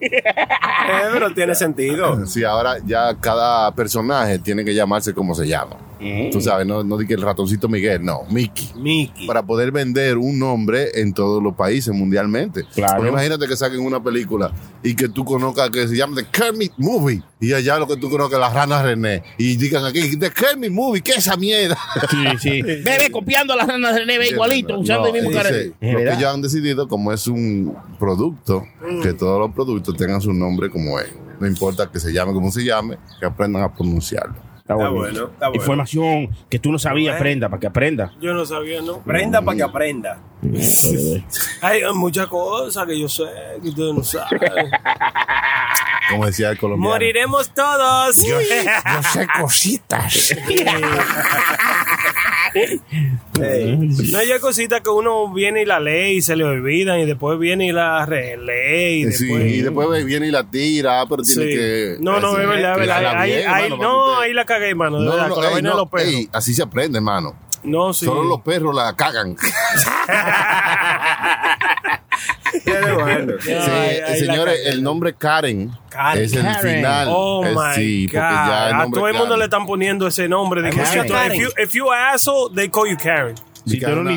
Speaker 3: Eh, pero tiene sentido.
Speaker 1: Sí, ahora ya cada personaje tiene que llamarse como se llama.
Speaker 5: Mm.
Speaker 1: Tú sabes, no, no di que el ratoncito Miguel, no, Mickey.
Speaker 3: Mickey.
Speaker 1: Para poder vender un nombre en todos los países mundialmente.
Speaker 6: Claro.
Speaker 1: Porque imagínate que saquen una película y que tú conozcas que se llama The Kermit Movie. Y allá lo que tú conozcas, las ranas René. Y digan aquí, The Kermit Movie, ¿qué es esa mierda?
Speaker 6: Sí, sí. Bebe copiando las ranas de Neve igualito, usando el mismo carácter.
Speaker 1: Lo que ya han decidido, como es un producto,
Speaker 5: Mm.
Speaker 1: que todos los productos tengan su nombre como es. No importa que se llame como se llame, que aprendan a pronunciarlo.
Speaker 6: Está bueno, está bueno. Información que tú no sabías, aprenda, para que aprenda.
Speaker 5: Yo no sabía, ¿no?
Speaker 3: Prenda para que aprenda.
Speaker 5: Hay muchas cosas que yo sé que ustedes no saben.
Speaker 1: Como decía el colombiano.
Speaker 5: Moriremos todos.
Speaker 1: Yo- yo sé cositas.
Speaker 5: No hay cositas que uno viene y la lee y se le olvidan y después viene y la relee y
Speaker 1: Sí,
Speaker 5: después...
Speaker 1: y después viene y la tira, pero tiene
Speaker 5: Sí.
Speaker 1: que.
Speaker 5: No, no,
Speaker 1: así,
Speaker 5: es verdad, es verdad.
Speaker 1: tirarla
Speaker 5: Ahí-
Speaker 1: bien,
Speaker 5: ahí-
Speaker 1: hermano, para que
Speaker 5: no,
Speaker 1: usted-
Speaker 5: ahí la cagué, mano. de
Speaker 1: No,
Speaker 5: verdad,
Speaker 1: no,
Speaker 5: con la
Speaker 1: ey,
Speaker 5: vaina de
Speaker 1: no,
Speaker 5: los perros.
Speaker 1: ey, así se aprende, hermano.
Speaker 5: No, sí.
Speaker 1: Solo los perros la cagan. Sí, eh,
Speaker 5: ahí- ahí la
Speaker 1: señores, el nombre Karen,
Speaker 5: Karen.
Speaker 1: es el final.
Speaker 5: Oh
Speaker 1: Es-
Speaker 5: my
Speaker 1: sí,
Speaker 5: God.
Speaker 1: porque ya el
Speaker 5: a
Speaker 1: nombre
Speaker 5: todo el mundo
Speaker 1: Karen.
Speaker 5: le están poniendo ese nombre. Digo,
Speaker 1: Karen.
Speaker 5: si tú- if, you, if you are asshole, they call you Karen.
Speaker 1: Y que alguna-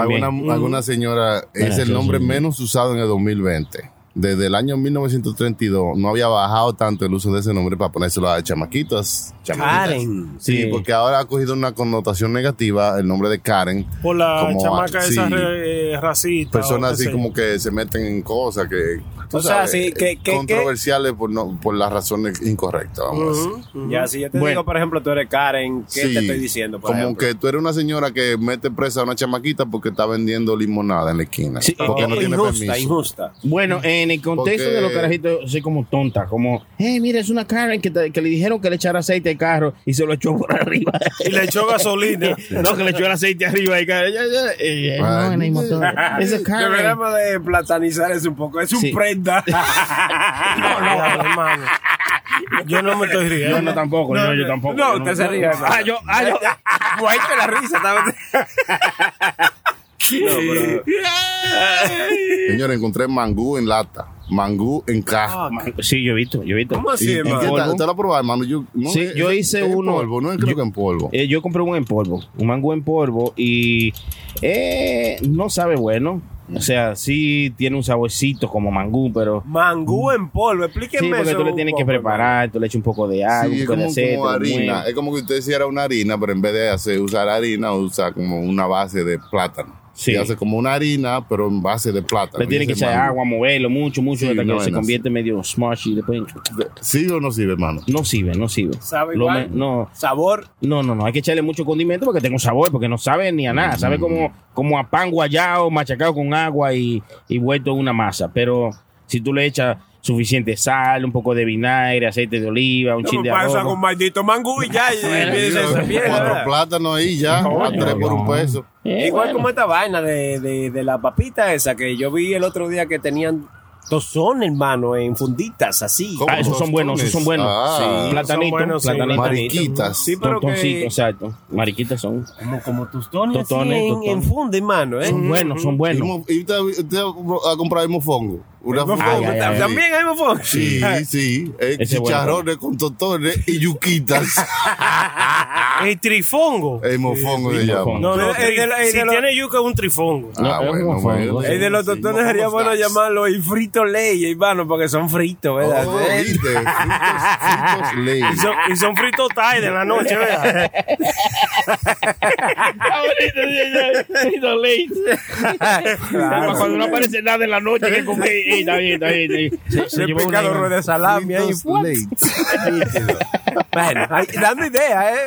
Speaker 1: Alguna,
Speaker 5: Mm.
Speaker 1: alguna señora
Speaker 5: Bueno,
Speaker 1: es el
Speaker 5: sí,
Speaker 1: nombre
Speaker 5: sí.
Speaker 1: menos usado en el 2020. Desde el año 1932 no había bajado tanto el uso de ese nombre para ponérselo a chamaquitos. chamaquitas.
Speaker 5: Karen.
Speaker 1: Sí,
Speaker 5: Sí.
Speaker 1: porque ahora ha cogido una connotación negativa el nombre de Karen.
Speaker 5: Por la
Speaker 1: Como-
Speaker 5: chamaca
Speaker 1: sí.
Speaker 5: esa re- eh, racista.
Speaker 1: Personas
Speaker 5: o qué
Speaker 1: así
Speaker 5: sé yo.
Speaker 1: como que se meten en cosas que
Speaker 3: Ah,
Speaker 1: tú
Speaker 3: O sea,
Speaker 1: sabes,
Speaker 3: sí, que- que- que-
Speaker 1: controversiales por, no- por las razones incorrectas. Vamos
Speaker 5: ¿Mm?
Speaker 1: a decir.
Speaker 6: Mm-hmm.
Speaker 3: Ya, si yo te
Speaker 1: Bueno.
Speaker 3: digo, por ejemplo, tú eres Karen, ¿qué
Speaker 1: Sí,
Speaker 3: te estoy diciendo? Por
Speaker 1: como
Speaker 3: ejemplo?
Speaker 1: que tú eres una señora que mete presa a una chamaquita porque está vendiendo limonada en la esquina. porque
Speaker 3: Oh,
Speaker 1: no tiene permiso.
Speaker 6: Bueno, en el contexto
Speaker 1: Porque-
Speaker 6: de los carajitos, soy como tonta, como, hey, mira, es una Karen que, te- que le dijeron que le echara aceite al carro y se lo echó por arriba.
Speaker 5: Y le echó gasolina.
Speaker 6: no, que le echó el aceite arriba. Y, ya, ya, ya, eh, eh, no, en el motor. Esa es Karen.
Speaker 3: Deberíamos de platanizar eso un poco. Es un
Speaker 6: Sí.
Speaker 3: prenda.
Speaker 5: No, no, hermano. Yo no me estoy riendo.
Speaker 6: No, no, tampoco, yo- yo tampoco,
Speaker 3: No,
Speaker 6: yo
Speaker 3: usted
Speaker 6: no-
Speaker 3: se ríe.
Speaker 6: no.
Speaker 3: hermano.
Speaker 6: Ah, yo- ah, yo-
Speaker 3: Muerte la risa. ¿sabes?
Speaker 1: No, pero- Señor, encontré mangú en lata. Mangú en caja.
Speaker 3: Ah,
Speaker 6: sí, yo he visto, yo he visto.
Speaker 1: ¿Cómo así,
Speaker 6: Y-
Speaker 1: hermano?
Speaker 6: en polvo.
Speaker 1: ¿Usted lo ha probado, hermano? Yo, no,
Speaker 6: sí,
Speaker 1: es-
Speaker 6: yo
Speaker 1: es-
Speaker 6: hice
Speaker 1: es en
Speaker 6: uno.
Speaker 1: polvo, no es creo que en polvo.
Speaker 6: Eh, yo compré un en polvo, un mango en polvo y eh, no sabe bueno. O sea, sí tiene un saborcito como mangú, pero
Speaker 5: Mangú en polvo. Explíqueme
Speaker 6: sí, porque
Speaker 5: eso.
Speaker 6: tú le tienes que preparar, tú le echas un poco de agua,
Speaker 1: Sí,
Speaker 6: un
Speaker 1: es
Speaker 6: poco de
Speaker 1: como,
Speaker 6: aceite,
Speaker 1: como
Speaker 6: lo
Speaker 1: harina.
Speaker 6: mueves.
Speaker 1: Es como que usted hiciera una harina, pero en vez de hacer, usar harina, usa como una base de plátano.
Speaker 6: Sí.
Speaker 1: Y hace como una harina, pero en base de plátano.
Speaker 6: Le tienes que
Speaker 1: Dice
Speaker 6: echar
Speaker 1: mangú.
Speaker 6: agua, moverlo mucho, mucho,
Speaker 1: Sí,
Speaker 6: hasta
Speaker 1: una
Speaker 6: que se
Speaker 1: vaina
Speaker 6: convierte medio smash y después.
Speaker 1: ¿Sirve o no sirve, hermano?
Speaker 6: No sirve, no sirve.
Speaker 5: ¿Sabe
Speaker 6: Lo
Speaker 5: igual?
Speaker 6: me- no.
Speaker 3: ¿Sabor?
Speaker 6: No, no, no. Hay que echarle mucho condimento porque tengo sabor, porque no sabe ni a nada. Sabe como, como a pan guayado, machacado con agua y, y vuelto una masa. Pero si tú le echas suficiente sal, un poco de vinagre, aceite de oliva, un chin de
Speaker 18: Pasa
Speaker 6: arroz.
Speaker 18: con maldito mangú y ya. y- y dice esa
Speaker 1: Cuatro
Speaker 18: mierda.
Speaker 1: plátanos ahí ya, a tres por un peso.
Speaker 6: Eh,
Speaker 3: Igual como esta vaina de, de, de la papita esa que yo vi el otro día que tenían tozón, hermano, en funditas, así.
Speaker 6: Ah, esos son buenos, esos son buenos.
Speaker 1: Ah.
Speaker 6: Sí, platanito, platanito.
Speaker 3: Sí, pero
Speaker 6: Tostoncito,
Speaker 3: que...
Speaker 6: exacto. Mariquitas son.
Speaker 3: Como, como tostones, así
Speaker 6: Tostones,
Speaker 3: en,
Speaker 6: tostones.
Speaker 3: en funda, hermano. ¿eh?
Speaker 6: Son buenos, son buenos.
Speaker 1: Y mo- ¿Y usted, usted ha comprado el mofongo? Una
Speaker 3: mofongo,
Speaker 1: funda.
Speaker 3: tam- también hay mofongo.
Speaker 1: Sí,
Speaker 3: Sí.
Speaker 5: Ah,
Speaker 1: sí. eh,
Speaker 6: Ese es bueno.
Speaker 1: chicharrones con tostones y yuquitas.
Speaker 5: El trifongo.
Speaker 1: El mofongo
Speaker 5: Sí,
Speaker 1: se llama.
Speaker 5: mofongo. No, no, el de la- el de la- si tiene yuca es un trifongo.
Speaker 1: Ah, No, es bueno, un bueno. mofongo,
Speaker 18: El de los tostones sería bueno llamarlo y frito ley, hermano, porque son fritos, ¿verdad?
Speaker 5: Oh,
Speaker 18: Eh,
Speaker 5: viste,
Speaker 1: ley.
Speaker 5: Y son, y son fritos tarde en la noche, ¿verdad?
Speaker 6: Ah, Claro. Cuando no aparece nada en la noche que comí, eh, está bien, está bien, está bien. Se, se llevó una-
Speaker 18: Picador de salami ahí.
Speaker 1: Fritos ley.
Speaker 18: Bueno, ahí, dando idea, ¿eh?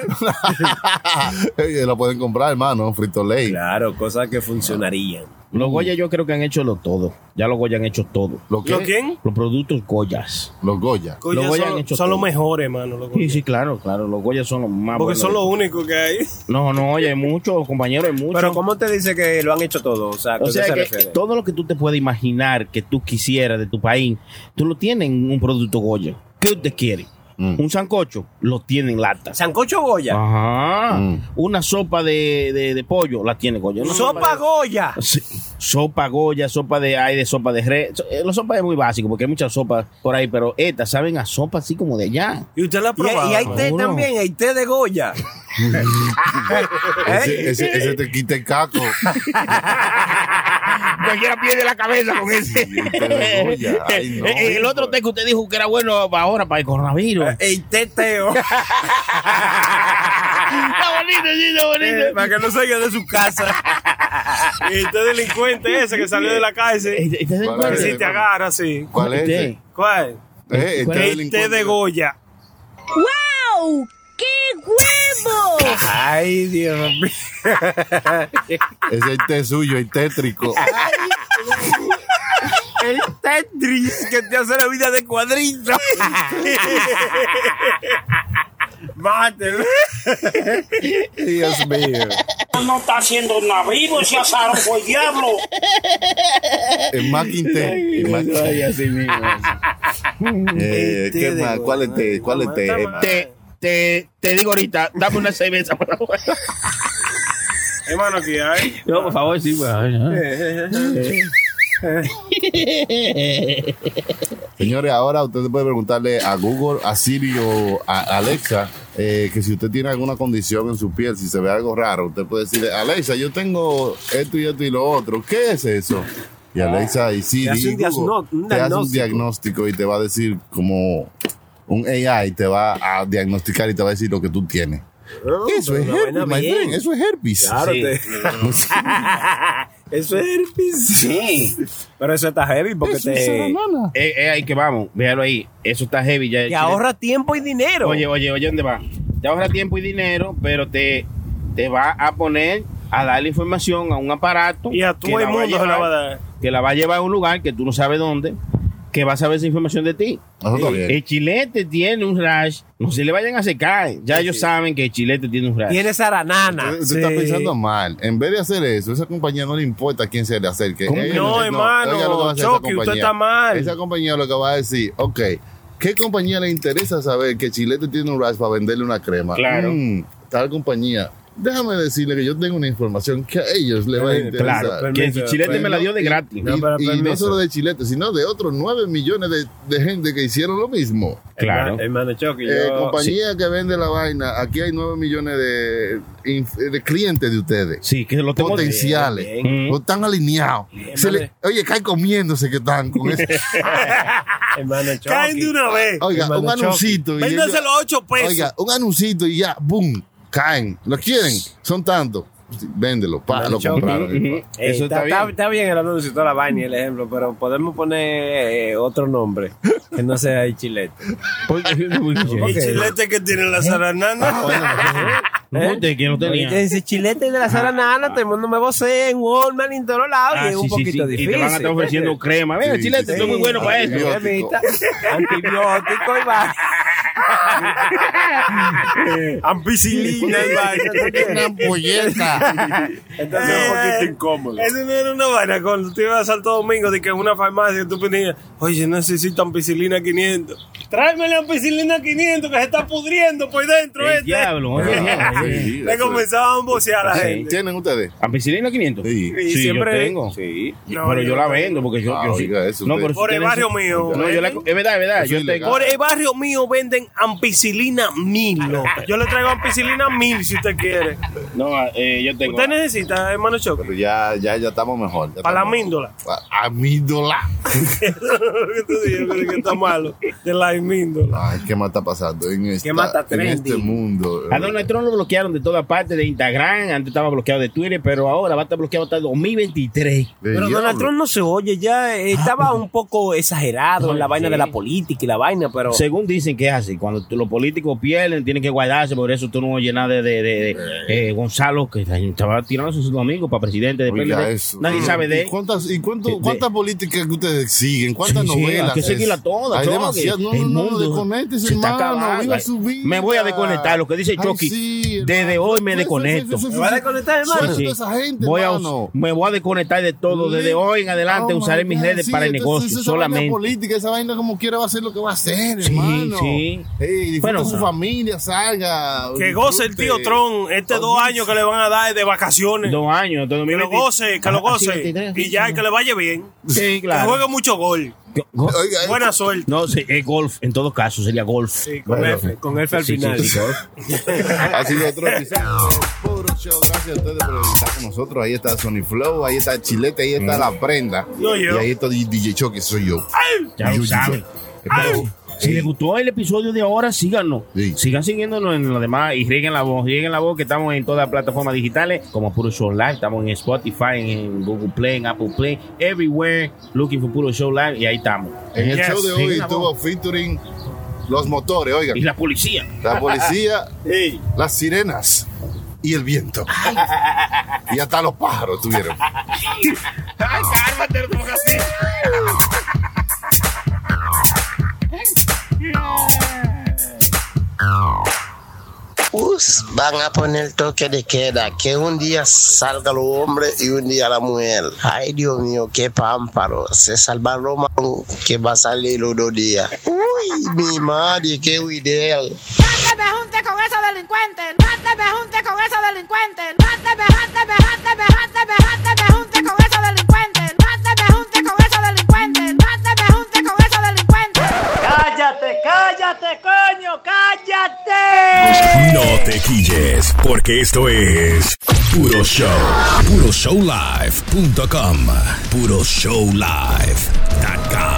Speaker 1: Eh, Lo pueden comprar, hermano, frito ley.
Speaker 3: Claro, cosas que funcionarían.
Speaker 6: Los Goya yo creo que han hecho lo todo. Ya los Goya han hecho todo. ¿Lo
Speaker 5: qué? ¿Lo quién?
Speaker 6: Los productos Goyas.
Speaker 1: Los Goya.
Speaker 5: Goya son- son los mejores, hermano. los
Speaker 6: Sí, sí, claro, claro. Los Goya son los más
Speaker 5: Porque
Speaker 6: buenos.
Speaker 5: son los únicos que hay.
Speaker 6: No, no, oye, hay muchos, compañeros, hay muchos.
Speaker 3: Pero ¿cómo te dice que lo han hecho todo? O sea, ¿a
Speaker 6: O
Speaker 3: qué
Speaker 6: sea,
Speaker 3: se
Speaker 6: que
Speaker 3: refiere?
Speaker 6: todo lo que tú te puedes imaginar que tú quisieras de tu país, tú lo tienes en un producto Goya. ¿Qué usted quiere? Un sancocho, lo tiene en lata.
Speaker 3: ¿Sancocho Goya?
Speaker 6: Ah, Ajá. Una sopa de, de- de pollo, la tiene Goya. Una
Speaker 18: Sopa Goya.
Speaker 6: Sí. Sopa Goya, sopa de aire, sopa de red. So- eh, La sopa es muy básico porque hay muchas sopas por ahí, pero estas saben a sopa así como de allá.
Speaker 5: ¿Y usted la ha
Speaker 3: Y, y hay té
Speaker 6: Seguro.
Speaker 3: también, hay té de Goya.
Speaker 1: Ese, ese- ese te quita el caco.
Speaker 6: Cualquiera pierde la cabeza con ese.
Speaker 1: de Goya, ay, no.
Speaker 6: Eh, eh, el otro té que usted dijo que era bueno para ahora, para el coronavirus.
Speaker 18: El teteo.
Speaker 6: Está bonito, sí, está bonito.
Speaker 18: para que no salga de su casa.
Speaker 5: Y este delincuente ese que salió de la cárcel.
Speaker 6: Este
Speaker 5: Que
Speaker 1: delincuente.
Speaker 5: si te agarra, sí.
Speaker 1: ¿Cuál es ese?
Speaker 5: ¿Cuál?
Speaker 1: Eh, este
Speaker 5: El
Speaker 1: delincuente.
Speaker 5: té de Goya.
Speaker 10: ¡Wow! ¡Qué huevo!
Speaker 3: Ay, Dios mío.
Speaker 1: Ese es el té suyo, el tétrico.
Speaker 18: El Tetris que te hace la vida de cuadrito. Mátelo.
Speaker 1: Dios mío.
Speaker 7: No está haciendo nada vivo, se asaron por el diablo.
Speaker 1: El Macinté. El Macinté. Eh,
Speaker 18: Este
Speaker 1: ¿qué más? ¿Cuál es té? ¿Cuál es eh, té? Este,
Speaker 6: Te, te, te digo ahorita, dame una cerveza, por favor.
Speaker 5: Hermano, aquí hay.
Speaker 6: No, por favor, sí,
Speaker 3: ¿eh?
Speaker 1: Señores, ahora usted puede preguntarle a Google, a Siri o a Alexa eh, que si usted tiene alguna condición en su piel, si se ve algo raro, usted puede decirle, Alexa, yo tengo esto y esto y lo otro. ¿Qué es eso? Y Alexa y Siri
Speaker 18: Ah, Te hace un
Speaker 1: y Google
Speaker 18: diagno- un
Speaker 1: te hace
Speaker 18: diagnóstico.
Speaker 1: un diagnóstico y te va a decir como un AI te va a diagnosticar y te va a decir lo que tú tienes.
Speaker 6: Oh,
Speaker 1: Eso es herpes, my friend, eso es herpes.
Speaker 3: Claro,
Speaker 1: Sí.
Speaker 3: te- eso es herpes.
Speaker 6: Sí.
Speaker 3: Pero eso está heavy porque te,
Speaker 6: Eh, eh, ahí que vamos, véalo ahí. Eso está heavy. Ya,
Speaker 3: te ahorra tiempo y dinero.
Speaker 6: Oye, oye, oye, ¿dónde va? Te ahorra tiempo y dinero, pero te, te va a poner a darle información a un aparato.
Speaker 5: Y a todo
Speaker 6: que
Speaker 5: el
Speaker 6: la va
Speaker 5: mundo se la va a
Speaker 6: llevar-
Speaker 5: dar.
Speaker 6: Que la va a llevar a un lugar que tú no sabes dónde, que va a saber esa información de ti.
Speaker 1: Eso está bien.
Speaker 6: El chilete tiene un rash. No se le vayan a secar. Ya ellos saben que el chilete tiene un rash.
Speaker 3: Tienes aranana.
Speaker 1: Usted está pensando mal. En vez de hacer eso, esa compañía no le importa a quién se le acerque.
Speaker 5: ¿Cómo?
Speaker 1: Ella
Speaker 5: No, hermano,
Speaker 1: oiga lo que va a hacer esa
Speaker 5: Chucky, usted
Speaker 1: compañía.
Speaker 5: está mal.
Speaker 1: Esa compañía lo que va a decir, ok, ¿qué compañía le interesa saber que Chilete tiene un rash para venderle una crema?
Speaker 6: Claro.
Speaker 1: Mm, tal compañía. Déjame decirle que yo tengo una información que a ellos le va a
Speaker 6: Eh,
Speaker 1: interesar.
Speaker 6: claro, que Permiso, Chilete permiso. me la dio de
Speaker 1: Y-
Speaker 6: gratis.
Speaker 1: Y,
Speaker 6: No, pero
Speaker 1: y no
Speaker 6: permiso.
Speaker 1: solo de Chilete, sino de otros 9 millones de, de gente que hicieron lo mismo.
Speaker 6: Claro.
Speaker 5: Hermano Chucky,
Speaker 1: Eh,
Speaker 5: yo-
Speaker 1: compañía que vende la vaina, aquí hay 9 millones de, inf- de clientes de ustedes.
Speaker 6: Sí, que lo tengo-
Speaker 1: potenciales.
Speaker 6: Bien, bien.
Speaker 1: No están alineados. Se le- oye, cae comiéndose que están con ese.
Speaker 3: hermano
Speaker 5: Caen de una vez.
Speaker 1: Oiga,
Speaker 5: Hermano
Speaker 1: un
Speaker 5: Chucky.
Speaker 1: anuncito. Ah, y
Speaker 5: Véndaselo
Speaker 1: ellos-
Speaker 5: a 8
Speaker 6: pues.
Speaker 3: pues.
Speaker 5: pesos.
Speaker 1: Oiga, un anuncito y ya, boom, caen. ¿Lo quieren? Son tantos. Sí, Véndelo, pa, lo compraron.
Speaker 3: Eh, está, está- está bien el anuncio y toda la vaina y el ejemplo, pero podemos poner eh, otro nombre que no sea el chilete.
Speaker 1: Ah,
Speaker 5: El chilete que tiene la zaranana.
Speaker 10: Monte, que no tenía.
Speaker 3: Ese chilete de la sala nana, todo el mundo me vocea en Walmart, en todos lados, y
Speaker 10: Ah,
Speaker 3: es un
Speaker 10: sí, sí,
Speaker 3: poquito
Speaker 10: sí.
Speaker 3: difícil.
Speaker 10: Y te van a estar ofreciendo crema. Mira,
Speaker 3: Sí,
Speaker 10: chilete,
Speaker 3: sí,
Speaker 10: esto es muy
Speaker 3: sí.
Speaker 10: bueno para esto.
Speaker 3: Cremita, Antibiótico y va.
Speaker 5: Ampicilina y vaina.
Speaker 19: Una ampolleta.
Speaker 5: Entonces eh,
Speaker 19: es un poquito incómodo.
Speaker 5: Eso no era una vaina. Cuando tú ibas a Santo Domingo, de que en una farmacia tú pedías, oye, necesito ampicilina 500. Tráeme la ampicilina 500 que se está pudriendo por dentro.
Speaker 6: El
Speaker 5: este.
Speaker 6: diablo, ¿eh? Sí,
Speaker 5: Le
Speaker 6: eso
Speaker 5: comenzaban a bocear a la
Speaker 6: Sí.
Speaker 5: gente.
Speaker 1: ¿Tienen ustedes?
Speaker 6: ¿Ampicilina 500? Sí,
Speaker 5: Sí, siempre-
Speaker 6: yo tengo.
Speaker 1: Sí.
Speaker 5: No,
Speaker 6: pero
Speaker 5: yo
Speaker 6: yo la
Speaker 5: tengo.
Speaker 6: vendo porque yo.
Speaker 1: Ah,
Speaker 6: yo sí-
Speaker 1: oiga, eso
Speaker 6: no,
Speaker 1: usted-
Speaker 6: pero si
Speaker 5: Por el
Speaker 6: ustedes-
Speaker 5: barrio mío.
Speaker 6: No, yo la- es verdad, es verdad.
Speaker 5: Eso
Speaker 6: Yo
Speaker 5: es
Speaker 6: tengo.
Speaker 5: Por el barrio mío venden ampicilina mil, loco. Yo le traigo ampicilina mil si usted quiere.
Speaker 6: No, eh, yo tengo.
Speaker 5: ¿Usted necesita, hermano Choco?
Speaker 1: Pero ya, ya, ya estamos mejor.
Speaker 5: Para la amíndola.
Speaker 1: Amíndola.
Speaker 5: Entonces yo creo que está malo. De la amíndola.
Speaker 1: Ay, ¿qué más está pasando en, esta-
Speaker 6: más está
Speaker 1: en
Speaker 6: trendy?
Speaker 1: este mundo?
Speaker 6: A Donald Trump lo bloquearon de toda parte de Instagram, antes estaba bloqueado de Twitter, pero ahora va a estar bloqueado hasta 2023.
Speaker 3: Pero Donald Trump no se oye, ya eh, estaba un poco exagerado en la vaina de la política y la vaina, pero.
Speaker 6: Según dicen que es así, cuando tú- los políticos pierden, tienen que guardarse, por eso tú no oyes nada de, de- de- de, eh, Gonzalo, que estaba tirando sus domingos para presidente de
Speaker 1: Oiga
Speaker 6: PLD.
Speaker 1: eso.
Speaker 6: Nadie
Speaker 1: ¿Y
Speaker 6: sabe de él.
Speaker 1: cuántas ¿Y cuánto-
Speaker 6: De- de-
Speaker 1: cuántas políticas que ustedes siguen? ¿Cuántas
Speaker 6: Sí, sí,
Speaker 1: novelas?
Speaker 6: Hay que
Speaker 1: Es-
Speaker 6: seguirla toda.
Speaker 1: Hay
Speaker 6: Choque.
Speaker 1: demasiadas. No,
Speaker 6: El
Speaker 1: no, no,
Speaker 6: mundo
Speaker 1: desconectes,
Speaker 6: se está
Speaker 1: hermano.
Speaker 6: acabando.
Speaker 1: Viva su vida.
Speaker 6: Me voy a desconectar. Lo que dice
Speaker 1: Ay,
Speaker 6: Chucky,
Speaker 1: sí, Pues,
Speaker 6: desde hoy me
Speaker 1: Eso, eso,
Speaker 6: desconecto.
Speaker 1: eso, eso, ¿Me vas a desconectar, hermano? Suelta a esa gente,
Speaker 6: voy a,
Speaker 1: hermano.
Speaker 6: me voy a desconectar de todo. Desde hoy en adelante
Speaker 1: Oh,
Speaker 6: usaré
Speaker 1: my
Speaker 6: mis
Speaker 1: God,
Speaker 6: redes
Speaker 1: sí,
Speaker 6: para el
Speaker 1: entonces,
Speaker 6: negocio
Speaker 1: esa
Speaker 6: solamente.
Speaker 1: Vaina política, esa vaina como quiera va a ser lo que va a hacer, hermano.
Speaker 6: sí.
Speaker 1: Ey, disfruta
Speaker 6: Bueno,
Speaker 1: su
Speaker 6: no.
Speaker 1: familia, salga.
Speaker 5: Que goce el tío
Speaker 1: disfrute.
Speaker 5: Tron estos dos años que le van a dar de vacaciones.
Speaker 6: Dos años. entonces,
Speaker 5: Que lo
Speaker 6: 2023.
Speaker 5: goce, que lo
Speaker 6: Ah, sí,
Speaker 5: goce.
Speaker 6: 23,
Speaker 5: Y ya, que le vaya bien.
Speaker 6: Sí, claro.
Speaker 5: Que juegue mucho gol. Buena suerte.
Speaker 6: No, sí, es golf. En todo caso, sería golf.
Speaker 5: con
Speaker 6: Bueno.
Speaker 5: F, con F al
Speaker 6: Sí, sí,
Speaker 5: final.
Speaker 6: sí, golf.
Speaker 1: ha sido otro episodio. Puro show. Gracias a ustedes por estar con nosotros. Ahí está Sony Flow, ahí está Chilete, ahí
Speaker 6: Mm.
Speaker 1: está La Prenda.
Speaker 5: No,
Speaker 1: y
Speaker 5: yo.
Speaker 1: ahí está DJ Choque, soy yo.
Speaker 6: Ya lo
Speaker 1: Yo,
Speaker 6: saben.
Speaker 1: yo, Espero-
Speaker 6: Si les gustó el episodio de ahora, síganos. Sigan siguiéndonos en lo demás y rieguen la voz. Rieguen la voz que estamos en todas las plataformas digitales como Puro Show Live. Estamos en Spotify, en Google Play, en Apple Play, everywhere. Looking for Puro Show Live y ahí estamos.
Speaker 1: En el show de hoy
Speaker 6: Rieguen la voz.
Speaker 1: estuvo featuring los motores, oigan.
Speaker 6: Y la policía.
Speaker 1: La policía, las sirenas y el viento. y hasta los pájaros tuvieron.
Speaker 6: Ay, cálmate, no
Speaker 20: Us Pues, van a poner toque de queda, que un día salga los hombres y un día la mujer. Ay, Dios mío, qué pámparo. Se salva Roma que va a salir los dos días. Uy, mi madre, qué idea.
Speaker 12: te me juntes con esos delincuentes. No te me juntes con esos delincuentes. No te me juntes, me juntes, me juntes, me juntes, me juntes con esos delincuentes. No te me juntes con esos delincuentes. No te me juntes con esos delincuentes.
Speaker 14: ¡Cállate, cállate, coño! ¡Cállate!
Speaker 4: No te quilles, porque esto es Puro Show. PuroShowLive.com. PuroShowLive.com.